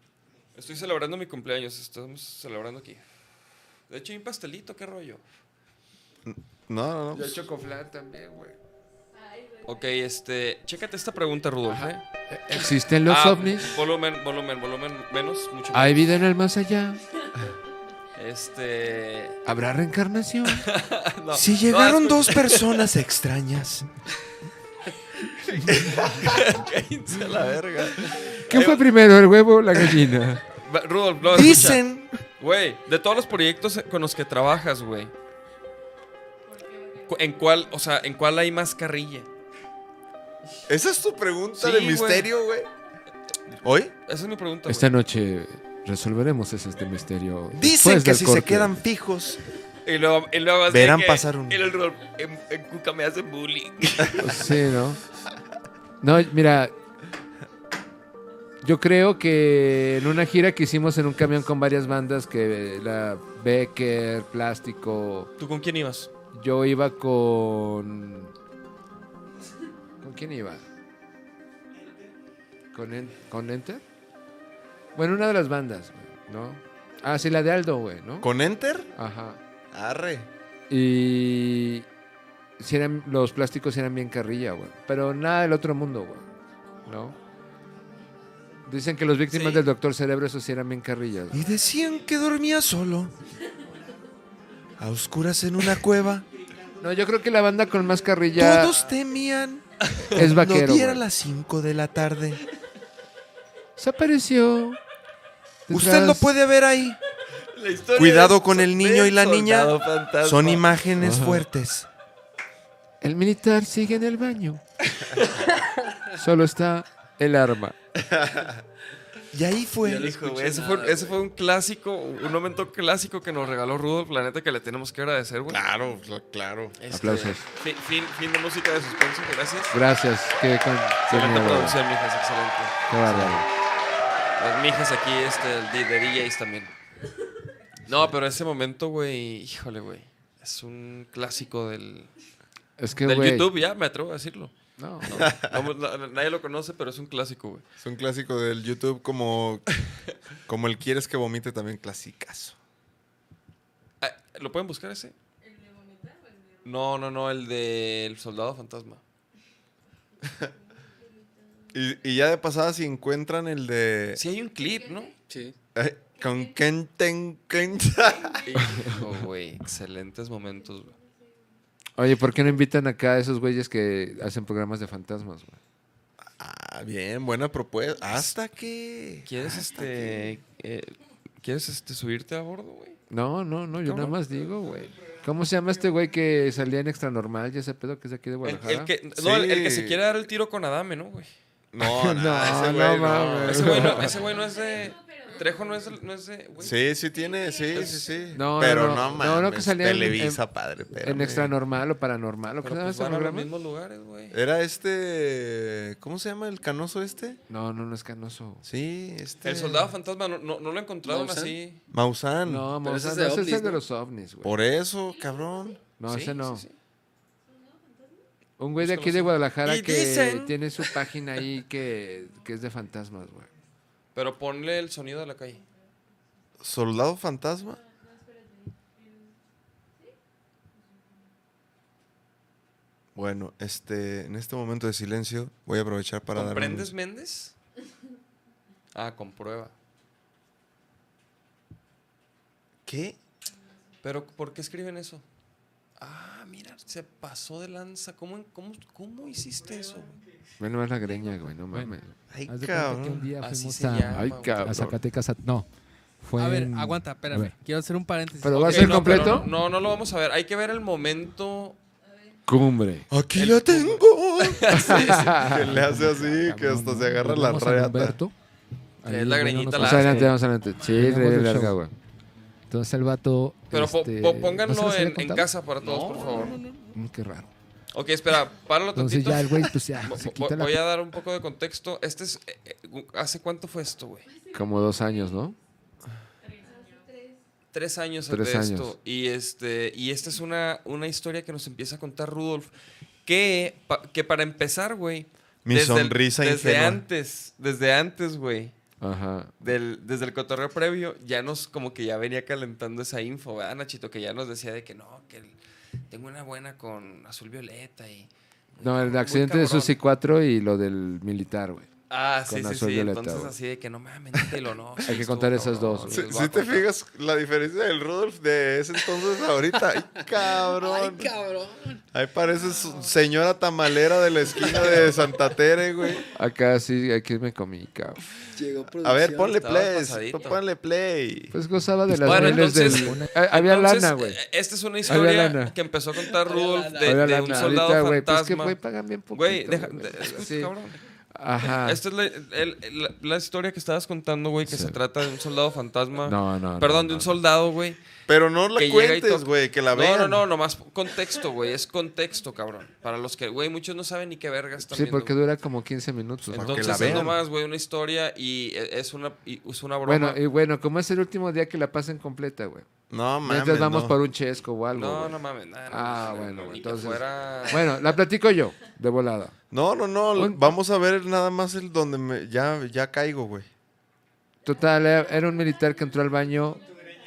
[SPEAKER 5] Estoy celebrando mi cumpleaños, estamos celebrando aquí. De hecho, hay un pastelito, qué rollo.
[SPEAKER 7] No, no, no.
[SPEAKER 6] Yo chocoflan también, güey.
[SPEAKER 5] Ok, este, chécate esta pregunta, Rudolf. ¿eh?
[SPEAKER 6] ¿Existen los
[SPEAKER 5] Ah,
[SPEAKER 6] ovnis?
[SPEAKER 5] Volumen, volumen, volumen, menos, mucho
[SPEAKER 6] ¿Hay
[SPEAKER 5] menos.
[SPEAKER 6] vida en el más allá?
[SPEAKER 5] Este.
[SPEAKER 6] ¿Habrá reencarnación?
[SPEAKER 5] no,
[SPEAKER 3] Si
[SPEAKER 5] no,
[SPEAKER 3] llegaron
[SPEAKER 5] escu-
[SPEAKER 3] dos personas extrañas,
[SPEAKER 5] Cállense a la verga.
[SPEAKER 6] ¿Qué fue primero, el huevo o la gallina?
[SPEAKER 5] Va, Rudolf, no, escucha.
[SPEAKER 3] dicen
[SPEAKER 5] Güey, de todos los proyectos con los que trabajas, güey. cu- ¿En cuál, o sea, en cuál hay más carrilla?
[SPEAKER 7] Esa es tu pregunta
[SPEAKER 5] Sí,
[SPEAKER 7] de
[SPEAKER 5] güey.
[SPEAKER 7] misterio, güey. ¿Hoy?
[SPEAKER 5] Esa es mi pregunta. güey.
[SPEAKER 6] Esta noche resolveremos ese este misterio.
[SPEAKER 3] Dicen
[SPEAKER 6] después
[SPEAKER 3] que
[SPEAKER 6] del
[SPEAKER 3] si se
[SPEAKER 6] corte.
[SPEAKER 3] quedan fijos,
[SPEAKER 5] Y luego, y luego así
[SPEAKER 7] Verán
[SPEAKER 5] que
[SPEAKER 7] pasar un-
[SPEAKER 5] El Rudolf, en, en Cuca me hacen bullying.
[SPEAKER 6] Sí, ¿no? No, mira. Yo creo que en una gira que hicimos en un camión con varias bandas que la Becker, Plástico,
[SPEAKER 5] ¿Tú con quién ibas?
[SPEAKER 6] yo iba con ¿Con quién iba? ¿Con, En- con Enter? Bueno, una de las bandas, güey, ¿no? Ah, sí, la de Aldo, güey, ¿no?
[SPEAKER 7] ¿Con Enter?
[SPEAKER 6] Ajá.
[SPEAKER 7] Arre.
[SPEAKER 6] Y si eran, los plásticos eran bien carrilla, güey. Pero nada del otro mundo, güey. ¿No? Dicen que los víctimas del Doctor Cerebro, esos sí eran bien carrillas. güey.
[SPEAKER 3] y decían que dormía solo, a oscuras en una cueva,
[SPEAKER 6] No, yo creo que la banda con más carrilla
[SPEAKER 3] todos temían.
[SPEAKER 6] es vaquero.
[SPEAKER 3] Lo diera
[SPEAKER 6] güey.
[SPEAKER 3] las 5 de la tarde.
[SPEAKER 6] Se apareció.
[SPEAKER 3] Usted lo
[SPEAKER 6] detrás-
[SPEAKER 3] puede ver ahí.
[SPEAKER 5] La historia
[SPEAKER 3] Cuidado
[SPEAKER 5] del-
[SPEAKER 3] con el niño
[SPEAKER 5] del
[SPEAKER 3] y la niña.
[SPEAKER 5] soldado fantasma.
[SPEAKER 3] Son imágenes fuertes.
[SPEAKER 6] El militar sigue en el baño. Solo está el arma.
[SPEAKER 3] Y ahí
[SPEAKER 5] Ya lo
[SPEAKER 3] fue.
[SPEAKER 5] escuché, güey, ese, fue, ese fue un clásico, un momento clásico que nos regaló Rudolf, la neta que le tenemos que agradecer, güey.
[SPEAKER 7] Claro, cl- claro.
[SPEAKER 5] Este,
[SPEAKER 6] Aplausos.
[SPEAKER 5] Fin, fin, fin de música de suspenso, gracias.
[SPEAKER 6] Gracias. Qué con... qué
[SPEAKER 5] Excelente
[SPEAKER 6] miedo, güey.
[SPEAKER 5] producción, mijas, excelente.
[SPEAKER 6] Qué bárbaro.
[SPEAKER 5] Las mijas aquí, este, el de, de DJs también. No, pero ese momento, güey, híjole, güey. Es un clásico del,
[SPEAKER 6] Es que,
[SPEAKER 5] del
[SPEAKER 6] güey.
[SPEAKER 5] YouTube, ya me atrevo a decirlo.
[SPEAKER 6] No,
[SPEAKER 5] Vamos, na- na- nadie lo conoce, pero es un clásico, güey.
[SPEAKER 7] Es un clásico del YouTube como, como el Quieres que vomite también clasicazo.
[SPEAKER 5] Ah, ¿Lo pueden buscar ese? No, no, no, el del soldado fantasma.
[SPEAKER 7] Y, y ya de pasada, si encuentran el
[SPEAKER 6] Eh.
[SPEAKER 7] de.
[SPEAKER 5] Sí, hay un clip, ¿no?
[SPEAKER 8] Sí.
[SPEAKER 7] Ay, Con Kenten
[SPEAKER 5] Hijo, Oh, güey. Excelentes momentos, güey.
[SPEAKER 6] Oye, ¿por qué no invitan acá a esos güeyes que hacen programas de fantasmas, güey?
[SPEAKER 7] Ah, bien, buena propuesta. Hasta que.
[SPEAKER 5] ¿Quieres
[SPEAKER 6] Ah,
[SPEAKER 5] este. eh, ¿Quieres este subirte a bordo, güey?
[SPEAKER 6] No, no, no, yo
[SPEAKER 5] ¿Cómo
[SPEAKER 6] nada
[SPEAKER 5] no?
[SPEAKER 6] más digo, güey. ¿Cómo se llama este güey que salía en Extra Normal? Ya ese pedo que es de aquí de
[SPEAKER 5] El,
[SPEAKER 6] Guadalajara.
[SPEAKER 5] el que, no, el, el que se
[SPEAKER 7] Sí.
[SPEAKER 5] quiere dar el tiro con Adame, ¿no, güey?
[SPEAKER 7] No, no, ese
[SPEAKER 6] no
[SPEAKER 7] güey. No,
[SPEAKER 6] mames.
[SPEAKER 5] Ese güey no, ese güey no es de. Trejo no es, de- no es de. güey.
[SPEAKER 7] Sí, sí tiene, sí, sí, sí.
[SPEAKER 6] No,
[SPEAKER 7] pero
[SPEAKER 6] no,
[SPEAKER 7] no,
[SPEAKER 6] no,
[SPEAKER 7] mames.
[SPEAKER 6] no, que salía en-
[SPEAKER 7] Televisa,
[SPEAKER 6] en-
[SPEAKER 7] padre.
[SPEAKER 6] En
[SPEAKER 7] espérame.
[SPEAKER 6] Extra Normal o Paranormal. ¿O qué
[SPEAKER 5] Pero
[SPEAKER 6] se llama
[SPEAKER 5] pues
[SPEAKER 6] ese
[SPEAKER 5] van a los
[SPEAKER 6] programa?
[SPEAKER 5] mismos lugares, güey.
[SPEAKER 7] Era este. ¿Cómo se llama el canoso este?
[SPEAKER 6] No, no, no es canoso.
[SPEAKER 7] Sí, este.
[SPEAKER 5] El soldado fantasma, no, no, no lo encontraron
[SPEAKER 8] ¿Mausan?
[SPEAKER 5] así.
[SPEAKER 7] Maussan.
[SPEAKER 6] No,
[SPEAKER 8] Pero ese
[SPEAKER 6] Maussan,
[SPEAKER 8] es
[SPEAKER 6] no,
[SPEAKER 8] de
[SPEAKER 6] ese es
[SPEAKER 8] ovnis,
[SPEAKER 6] el de
[SPEAKER 8] ¿no?
[SPEAKER 6] los ovnis, güey.
[SPEAKER 7] Por eso, cabrón.
[SPEAKER 6] No,
[SPEAKER 5] Sí,
[SPEAKER 6] ese no.
[SPEAKER 5] sí, sí.
[SPEAKER 6] Un güey de aquí de Guadalajara
[SPEAKER 5] Y
[SPEAKER 6] que
[SPEAKER 5] dicen-
[SPEAKER 6] tiene su página ahí que, que es de fantasmas, güey.
[SPEAKER 5] Pero ponle el sonido de la calle.
[SPEAKER 7] ¿Soldado fantasma? Bueno, este, en este momento de silencio voy a aprovechar para dar un-
[SPEAKER 5] ¿Comprendes, Méndez? Ah, comprueba.
[SPEAKER 7] ¿Qué?
[SPEAKER 5] Pero, ¿por qué escriben eso? Ah, mira, se pasó de lanza. ¿Cómo, cómo, cómo hiciste eso? güey?
[SPEAKER 6] Bueno, más la greña, güey, no mames.
[SPEAKER 7] Ay,
[SPEAKER 12] Haz de cuenta que un
[SPEAKER 7] cabrón.
[SPEAKER 12] día
[SPEAKER 5] Así
[SPEAKER 12] fuimos
[SPEAKER 5] se
[SPEAKER 12] a,
[SPEAKER 5] llama.
[SPEAKER 6] Ay,
[SPEAKER 5] güey.
[SPEAKER 12] a
[SPEAKER 6] cabrón.
[SPEAKER 12] Zacatecas. a- no, fue.
[SPEAKER 13] A ver,
[SPEAKER 12] en-
[SPEAKER 13] aguanta,
[SPEAKER 12] a
[SPEAKER 13] espérame.
[SPEAKER 12] ver.
[SPEAKER 13] Quiero hacer un paréntesis.
[SPEAKER 6] Pero va a
[SPEAKER 5] Ok,
[SPEAKER 6] ser
[SPEAKER 5] Eh, no, pero
[SPEAKER 6] completo.
[SPEAKER 5] No, no lo vamos a ver. Hay que ver el momento.
[SPEAKER 6] Cumbre.
[SPEAKER 7] Aquí
[SPEAKER 5] El-
[SPEAKER 7] la tengo. que le hace así, que hasta se agarra la
[SPEAKER 12] Volvemos a
[SPEAKER 7] reata.
[SPEAKER 12] Humberto.
[SPEAKER 5] Que es la
[SPEAKER 12] Ahí ya no pues
[SPEAKER 5] greñita
[SPEAKER 12] nos-
[SPEAKER 5] la-
[SPEAKER 6] Vamos adelante, vamos adelante. Sí,
[SPEAKER 12] Terminamos
[SPEAKER 6] re
[SPEAKER 12] el
[SPEAKER 6] larga,
[SPEAKER 12] show.
[SPEAKER 6] güey.
[SPEAKER 12] Entonces el vato.
[SPEAKER 5] Pero po-
[SPEAKER 12] este,
[SPEAKER 5] po-
[SPEAKER 12] ¿no se
[SPEAKER 5] pónganlo
[SPEAKER 12] los había
[SPEAKER 5] en, en
[SPEAKER 12] contado?
[SPEAKER 5] casa para todos, por favor.
[SPEAKER 12] Mm, qué raro.
[SPEAKER 5] Ok, espera, páralo
[SPEAKER 12] Entonces
[SPEAKER 5] tantito.
[SPEAKER 12] ya el güey, pues ya.
[SPEAKER 5] Vo-
[SPEAKER 12] se
[SPEAKER 5] vo-
[SPEAKER 12] quita la-
[SPEAKER 5] Voy a dar un poco de contexto. Este es. eh, eh, gu- ¿Hace cuánto fue esto, güey?
[SPEAKER 6] Como dos años, ¿no?
[SPEAKER 5] Tres años
[SPEAKER 6] Tres
[SPEAKER 5] de
[SPEAKER 6] años.
[SPEAKER 5] esto. Y este. Y esta es una, una historia que nos empieza a contar Rudolf. Que, pa- que para empezar, güey.
[SPEAKER 7] Mi
[SPEAKER 5] desde el-
[SPEAKER 7] sonrisa
[SPEAKER 5] Desde
[SPEAKER 7] ingenua.
[SPEAKER 5] antes. Desde antes, güey.
[SPEAKER 6] Ajá.
[SPEAKER 5] del- desde el cotorreo previo, ya nos como que ya venía calentando esa info, ¿verdad, Nachito? Que ya nos decía de que no, que el- tengo una buena con azul violeta y... muy
[SPEAKER 6] No,
[SPEAKER 5] cabrón,
[SPEAKER 6] el
[SPEAKER 5] muy
[SPEAKER 6] accidente de
[SPEAKER 5] cabrón.
[SPEAKER 6] Susi 4 y lo del militar, güey.
[SPEAKER 5] Ah, sí,
[SPEAKER 6] con
[SPEAKER 5] sí,
[SPEAKER 6] azul
[SPEAKER 5] sí.
[SPEAKER 6] violeta,
[SPEAKER 5] Entonces
[SPEAKER 6] güey.
[SPEAKER 5] así de que no mames, nítelo, no.
[SPEAKER 6] Hay que contar esas dos,
[SPEAKER 7] Si, si te fijas la diferencia del Rudolf de ese entonces a ahorita, ay cabrón.
[SPEAKER 8] Ay, cabrón.
[SPEAKER 7] Ahí parece su- señora tamalera de la esquina de Santa Tere, güey.
[SPEAKER 6] Acá sí, aquí me comí, cabrón.
[SPEAKER 8] Llegó producción.
[SPEAKER 7] A ver, ponle
[SPEAKER 5] Estaba
[SPEAKER 7] play.
[SPEAKER 5] pasadito.
[SPEAKER 7] Ponle play.
[SPEAKER 6] Pues gozaba de las
[SPEAKER 5] Bueno,
[SPEAKER 6] mieles
[SPEAKER 5] entonces- eh,
[SPEAKER 6] del... Ah, Había lana, güey.
[SPEAKER 5] Esta es una
[SPEAKER 6] lana.
[SPEAKER 5] historia que empezó a contar
[SPEAKER 8] Había
[SPEAKER 5] Rudolf
[SPEAKER 8] lana.
[SPEAKER 5] de,
[SPEAKER 6] Había
[SPEAKER 5] de un
[SPEAKER 6] lana.
[SPEAKER 5] soldado
[SPEAKER 6] Ahorita, güey, pues es que,
[SPEAKER 5] fantasma.
[SPEAKER 6] güey, pagan bien poquito.
[SPEAKER 5] Güey, deja,
[SPEAKER 6] güey.
[SPEAKER 5] de- escucha,
[SPEAKER 6] Sí.
[SPEAKER 5] cabrón.
[SPEAKER 6] Ajá.
[SPEAKER 5] Esta es la, el- la- la historia que estabas contando, güey, que
[SPEAKER 6] Sí.
[SPEAKER 5] se trata de un soldado fantasma.
[SPEAKER 6] No, no, no,
[SPEAKER 5] Perdón, de
[SPEAKER 6] no,
[SPEAKER 5] un
[SPEAKER 6] no.
[SPEAKER 5] soldado, güey.
[SPEAKER 7] Pero no la
[SPEAKER 5] que llega y
[SPEAKER 7] cuentes,
[SPEAKER 5] toca-
[SPEAKER 7] güey, que la
[SPEAKER 5] no,
[SPEAKER 7] vean.
[SPEAKER 5] No, no, nomás contexto, güey. Es contexto, cabrón. Para los que, güey, muchos no saben ni qué vergas están
[SPEAKER 6] Sí,
[SPEAKER 5] viendo,
[SPEAKER 6] porque
[SPEAKER 5] güey.
[SPEAKER 6] dura como 15 minutos.
[SPEAKER 5] Entonces
[SPEAKER 7] la vean.
[SPEAKER 5] es nomás, güey, una historia y e- es una, y es una broma.
[SPEAKER 6] bueno, y bueno, como es el último día que la pasen completa, güey.
[SPEAKER 7] No, mames.
[SPEAKER 6] Mientras vamos
[SPEAKER 7] no.
[SPEAKER 6] por un chesco o algo.
[SPEAKER 5] no,
[SPEAKER 6] güey.
[SPEAKER 5] no mames, nada. no,
[SPEAKER 6] Ah,
[SPEAKER 5] no, no,
[SPEAKER 6] bueno,
[SPEAKER 5] ni que
[SPEAKER 6] entonces-
[SPEAKER 5] fuera-
[SPEAKER 6] Bueno, la platico yo, de volada.
[SPEAKER 7] No, no, no.
[SPEAKER 6] Un-
[SPEAKER 7] Vamos a ver nada más el donde me- ya, ya caigo, güey.
[SPEAKER 6] Total, era- era un militar que entró al baño,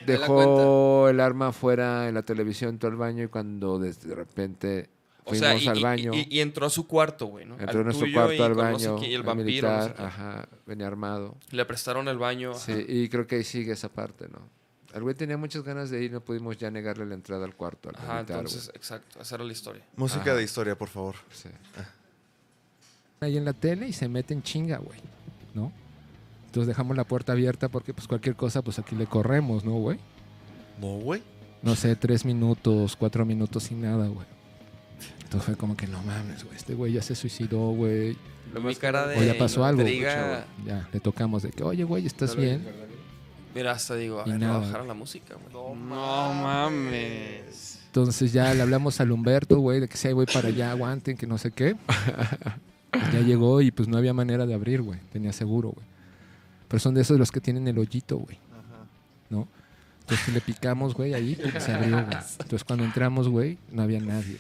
[SPEAKER 6] dejó el arma afuera en la televisión, entró al baño y cuando de de repente
[SPEAKER 5] o
[SPEAKER 6] fuimos
[SPEAKER 5] sea, y,
[SPEAKER 6] al
[SPEAKER 5] y-
[SPEAKER 6] baño,
[SPEAKER 5] y- y entró a su cuarto, güey, ¿no?
[SPEAKER 6] entró en
[SPEAKER 5] Al
[SPEAKER 6] nuestro
[SPEAKER 5] tuyo y
[SPEAKER 6] cuarto al
[SPEAKER 5] con no sé
[SPEAKER 6] baño,
[SPEAKER 5] quién, y el
[SPEAKER 6] el
[SPEAKER 5] vampiro. no sé
[SPEAKER 6] militar,
[SPEAKER 5] quién.
[SPEAKER 6] ajá, venía armado.
[SPEAKER 5] Le prestaron el baño. ajá.
[SPEAKER 6] Sí, y creo que ahí sigue esa parte, ¿no? El güey tenía muchas ganas de ir, no pudimos ya negarle la entrada al cuarto al
[SPEAKER 5] Ajá,
[SPEAKER 6] militar, güey.
[SPEAKER 5] entonces, exacto. Esa era la historia.
[SPEAKER 7] Música
[SPEAKER 6] Ajá.
[SPEAKER 7] de historia, por favor.
[SPEAKER 6] Sí.
[SPEAKER 12] ahí en la tele y se meten chinga, güey, ¿no? Entonces dejamos la puerta abierta porque pues cualquier cosa, pues aquí le corremos, ¿no, güey?
[SPEAKER 7] No,
[SPEAKER 5] Ben
[SPEAKER 7] güey.
[SPEAKER 12] No sé, tres minutos, cuatro minutos y nada, güey. Entonces fue como que no mames, güey, este güey ya se suicidó, güey.
[SPEAKER 5] Mi cara de
[SPEAKER 12] O ya pasó algo, güey.
[SPEAKER 5] intriga-
[SPEAKER 12] Ya, le tocamos de que, oye, güey, ¿estás bien?
[SPEAKER 5] Mira, hasta digo, a
[SPEAKER 12] Y
[SPEAKER 5] ver, no
[SPEAKER 12] nada.
[SPEAKER 5] bajaron la música, güey.
[SPEAKER 12] Entonces ya le hablamos al Humberto, güey, de que si hay güey para allá, aguanten, que no sé qué. Pues ya llegó y pues no había manera de abrir, güey. Tenía seguro, güey. Pero son de esos los que tienen el hoyito, güey. ¿No? Entonces le picamos, güey, ahí pum, se abrió, güey. Entonces cuando entramos, güey, no había nadie.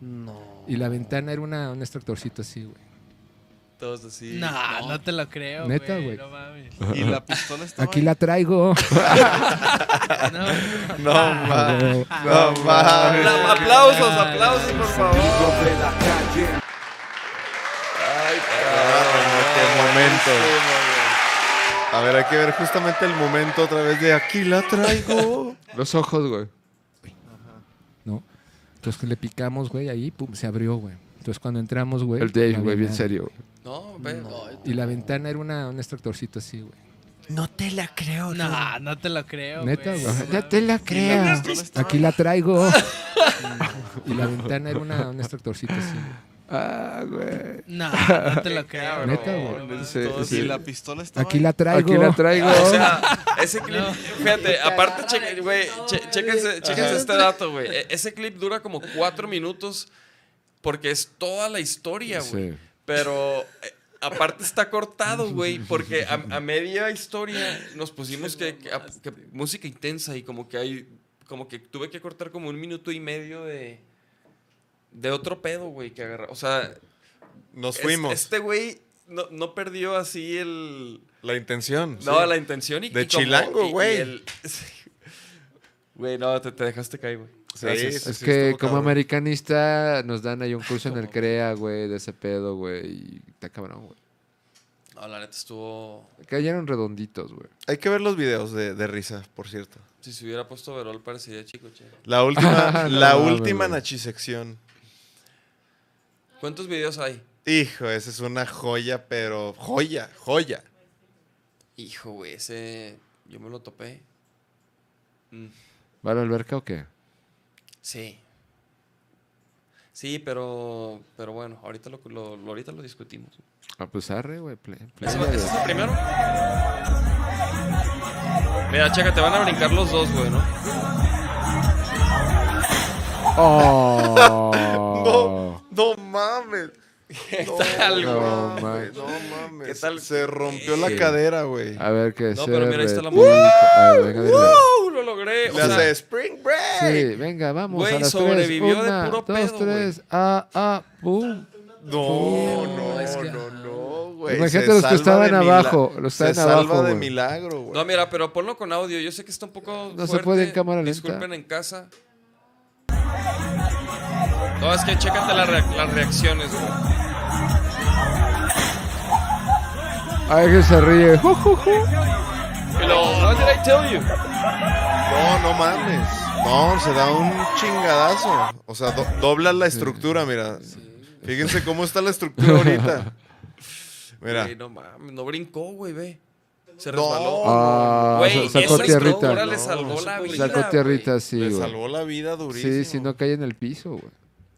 [SPEAKER 12] No. Y la ventana era una, un extractorcito así, güey.
[SPEAKER 5] palitos, así.
[SPEAKER 13] No, no te lo creo,
[SPEAKER 12] Neta,
[SPEAKER 13] güey,
[SPEAKER 12] güey.
[SPEAKER 13] no mames.
[SPEAKER 5] Y la pistola estaba
[SPEAKER 12] Aquí
[SPEAKER 5] ahí.
[SPEAKER 12] la traigo.
[SPEAKER 13] No,
[SPEAKER 7] No mames. Ah. No mames.
[SPEAKER 5] Ah. Aplausos, aplausos, por favor.
[SPEAKER 7] qué momento. A ver, hay que ver justamente el momento otra vez de aquí la traigo.
[SPEAKER 6] Los ojos, güey.
[SPEAKER 12] ¿no? Entonces que le picamos, güey, ahí, pum, se abrió, güey. Entonces cuando entramos, güey.
[SPEAKER 6] El Dave,
[SPEAKER 12] no había
[SPEAKER 6] güey, bien
[SPEAKER 12] nada.
[SPEAKER 6] serio.
[SPEAKER 5] No, pero.
[SPEAKER 12] Y la ventana era una, un extractorcito así, güey.
[SPEAKER 13] No te la creo, No, no te lo creo.
[SPEAKER 12] Neta,
[SPEAKER 8] Pues,
[SPEAKER 13] güey.
[SPEAKER 12] güey.
[SPEAKER 13] No
[SPEAKER 12] Ya te la
[SPEAKER 13] mames.
[SPEAKER 12] creo. Aquí la traigo. y la ventana era una, un extractorcito así.
[SPEAKER 6] Ah, güey.
[SPEAKER 13] No, no te lo creo.
[SPEAKER 12] Neta,
[SPEAKER 13] güey.
[SPEAKER 12] güey.
[SPEAKER 6] Sí, sí.
[SPEAKER 5] Y la pistola estaba
[SPEAKER 12] Aquí la
[SPEAKER 5] ahí.
[SPEAKER 12] traigo.
[SPEAKER 6] Aquí la traigo.
[SPEAKER 5] O sea, ese clip, fíjate, aparte, cheque- güey, che- chéquense, chéquense este dato, güey. E- Ese clip dura como cuatro minutos porque es toda la historia, güey.
[SPEAKER 6] Sí.
[SPEAKER 5] Pero eh, aparte está cortado, güey, porque a, a media historia nos pusimos que, que- a- que música intensa y como que hay, como que tuve que cortar como un minuto y medio de, de otro pedo, güey, que agarra. O sea,
[SPEAKER 7] Nos
[SPEAKER 5] es-
[SPEAKER 7] fuimos.
[SPEAKER 5] Este güey no, no perdió así el...
[SPEAKER 7] La intención.
[SPEAKER 5] No,
[SPEAKER 7] sí.
[SPEAKER 5] la intención y
[SPEAKER 7] De
[SPEAKER 5] y como- y-
[SPEAKER 7] chilango,
[SPEAKER 5] y
[SPEAKER 7] güey.
[SPEAKER 5] el- Güey, no, te, te dejaste caer, güey.
[SPEAKER 7] Sí,
[SPEAKER 5] Gracias.
[SPEAKER 6] Es
[SPEAKER 7] sí,
[SPEAKER 6] que
[SPEAKER 7] estuvo
[SPEAKER 6] como
[SPEAKER 7] cabrón.
[SPEAKER 6] americanista nos dan ahí un curso en el CREA, güey, de ese pedo, güey. Y está cabrón, güey.
[SPEAKER 5] No, la neta estuvo.
[SPEAKER 6] Cayeron redonditos, güey.
[SPEAKER 7] Hay que ver los videos de, de risa, por cierto.
[SPEAKER 5] Si se hubiera puesto Verol, parecería chico, che.
[SPEAKER 7] La última,
[SPEAKER 6] No,
[SPEAKER 7] la
[SPEAKER 6] mames,
[SPEAKER 7] última
[SPEAKER 6] güey.
[SPEAKER 7] nachisección.
[SPEAKER 5] ¿Cuántos videos hay?
[SPEAKER 7] Hijo, esa es una joya, pero joya, joya.
[SPEAKER 5] Hijo, güey, ese. Yo me lo topé. Mm,
[SPEAKER 6] ¿Va a la alberca o qué?
[SPEAKER 5] sí. Sí, pero. Pero bueno, ahorita lo, lo- lo- ahorita lo discutimos.
[SPEAKER 6] A pues arre, güey. ple- ple-
[SPEAKER 5] ¿Ese, ese es el primero? Mira, checa, te van a brincar los dos, güey, ¿no?
[SPEAKER 6] Oh.
[SPEAKER 7] No mames.
[SPEAKER 5] ¿Qué tal, güey?
[SPEAKER 6] No,
[SPEAKER 7] No mames.
[SPEAKER 6] mames.
[SPEAKER 7] No mames.
[SPEAKER 5] ¿Qué tal?
[SPEAKER 7] Se rompió la
[SPEAKER 6] Sí.
[SPEAKER 7] cadera, güey.
[SPEAKER 6] A ver qué
[SPEAKER 5] No,
[SPEAKER 6] se
[SPEAKER 5] pero mira, ahí está la
[SPEAKER 6] repite.
[SPEAKER 5] música.
[SPEAKER 6] A ver, venga, venga.
[SPEAKER 5] ¡Wow! Lo logré. O
[SPEAKER 7] Le
[SPEAKER 5] sea,
[SPEAKER 7] hace Spring Break.
[SPEAKER 6] Sí, venga, vamos.
[SPEAKER 5] Güey,
[SPEAKER 6] a las
[SPEAKER 5] sobrevivió
[SPEAKER 6] tres.
[SPEAKER 5] de
[SPEAKER 6] Una,
[SPEAKER 5] puro
[SPEAKER 6] dos,
[SPEAKER 5] pedo,
[SPEAKER 6] tres. Ah, ah, pum.
[SPEAKER 7] No, no,
[SPEAKER 13] No, es que-
[SPEAKER 7] no, no, güey.
[SPEAKER 6] Imagínate
[SPEAKER 7] Se
[SPEAKER 6] los que
[SPEAKER 7] salva
[SPEAKER 6] estaban
[SPEAKER 7] de
[SPEAKER 6] abajo,
[SPEAKER 7] mila-
[SPEAKER 6] los
[SPEAKER 7] se
[SPEAKER 6] estaban
[SPEAKER 7] salva
[SPEAKER 6] abajo,
[SPEAKER 7] de
[SPEAKER 6] güey.
[SPEAKER 7] milagro, güey.
[SPEAKER 5] No, mira, pero ponlo con audio. Yo sé que está un poco.
[SPEAKER 6] No se
[SPEAKER 5] fuerte.
[SPEAKER 6] puede en cámara lenta.
[SPEAKER 5] Disculpen en casa. No, es que chécate la reac- las reacciones, güey.
[SPEAKER 6] Ay, que se ríe. Ju, ju, ju.
[SPEAKER 5] Y luego, "What did I tell you?"
[SPEAKER 7] No, no mames. No, se da un chingadazo. O sea, do- dobla la estructura, mira. Fíjense cómo está la estructura ahorita. Mira.
[SPEAKER 5] Güey, no mames, no brincó, güey, ve. Se
[SPEAKER 7] No.
[SPEAKER 5] resbaló.
[SPEAKER 6] Ah,
[SPEAKER 5] Güey,
[SPEAKER 6] sa- sacó
[SPEAKER 5] esa
[SPEAKER 6] tierrita.
[SPEAKER 5] estructura le salvó la vida.
[SPEAKER 6] Sacó tierrita,
[SPEAKER 5] güey.
[SPEAKER 6] sí,
[SPEAKER 7] Le
[SPEAKER 6] güey.
[SPEAKER 7] salvó la vida durísimo.
[SPEAKER 6] Sí, si no cae en el piso, güey.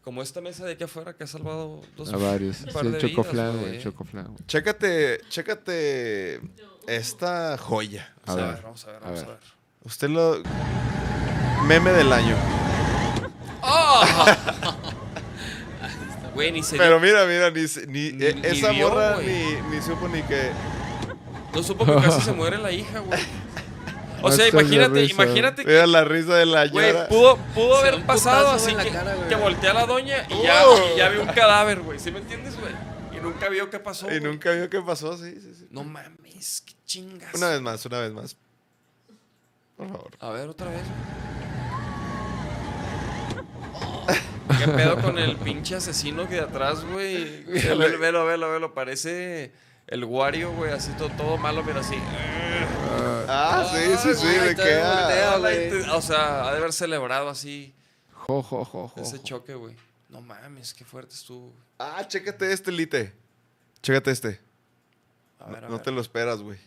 [SPEAKER 5] Como esta mesa de aquí afuera que ha salvado dos
[SPEAKER 6] A varios. Sí,
[SPEAKER 5] un par de
[SPEAKER 6] chocoflan,
[SPEAKER 5] vidas,
[SPEAKER 6] güey. Chocoflan, güey.
[SPEAKER 7] Chécate, chécate esta joya.
[SPEAKER 6] A
[SPEAKER 5] Vamos a
[SPEAKER 6] ver.
[SPEAKER 5] ver, vamos a ver, vamos a ver.
[SPEAKER 7] Usted lo... Meme del año.
[SPEAKER 5] Güey, ni se
[SPEAKER 7] Pero mira, mira, ni, se- ni-
[SPEAKER 5] Ni-
[SPEAKER 7] eh,
[SPEAKER 5] ni
[SPEAKER 7] esa
[SPEAKER 5] vio,
[SPEAKER 7] morra
[SPEAKER 5] güey.
[SPEAKER 7] ni, ni supo ni que...
[SPEAKER 5] No supo que casi se muere la hija, güey. O sea,
[SPEAKER 6] Muertos de
[SPEAKER 5] imagínate,
[SPEAKER 6] risa.
[SPEAKER 5] imagínate que
[SPEAKER 7] Mira la risa de la
[SPEAKER 5] Güey,
[SPEAKER 7] llora.
[SPEAKER 5] pudo, pudo
[SPEAKER 8] un
[SPEAKER 5] haber pasado
[SPEAKER 8] putazo
[SPEAKER 5] así
[SPEAKER 8] en la
[SPEAKER 5] que,
[SPEAKER 8] cara, güey.
[SPEAKER 5] que voltea a la doña y ya,
[SPEAKER 7] Oh.
[SPEAKER 5] y ya vio un cadáver, güey. ¿Sí me entiendes, güey? Y nunca vio qué pasó.
[SPEAKER 7] Y
[SPEAKER 5] güey.
[SPEAKER 7] nunca vio qué pasó, sí, sí, sí.
[SPEAKER 5] No mames, qué chingas.
[SPEAKER 7] Una vez más, una vez más. Por favor.
[SPEAKER 5] A ver, otra vez. güey. ¿Qué pedo con el pinche asesino que de atrás, güey? Velo, velo, velo, velo. Parece el Wario, güey, así todo, todo malo, pero así.
[SPEAKER 7] Ah, sí, sí, sí,
[SPEAKER 8] güey,
[SPEAKER 7] de
[SPEAKER 8] todavía
[SPEAKER 7] que...
[SPEAKER 8] voltea.
[SPEAKER 7] ah,
[SPEAKER 5] Ah, la
[SPEAKER 8] güey.
[SPEAKER 5] inte- O sea, ha de haber celebrado así
[SPEAKER 6] Jo, jo, jo, jo.
[SPEAKER 5] ese
[SPEAKER 6] jo.
[SPEAKER 5] choque, güey. No mames, qué fuerte estuvo. güey.
[SPEAKER 7] Ah, chécate este, Lite. Chécate este.
[SPEAKER 5] A ver, a
[SPEAKER 7] No
[SPEAKER 5] ver.
[SPEAKER 7] te lo esperas, güey.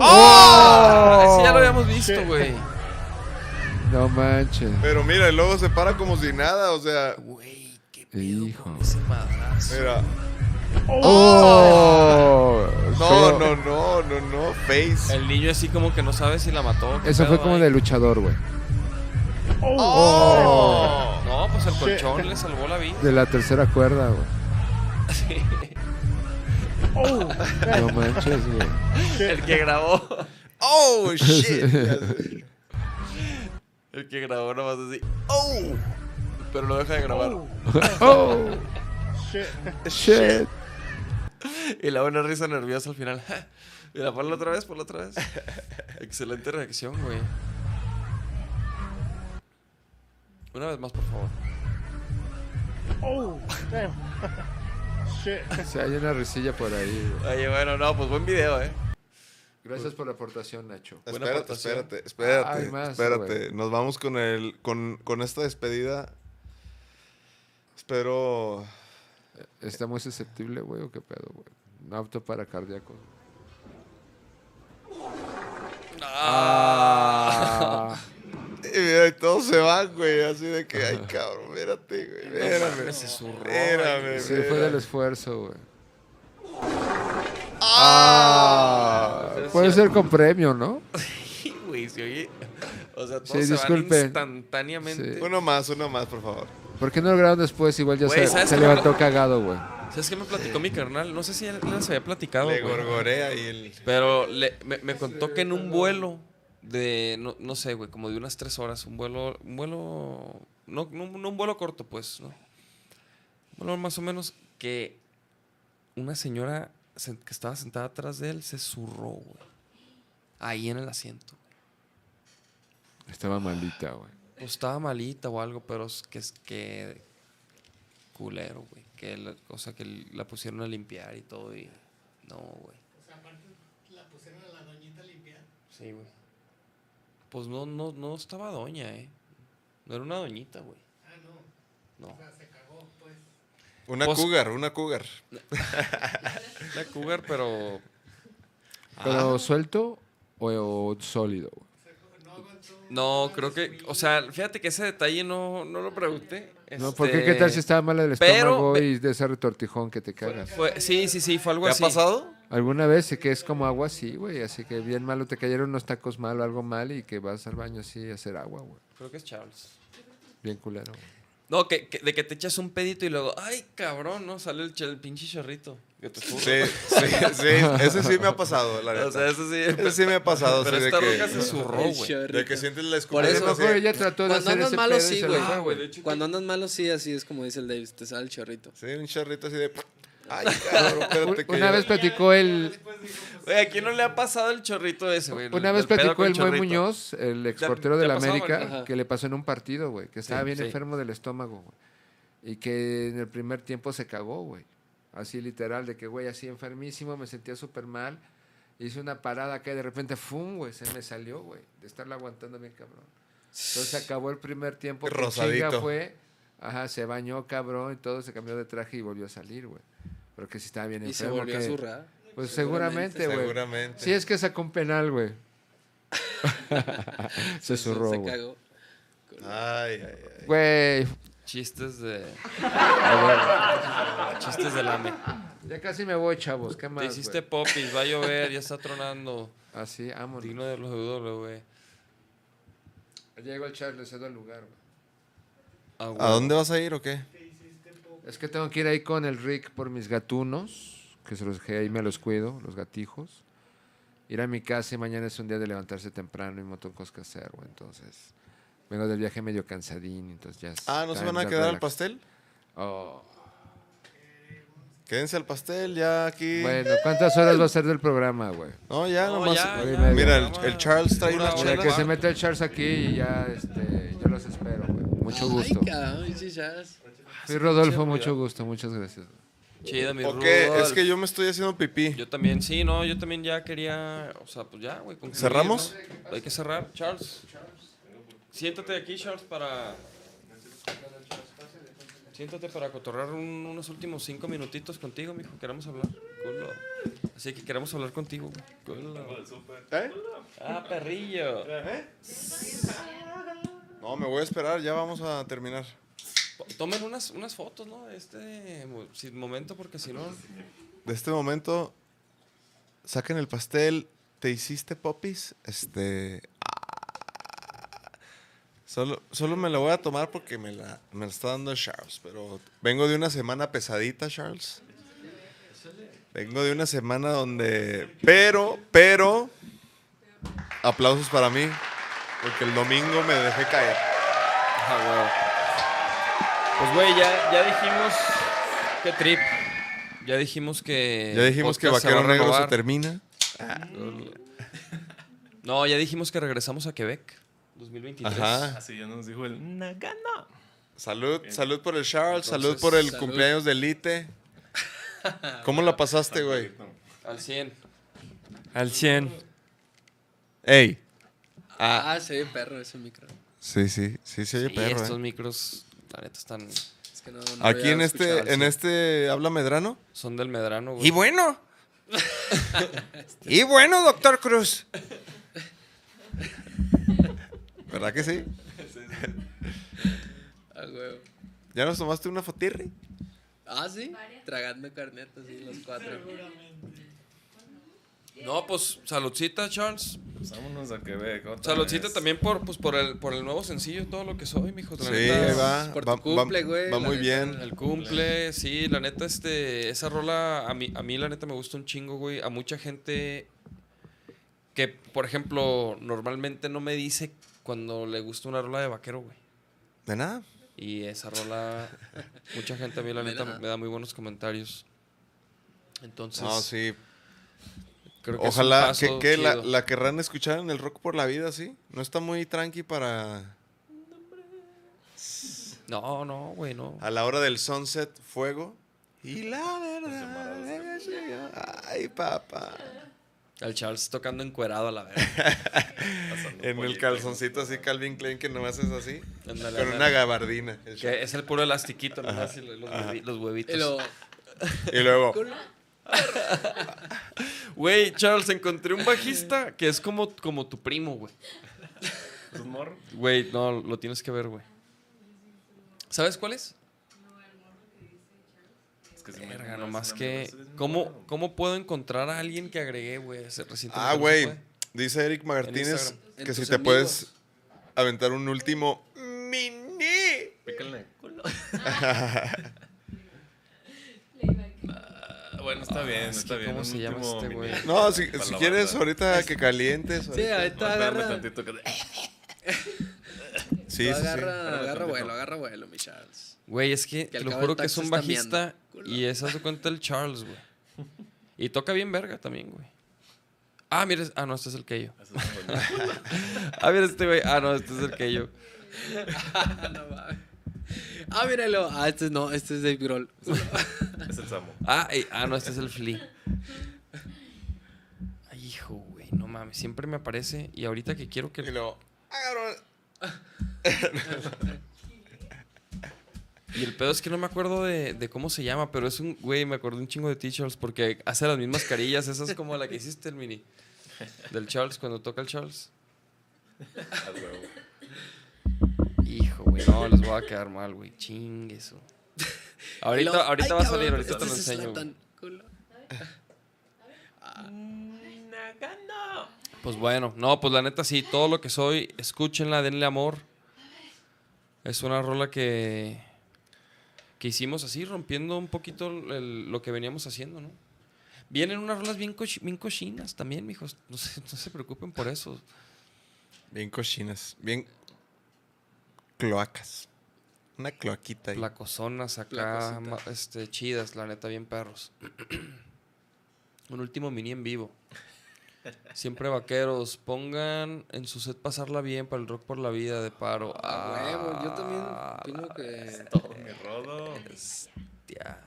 [SPEAKER 5] Ah, ese ya lo habíamos visto, güey.
[SPEAKER 6] No manches.
[SPEAKER 7] Pero mira, y luego se para como si nada, o sea...
[SPEAKER 5] Güey, qué pedo
[SPEAKER 6] Hijo.
[SPEAKER 5] con ese madrazo.
[SPEAKER 7] Mira.
[SPEAKER 6] Oh.
[SPEAKER 7] No, no, no, no, no. Face.
[SPEAKER 5] El niño así como que no sabe si la mató. o qué
[SPEAKER 6] Eso
[SPEAKER 5] pedo,
[SPEAKER 6] fue como
[SPEAKER 5] ay.
[SPEAKER 6] de luchador, güey.
[SPEAKER 7] Oh.
[SPEAKER 5] No, pues el colchón le salvó la vida.
[SPEAKER 6] De la tercera cuerda, güey. No manches, güey.
[SPEAKER 5] El que grabó.
[SPEAKER 7] Oh, shit.
[SPEAKER 5] El que grabó nomás así. ¡Oh!
[SPEAKER 7] pero lo deja de grabar.
[SPEAKER 12] Oh. Shit.
[SPEAKER 5] Y la buena risa nerviosa al final. Y la ponla otra vez, ponla otra vez. Excelente reacción, güey. Una vez más, por favor.
[SPEAKER 13] Oh, damn. Shit.
[SPEAKER 6] O sea, hay una risilla por ahí. güey.
[SPEAKER 5] Oye, bueno, no, pues buen video, eh.
[SPEAKER 6] Gracias por la aportación, Nacho.
[SPEAKER 5] Buena
[SPEAKER 7] Espérate,
[SPEAKER 5] aportación.
[SPEAKER 7] espérate, espérate.
[SPEAKER 6] Hay más,
[SPEAKER 7] espérate.
[SPEAKER 6] güey.
[SPEAKER 7] Nos vamos con el con, con esta despedida. Espero
[SPEAKER 6] ¿Está muy susceptible, güey, o qué pedo, güey? No apto para cardíaco. Ah.
[SPEAKER 7] Y mira, y todos se van, güey, así de que, ay, cabrón, espérate, güey, espérame.
[SPEAKER 5] mames, se zurró,
[SPEAKER 7] Espérame,
[SPEAKER 6] Se fue del
[SPEAKER 7] espérame.
[SPEAKER 6] esfuerzo, güey. Ah. Puede ser con premio, ¿no?
[SPEAKER 5] Sí, güey, se oye. O sea, todos
[SPEAKER 6] Sí,
[SPEAKER 5] se
[SPEAKER 6] disculpe.
[SPEAKER 5] van instantáneamente.
[SPEAKER 6] Sí.
[SPEAKER 7] Uno más, uno más, por favor.
[SPEAKER 6] ¿Por qué no lo grabaron después? Igual ya
[SPEAKER 5] Güey,
[SPEAKER 6] se,
[SPEAKER 5] ¿sabes
[SPEAKER 6] se
[SPEAKER 5] qué?
[SPEAKER 6] levantó cagado, güey.
[SPEAKER 5] ¿Sabes qué me platicó mi carnal? No sé si él les había platicado,
[SPEAKER 7] Le
[SPEAKER 5] güey.
[SPEAKER 7] gorgorea y el...
[SPEAKER 5] Pero le- me, me contó que en un vuelo de, no, no sé, güey, como de unas tres horas, un vuelo, un vuelo, no, no, no un vuelo corto, pues, ¿no? Un vuelo más o menos que una señora sen- que estaba sentada atrás de él se zurró, güey. Ahí en el asiento.
[SPEAKER 6] Estaba malita, güey.
[SPEAKER 5] Pues estaba malita o algo, pero es que es que culero, güey. Que la, o sea, que la pusieron a limpiar y todo y no, güey. O sea, aparte la pusieron a la doñita a limpiar. Sí, güey. Pues no no no estaba doña, eh. No era una doñita, güey. Ah, no. No.
[SPEAKER 7] Una
[SPEAKER 5] Pues-
[SPEAKER 7] cougar, una cougar.
[SPEAKER 5] La cougar, pero
[SPEAKER 6] ¿Pero suelto o, o sólido, güey?
[SPEAKER 5] no, creo que, o sea, fíjate que ese detalle no, no lo pregunté.
[SPEAKER 6] No, porque qué tal
[SPEAKER 5] Este,
[SPEAKER 6] si estaba mala del
[SPEAKER 5] pero
[SPEAKER 6] estómago
[SPEAKER 5] ve-
[SPEAKER 6] y de ese retortijón que te cagas.
[SPEAKER 5] fue- sí, sí, sí, fue algo
[SPEAKER 7] ¿Te ha
[SPEAKER 5] así.
[SPEAKER 7] pasado?
[SPEAKER 6] Alguna vez sé que es como agua así, güey, así que bien malo te cayeron unos tacos mal o algo mal y que vas al baño así a hacer agua, güey.
[SPEAKER 5] Creo que es Charles.
[SPEAKER 6] Bien culero. güey.
[SPEAKER 5] No, que, que- de que te echas un pedito y luego, ay, cabrón, ¿no? Sale el, ch- el pinche chorrito. Que te zurra.
[SPEAKER 7] Sí, sí, sí, ese sí me ha pasado, la verdad.
[SPEAKER 5] O sea, eso sí.
[SPEAKER 7] Ese sí me ha pasado,
[SPEAKER 5] Pero
[SPEAKER 7] sí, de
[SPEAKER 5] esta
[SPEAKER 7] que-
[SPEAKER 5] roca se zurró,
[SPEAKER 8] El
[SPEAKER 5] güey.
[SPEAKER 8] chorrito.
[SPEAKER 7] De que sientes la
[SPEAKER 8] Por
[SPEAKER 7] escupida.
[SPEAKER 8] eso,
[SPEAKER 6] A lo mejor ella trató de
[SPEAKER 8] Cuando
[SPEAKER 6] hacer
[SPEAKER 8] andas
[SPEAKER 6] ese
[SPEAKER 8] malo,
[SPEAKER 6] pedo y
[SPEAKER 8] sí,
[SPEAKER 6] se
[SPEAKER 8] güey.
[SPEAKER 6] lo- Ah, güey.
[SPEAKER 8] Cuando andas malo, sí, así es como dice el David, te sale el chorrito.
[SPEAKER 7] Sí, un charrito así de... Ay, cabrón, espérate que...
[SPEAKER 6] Una vez platicó el,
[SPEAKER 5] Güey, ¿a quién no le ha pasado el chorrito ese, güey?
[SPEAKER 6] una
[SPEAKER 5] El-
[SPEAKER 6] vez
[SPEAKER 5] el pedo
[SPEAKER 6] platicó
[SPEAKER 5] con
[SPEAKER 6] el Moy
[SPEAKER 5] chorrito.
[SPEAKER 6] Muñoz, el exportero
[SPEAKER 5] te
[SPEAKER 6] de
[SPEAKER 5] ha
[SPEAKER 6] la
[SPEAKER 5] pasado,
[SPEAKER 6] América,
[SPEAKER 5] Marco? Ajá.
[SPEAKER 6] que le pasó en un partido, güey, que estaba bien
[SPEAKER 5] sí.
[SPEAKER 6] enfermo del estómago, güey. Y que en el primer tiempo se cagó, güey. Así literal, de que, güey, así enfermísimo, me sentía súper mal. Hice una parada acá y de repente, ¡fum! güey, se me salió, güey. De estarla aguantando bien, cabrón. Entonces acabó el primer tiempo. que
[SPEAKER 7] Rosadito.
[SPEAKER 6] chinga fue. Ajá, se bañó, cabrón, y todo, se cambió de traje y volvió a salir, güey. Pero que sí estaba bien
[SPEAKER 8] Y se
[SPEAKER 6] enfermo.
[SPEAKER 8] volvió a
[SPEAKER 6] que-
[SPEAKER 8] zurrar.
[SPEAKER 6] Pues seguramente, güey.
[SPEAKER 7] Seguramente.
[SPEAKER 6] Sí, es que sacó un penal, güey. se zurró,
[SPEAKER 8] Se
[SPEAKER 6] güey.
[SPEAKER 8] cagó.
[SPEAKER 7] Ay, ay, ay.
[SPEAKER 6] Güey,
[SPEAKER 5] Chistes de.
[SPEAKER 7] Ah,
[SPEAKER 5] Chistes del AME.
[SPEAKER 6] ya casi me voy, chavos. ¿Qué más,
[SPEAKER 5] Te
[SPEAKER 6] güey?
[SPEAKER 5] hiciste popis, va a llover, ya está tronando.
[SPEAKER 6] Así, vámonos.
[SPEAKER 5] Digno de los E. WWE.
[SPEAKER 6] Llego al chat, le cedo el lugar, güey.
[SPEAKER 5] Ah, güey.
[SPEAKER 7] ¿A dónde vas a ir o qué?
[SPEAKER 6] Es que tengo que ir ahí con el Rick por mis gatunos, que se los dejé ahí, me los cuido, los gatijos. Ir a mi casa y mañana es un día de levantarse temprano y un montón de cosas que hacer, güey. Entonces, vengo del viaje medio cansadín, entonces ya... es
[SPEAKER 7] Ah, ¿no se
[SPEAKER 6] time
[SPEAKER 7] van a
[SPEAKER 6] to
[SPEAKER 7] quedar al
[SPEAKER 6] relax.
[SPEAKER 7] pastel?
[SPEAKER 6] Oh.
[SPEAKER 7] Quédense al pastel, ya aquí.
[SPEAKER 6] Bueno, ¿cuántas horas va a ser del programa, güey?
[SPEAKER 7] No, ya
[SPEAKER 5] No,
[SPEAKER 7] nomás.
[SPEAKER 5] ya,
[SPEAKER 6] ya.
[SPEAKER 7] Mira, el, el Charles trae
[SPEAKER 5] Una
[SPEAKER 7] unas
[SPEAKER 5] hora.
[SPEAKER 6] Mira, que
[SPEAKER 7] chelas.
[SPEAKER 6] se meta el Charles aquí y ya, este, yo los espero, güey. Mucho gusto.
[SPEAKER 8] Ay, cabrón, chichas.
[SPEAKER 6] Soy Rodolfo, mucho gusto, muchas gracias.
[SPEAKER 5] Chida, mi
[SPEAKER 7] ¿O qué?
[SPEAKER 5] Rudolf.
[SPEAKER 7] Es que yo me estoy haciendo pipí.
[SPEAKER 5] Yo también, sí, no, yo también ya quería, o sea, pues ya, güey. concluir,
[SPEAKER 7] ¿Cerramos?
[SPEAKER 5] ¿no? Hay que cerrar, Charles. Siéntate aquí, Charles, para... Siéntate para cotorrar un- unos últimos cinco minutitos contigo, mijo. Queremos hablar. Culo. Así que queremos hablar contigo, güey. Culo.
[SPEAKER 7] ¿Eh?
[SPEAKER 5] Ah, perrillo.
[SPEAKER 7] No, me voy a esperar, ya vamos a terminar.
[SPEAKER 5] Tomen unas, unas fotos, ¿no? De este mo- si- momento, porque si no...
[SPEAKER 7] De este momento, saquen el pastel. ¿Te hiciste popis? Este. ah. Solo, solo me la voy a tomar porque me la, me la está dando Charles. Pero vengo de una semana pesadita, Charles. Vengo de una semana donde. Pero, pero. Aplausos para mí. Porque el domingo me dejé caer.
[SPEAKER 5] Ah, Pues, güey, ya, ya dijimos. Qué trip. Ya dijimos que.
[SPEAKER 7] Ya dijimos que
[SPEAKER 5] podcast va
[SPEAKER 7] Vaquero
[SPEAKER 5] a
[SPEAKER 7] Negro se
[SPEAKER 5] renovar.
[SPEAKER 7] termina.
[SPEAKER 5] No, ya dijimos que regresamos a Quebec. 2023.
[SPEAKER 7] Ajá.
[SPEAKER 14] pues, Así ya nos dijo el Nagano.
[SPEAKER 7] Salud, salud por el Charles, salud
[SPEAKER 5] Entonces,
[SPEAKER 7] por el
[SPEAKER 5] salud.
[SPEAKER 7] cumpleaños de Elite. ¿Cómo la pasaste, güey?
[SPEAKER 5] Al 100.
[SPEAKER 14] Al 100.
[SPEAKER 7] Ey.
[SPEAKER 8] Ah, sí, perro, ese micro.
[SPEAKER 7] Sí, sí, sí se oye
[SPEAKER 5] Y
[SPEAKER 7] perro.
[SPEAKER 5] estos
[SPEAKER 7] eh.
[SPEAKER 5] micros, la neta, están.
[SPEAKER 8] que no,
[SPEAKER 7] Aquí en este, en este habla Medrano.
[SPEAKER 5] Son del Medrano, güey.
[SPEAKER 7] Y bueno. y bueno, doctor Cruz. ¿Verdad que sí?
[SPEAKER 8] Ah, huevo.
[SPEAKER 7] ¿Ya nos tomaste una fotirri?
[SPEAKER 8] Ah, sí. Tragando carnetas, sí, los cuatro.
[SPEAKER 5] No, pues saludcita, Charles.
[SPEAKER 14] Pues, Vámonos a Quebec. otra
[SPEAKER 5] Saludcita
[SPEAKER 14] vez.
[SPEAKER 5] también por, pues, por, el, por el nuevo sencillo, todo lo que soy, mijo. la
[SPEAKER 7] Sí,
[SPEAKER 5] neta.
[SPEAKER 7] ahí va, Por tu va- va- cumple, güey, va la muy neta. bien.
[SPEAKER 5] El cumple, sí, la neta, este, esa rola a mí, a mí la neta me gusta un chingo, güey. A mucha gente que, por ejemplo, normalmente no me dice cuando le gusta una rola de vaquero, güey.
[SPEAKER 7] De nada.
[SPEAKER 5] Y esa rola, mucha gente a mí la
[SPEAKER 8] De
[SPEAKER 5] neta
[SPEAKER 8] nada.
[SPEAKER 5] me da muy buenos comentarios. Entonces...
[SPEAKER 7] No, sí.
[SPEAKER 5] Creo que es un
[SPEAKER 7] Ojalá
[SPEAKER 5] paso
[SPEAKER 7] que, que la,
[SPEAKER 5] chido.
[SPEAKER 7] la querrán escuchar en el rock por la vida, ¿sí? No está muy tranqui para...
[SPEAKER 5] No, no, güey, no.
[SPEAKER 7] A la hora del sunset, fuego. Y la verdad debe ser- Ay, papá.
[SPEAKER 5] Al Charles tocando encuerado a la verga.
[SPEAKER 7] En el calzoncito así, Calvin Klein, que no haces así.
[SPEAKER 5] Ándale,
[SPEAKER 7] con
[SPEAKER 5] ándale.
[SPEAKER 7] una gabardina. El
[SPEAKER 5] Que es el puro elastiquito, nomás,
[SPEAKER 7] Ajá,
[SPEAKER 5] y lo- los,
[SPEAKER 7] ajá.
[SPEAKER 5] huevi- los huevitos.
[SPEAKER 8] Y luego-
[SPEAKER 7] Y luego-
[SPEAKER 5] Güey, Charles, encontré un bajista que es como, como tu primo, güey.
[SPEAKER 14] ¿Es morro?
[SPEAKER 5] Güey, no, lo tienes que ver, güey. ¿Sabes cuál es?
[SPEAKER 14] Es que se me
[SPEAKER 5] Verga,
[SPEAKER 14] hace
[SPEAKER 5] nomás
[SPEAKER 14] una
[SPEAKER 5] que...
[SPEAKER 14] mierda, es mi
[SPEAKER 5] ¿cómo, ¿Cómo puedo encontrar a alguien que agregué, güey? Hace- recientemente
[SPEAKER 7] Ah,
[SPEAKER 5] no
[SPEAKER 7] güey.
[SPEAKER 5] se fue.
[SPEAKER 7] Dice Eric Martínez
[SPEAKER 5] Instagram.
[SPEAKER 7] que
[SPEAKER 5] En
[SPEAKER 7] si
[SPEAKER 5] tus
[SPEAKER 7] te
[SPEAKER 5] amigos.
[SPEAKER 7] puedes aventar un último. ¡Mini!
[SPEAKER 14] Pícale el culo. Ah, bueno, está bien,
[SPEAKER 5] es
[SPEAKER 14] está
[SPEAKER 5] que
[SPEAKER 14] bien.
[SPEAKER 5] ¿cómo
[SPEAKER 14] un
[SPEAKER 5] se llama
[SPEAKER 14] último
[SPEAKER 5] este güey?
[SPEAKER 14] mini
[SPEAKER 7] No, si,
[SPEAKER 14] para
[SPEAKER 7] si
[SPEAKER 14] la
[SPEAKER 7] quieres,
[SPEAKER 14] banda.
[SPEAKER 7] ahorita que calientes.
[SPEAKER 8] Sí, ahí está,
[SPEAKER 14] Dame
[SPEAKER 8] agarra.
[SPEAKER 14] tantito que-
[SPEAKER 7] Sí,
[SPEAKER 8] Tú
[SPEAKER 7] sí, sí.
[SPEAKER 8] agarra, agarra
[SPEAKER 14] Espérame,
[SPEAKER 8] vuelo, agarra vuelo, mi Charles.
[SPEAKER 5] Güey, es que,
[SPEAKER 8] Que al
[SPEAKER 5] te lo
[SPEAKER 8] cabo
[SPEAKER 5] juro
[SPEAKER 8] el
[SPEAKER 5] que es
[SPEAKER 8] taxi
[SPEAKER 5] un
[SPEAKER 8] está miando.
[SPEAKER 5] bajista y es, hace cuenta, el Charles, güey. Y toca bien verga también, güey. Ah, mira, es- ah, no, este es el que yo. ah, mira este güey. Ah, no, este es el que yo.
[SPEAKER 8] No mames. ah, míralo. Ah, este no, este es Dave Grohl.
[SPEAKER 14] Es el Samo.
[SPEAKER 5] Ah, y- ah, no, este es el Flea. Ay, hijo, güey, no mames. Siempre me aparece y ahorita que quiero que...
[SPEAKER 7] Y luego, agarra-
[SPEAKER 5] Y el pedo es que no me acuerdo de, de cómo se llama, pero es un, güey, me acordé un chingo de T-Charles porque hace las mismas carillas. Esa es como la que hiciste el mini. Del Charles, cuando toca el Charles.
[SPEAKER 14] Ah, huevo.
[SPEAKER 5] Hijo, güey, no, les voy a quedar mal, güey. Chingue eso. Ahorita,
[SPEAKER 8] Y luego,
[SPEAKER 5] ahorita
[SPEAKER 8] ay,
[SPEAKER 5] va a
[SPEAKER 8] cabrón,
[SPEAKER 5] salir, ahorita
[SPEAKER 8] este
[SPEAKER 5] te lo
[SPEAKER 8] es
[SPEAKER 5] enseño.
[SPEAKER 8] Zlatan,
[SPEAKER 5] güey.
[SPEAKER 8] culo.
[SPEAKER 14] Nagano.
[SPEAKER 5] Pues bueno, no, pues la neta sí, todo lo que soy, escúchenla, denle amor. Es una rola que, que hicimos así, rompiendo un poquito el- lo que veníamos haciendo, ¿no? Vienen unas rolas bien, cochi- bien cochinas también, mijos. No se, no se preocupen por eso.
[SPEAKER 7] Bien cochinas. Bien cloacas. Una cloaquita ahí.
[SPEAKER 5] Placozonas acá, ma- este, chidas, la neta, bien perros. Un último mini en vivo. Siempre vaqueros, pongan en su set pasarla bien para el rock por la vida de paro.
[SPEAKER 8] Ah, huevo, yo también
[SPEAKER 5] Ah,
[SPEAKER 8] opino que.
[SPEAKER 14] Todo mi rodo.
[SPEAKER 5] hostia.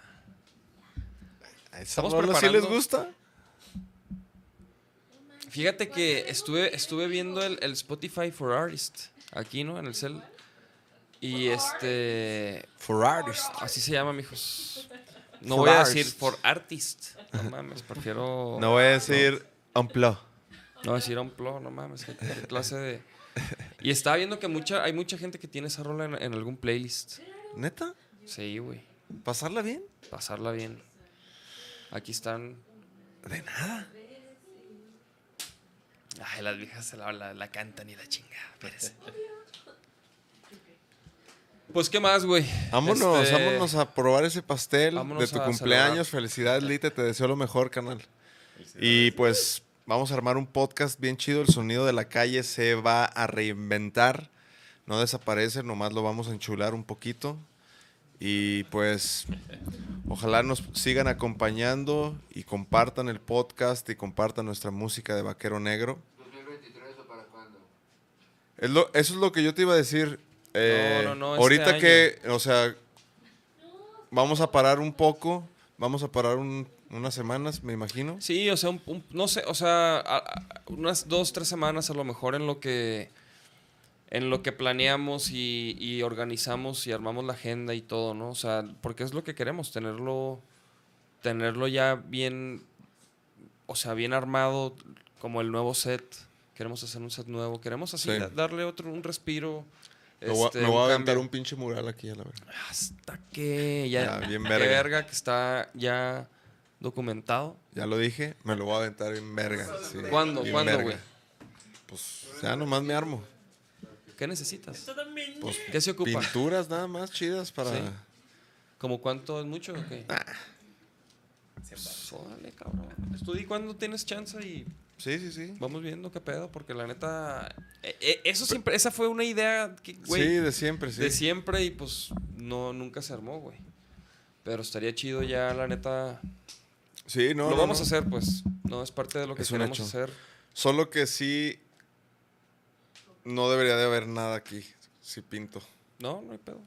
[SPEAKER 7] ¿A esa
[SPEAKER 5] Estamos
[SPEAKER 7] rola sí
[SPEAKER 5] preparando.
[SPEAKER 7] les gusta?
[SPEAKER 5] Fíjate que estuve, estuve viendo el, el Spotify for Artists aquí, ¿no? En el cel. Y este.
[SPEAKER 7] For Artists.
[SPEAKER 5] Así se llama, mijos. No
[SPEAKER 7] For
[SPEAKER 5] voy a
[SPEAKER 7] Artists.
[SPEAKER 5] decir for artist. No mames, prefiero.
[SPEAKER 7] No voy a decir unplug.
[SPEAKER 5] No, decir un plo, no mames, qué, qué clase de. Y estaba viendo que mucha, hay mucha gente que tiene esa rola en, en algún playlist.
[SPEAKER 7] ¿Neta?
[SPEAKER 5] Sí, güey.
[SPEAKER 7] ¿Pasarla bien?
[SPEAKER 5] Pasarla bien. Aquí están.
[SPEAKER 7] De nada.
[SPEAKER 5] Ay, las viejas se la, la- la cantan y la chingada. espérense. Pues, ¿qué más, güey?
[SPEAKER 7] Vámonos,
[SPEAKER 5] Este,
[SPEAKER 7] vámonos a probar ese pastel de
[SPEAKER 5] vámonos
[SPEAKER 7] tu
[SPEAKER 5] a
[SPEAKER 7] cumpleaños. Felicidades, Lite, te deseo lo mejor, canal. Y pues vamos a armar un podcast bien chido. El sonido de la calle se va a reinventar. No desaparece, nomás lo vamos a enchular un poquito. Y pues ojalá nos sigan acompañando y compartan el podcast y compartan nuestra música de Vaquero Negro. Es lo- eso es lo que yo te iba a decir. Eh,
[SPEAKER 5] no, no, este
[SPEAKER 7] ahorita
[SPEAKER 5] año.
[SPEAKER 7] que, o sea, vamos a parar un poco, vamos a parar un- unas semanas, me imagino.
[SPEAKER 5] Sí, o sea, un- un- no sé, o sea, a- a- unas dos, tres semanas a lo mejor en lo que en lo que planeamos y, y organizamos y armamos la agenda y todo, ¿no? O sea, porque es lo que queremos, tenerlo, tenerlo ya bien, o sea, bien armado como el nuevo set. Queremos hacer un set nuevo, queremos así
[SPEAKER 7] Sí.
[SPEAKER 5] da- darle otro, un respiro.
[SPEAKER 7] me voy, a-
[SPEAKER 5] este,
[SPEAKER 7] me voy a
[SPEAKER 5] un
[SPEAKER 7] aventar
[SPEAKER 5] cambio.
[SPEAKER 7] un pinche mural aquí a la verga.
[SPEAKER 5] Hasta que ya,
[SPEAKER 7] Ya, Ah, bien
[SPEAKER 5] qué
[SPEAKER 7] verga.
[SPEAKER 5] verga que está ya documentado.
[SPEAKER 7] Ya lo dije, me lo voy a aventar en verga. sí,
[SPEAKER 5] ¿Cuándo?
[SPEAKER 7] bien
[SPEAKER 5] ¿Cuándo,
[SPEAKER 7] verga.
[SPEAKER 5] güey?
[SPEAKER 7] Pues ya nomás me armo.
[SPEAKER 5] ¿Qué necesitas?
[SPEAKER 7] Pues,
[SPEAKER 5] ¿Qué se ocupa?
[SPEAKER 7] Pinturas nada más chidas para.
[SPEAKER 5] Sí. ¿Como cuánto es mucho o qué?
[SPEAKER 7] Ah.
[SPEAKER 5] Pues, órale, cabrón. Tú di cuándo tienes chance y.
[SPEAKER 7] Sí, sí, sí.
[SPEAKER 5] Vamos viendo qué pedo, porque la neta. eh, eh, eso siempre, esa fue una idea que, güey.
[SPEAKER 7] Sí, de siempre, sí.
[SPEAKER 5] De siempre y pues no, nunca se armó, güey. Pero estaría chido ya, la neta.
[SPEAKER 7] Sí, no.
[SPEAKER 5] Lo
[SPEAKER 7] no,
[SPEAKER 5] vamos
[SPEAKER 7] no.
[SPEAKER 5] a hacer, pues. No es parte de lo que
[SPEAKER 7] Es un
[SPEAKER 5] queremos
[SPEAKER 7] hecho.
[SPEAKER 5] hacer.
[SPEAKER 7] Solo que sí. No debería de haber nada aquí. Si pinto.
[SPEAKER 5] No, no hay pedo.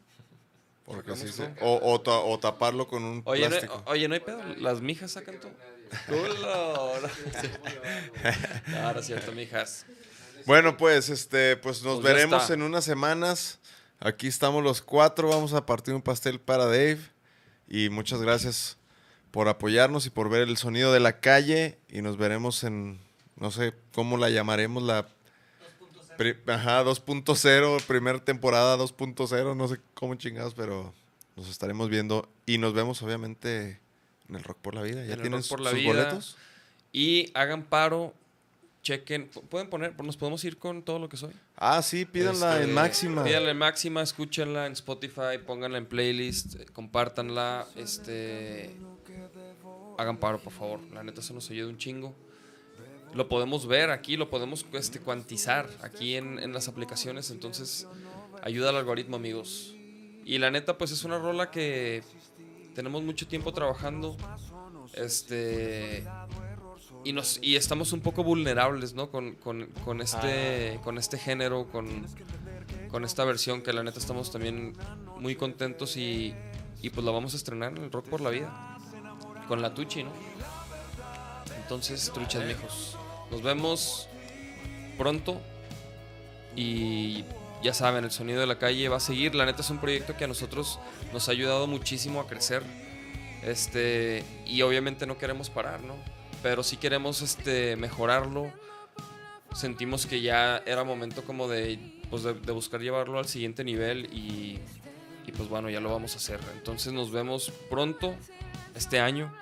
[SPEAKER 7] Porque
[SPEAKER 5] Sacamos
[SPEAKER 7] sí se-
[SPEAKER 5] todo.
[SPEAKER 7] o, o ta- o taparlo con un
[SPEAKER 5] Oye, no, hay-
[SPEAKER 7] plástico.
[SPEAKER 5] oye, no hay pedo. Las mijas sacan todo. Culo, no. No, no es cierto, mijas.
[SPEAKER 7] Bueno, pues, este, pues nos
[SPEAKER 5] Pues ya
[SPEAKER 7] veremos
[SPEAKER 5] está.
[SPEAKER 7] en unas semanas. Aquí estamos los cuatro. Vamos a partir un pastel para Dave. Y muchas gracias por apoyarnos y por ver el sonido de la calle. Y nos veremos en, no sé cómo la llamaremos, la... pri- Ajá, 2.0, primera temporada 2.0, no sé cómo chingados, pero nos estaremos viendo y nos vemos obviamente en el Rock por la Vida. ¿Ya
[SPEAKER 5] en el
[SPEAKER 7] tienen
[SPEAKER 5] Rock por la
[SPEAKER 7] sus
[SPEAKER 5] Vida.
[SPEAKER 7] boletos?
[SPEAKER 5] Y hagan paro, chequen, pu- pueden poner, nos podemos ir con todo lo que soy.
[SPEAKER 7] Ah, sí, pídanla
[SPEAKER 5] Este,
[SPEAKER 7] en máxima.
[SPEAKER 5] Pídanla en máxima, escúchenla en Spotify, pónganla en playlist, eh, compártanla, este hagan paro, por favor. La neta se nos ayuda un chingo. Lo podemos ver aquí, lo podemos este, cuantizar aquí en, en las aplicaciones. Entonces, ayuda al algoritmo, amigos. Y la neta, pues es una rola que tenemos mucho tiempo trabajando. Este. Y, nos, y estamos un poco vulnerables, ¿no? Con, con- con este, con este género, con, con esta versión que la neta estamos también muy contentos y, y pues la vamos a estrenar en el Rock por la Vida. Con la Tucci, ¿no? Entonces, truchas, mijos. Nos vemos pronto. Y ya saben, el sonido de la calle va a seguir. La neta es un proyecto que a nosotros nos ha ayudado muchísimo a crecer. Este, y obviamente no queremos parar, ¿no? Pero sí queremos este, mejorarlo. Sentimos que ya era momento como de, pues, de, de buscar llevarlo al siguiente nivel y, y pues bueno, ya lo vamos a hacer. Entonces nos vemos pronto este año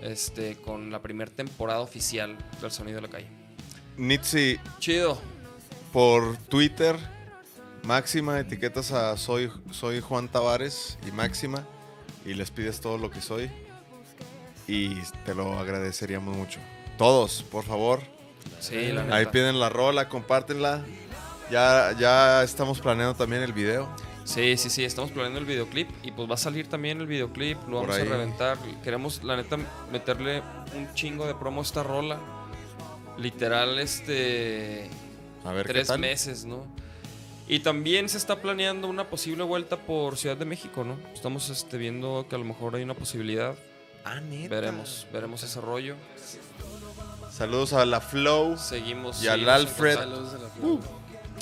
[SPEAKER 5] este, con la primera temporada oficial del Sonido de la Calle.
[SPEAKER 7] Nitsi.
[SPEAKER 5] Chido.
[SPEAKER 7] Por Twitter, Máxima, etiquetas a soy, soy Juan Tavares y Máxima y les pides todo lo que soy. Y te lo agradeceríamos mucho. Todos, por favor.
[SPEAKER 5] Sí, la neta.
[SPEAKER 7] Ahí piden la rola, compártenla. Ya, ya estamos planeando también el video.
[SPEAKER 5] Sí, sí, sí, estamos planeando el videoclip y pues va a salir también el videoclip, lo
[SPEAKER 7] Por
[SPEAKER 5] vamos a
[SPEAKER 7] ahí.
[SPEAKER 5] reventar. Queremos, la neta, meterle un chingo de promo a esta rola. Literal, este.
[SPEAKER 7] A ver qué
[SPEAKER 5] Tres
[SPEAKER 7] tal.
[SPEAKER 5] meses, ¿no? Y también se está planeando una posible vuelta por Ciudad de México, ¿no? Estamos este, viendo que a lo mejor hay una posibilidad.
[SPEAKER 7] Ah, neta.
[SPEAKER 5] Veremos, veremos ese rollo.
[SPEAKER 7] Saludos a la Flow
[SPEAKER 5] Seguimos.
[SPEAKER 7] y al
[SPEAKER 5] seguimos en
[SPEAKER 7] Alfred.
[SPEAKER 5] contacto. Uh.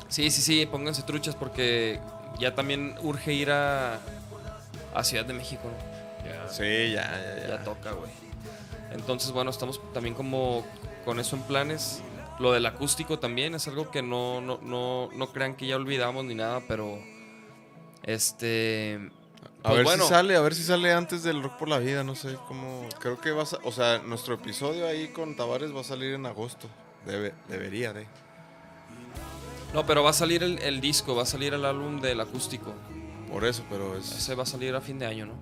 [SPEAKER 5] Sí, sí, sí, pónganse truchas porque ya también urge ir a, a Ciudad de México. ¿no?
[SPEAKER 7] Sí, ya, ya, ya.
[SPEAKER 5] Ya toca, güey. Entonces, bueno, estamos también como con eso en planes. Lo del acústico también es algo que no, no, no, no crean que ya olvidamos ni nada, pero este...
[SPEAKER 7] A ver si sale, a ver si sale antes del Rock por la Vida, no sé cómo. Creo que va a. sa- O sea, nuestro episodio ahí con Tavares va a salir en agosto. Debe- debería de.
[SPEAKER 5] No, pero va a salir el, el disco, va a salir el álbum del acústico.
[SPEAKER 7] Por eso, pero es.
[SPEAKER 5] Ese va a salir a fin de año, ¿no?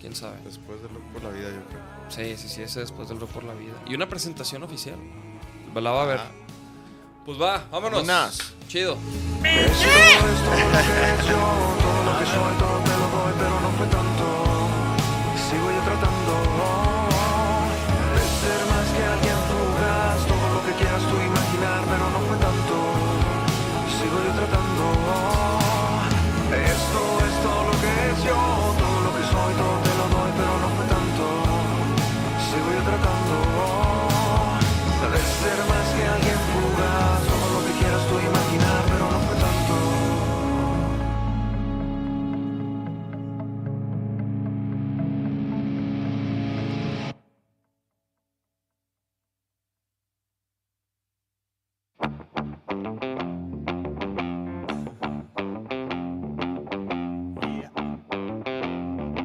[SPEAKER 5] ¿Quién sabe?
[SPEAKER 7] Después del Rock por la Vida, yo creo.
[SPEAKER 5] Sí, sí, sí, ese después del Rock por la Vida. Y Ah. una presentación oficial. La va a ver. Pues va, vámonos.
[SPEAKER 7] Vámonos.
[SPEAKER 5] Chido.
[SPEAKER 1] Esto es todo lo que soy, todo te lo doy, pero no fue tanto.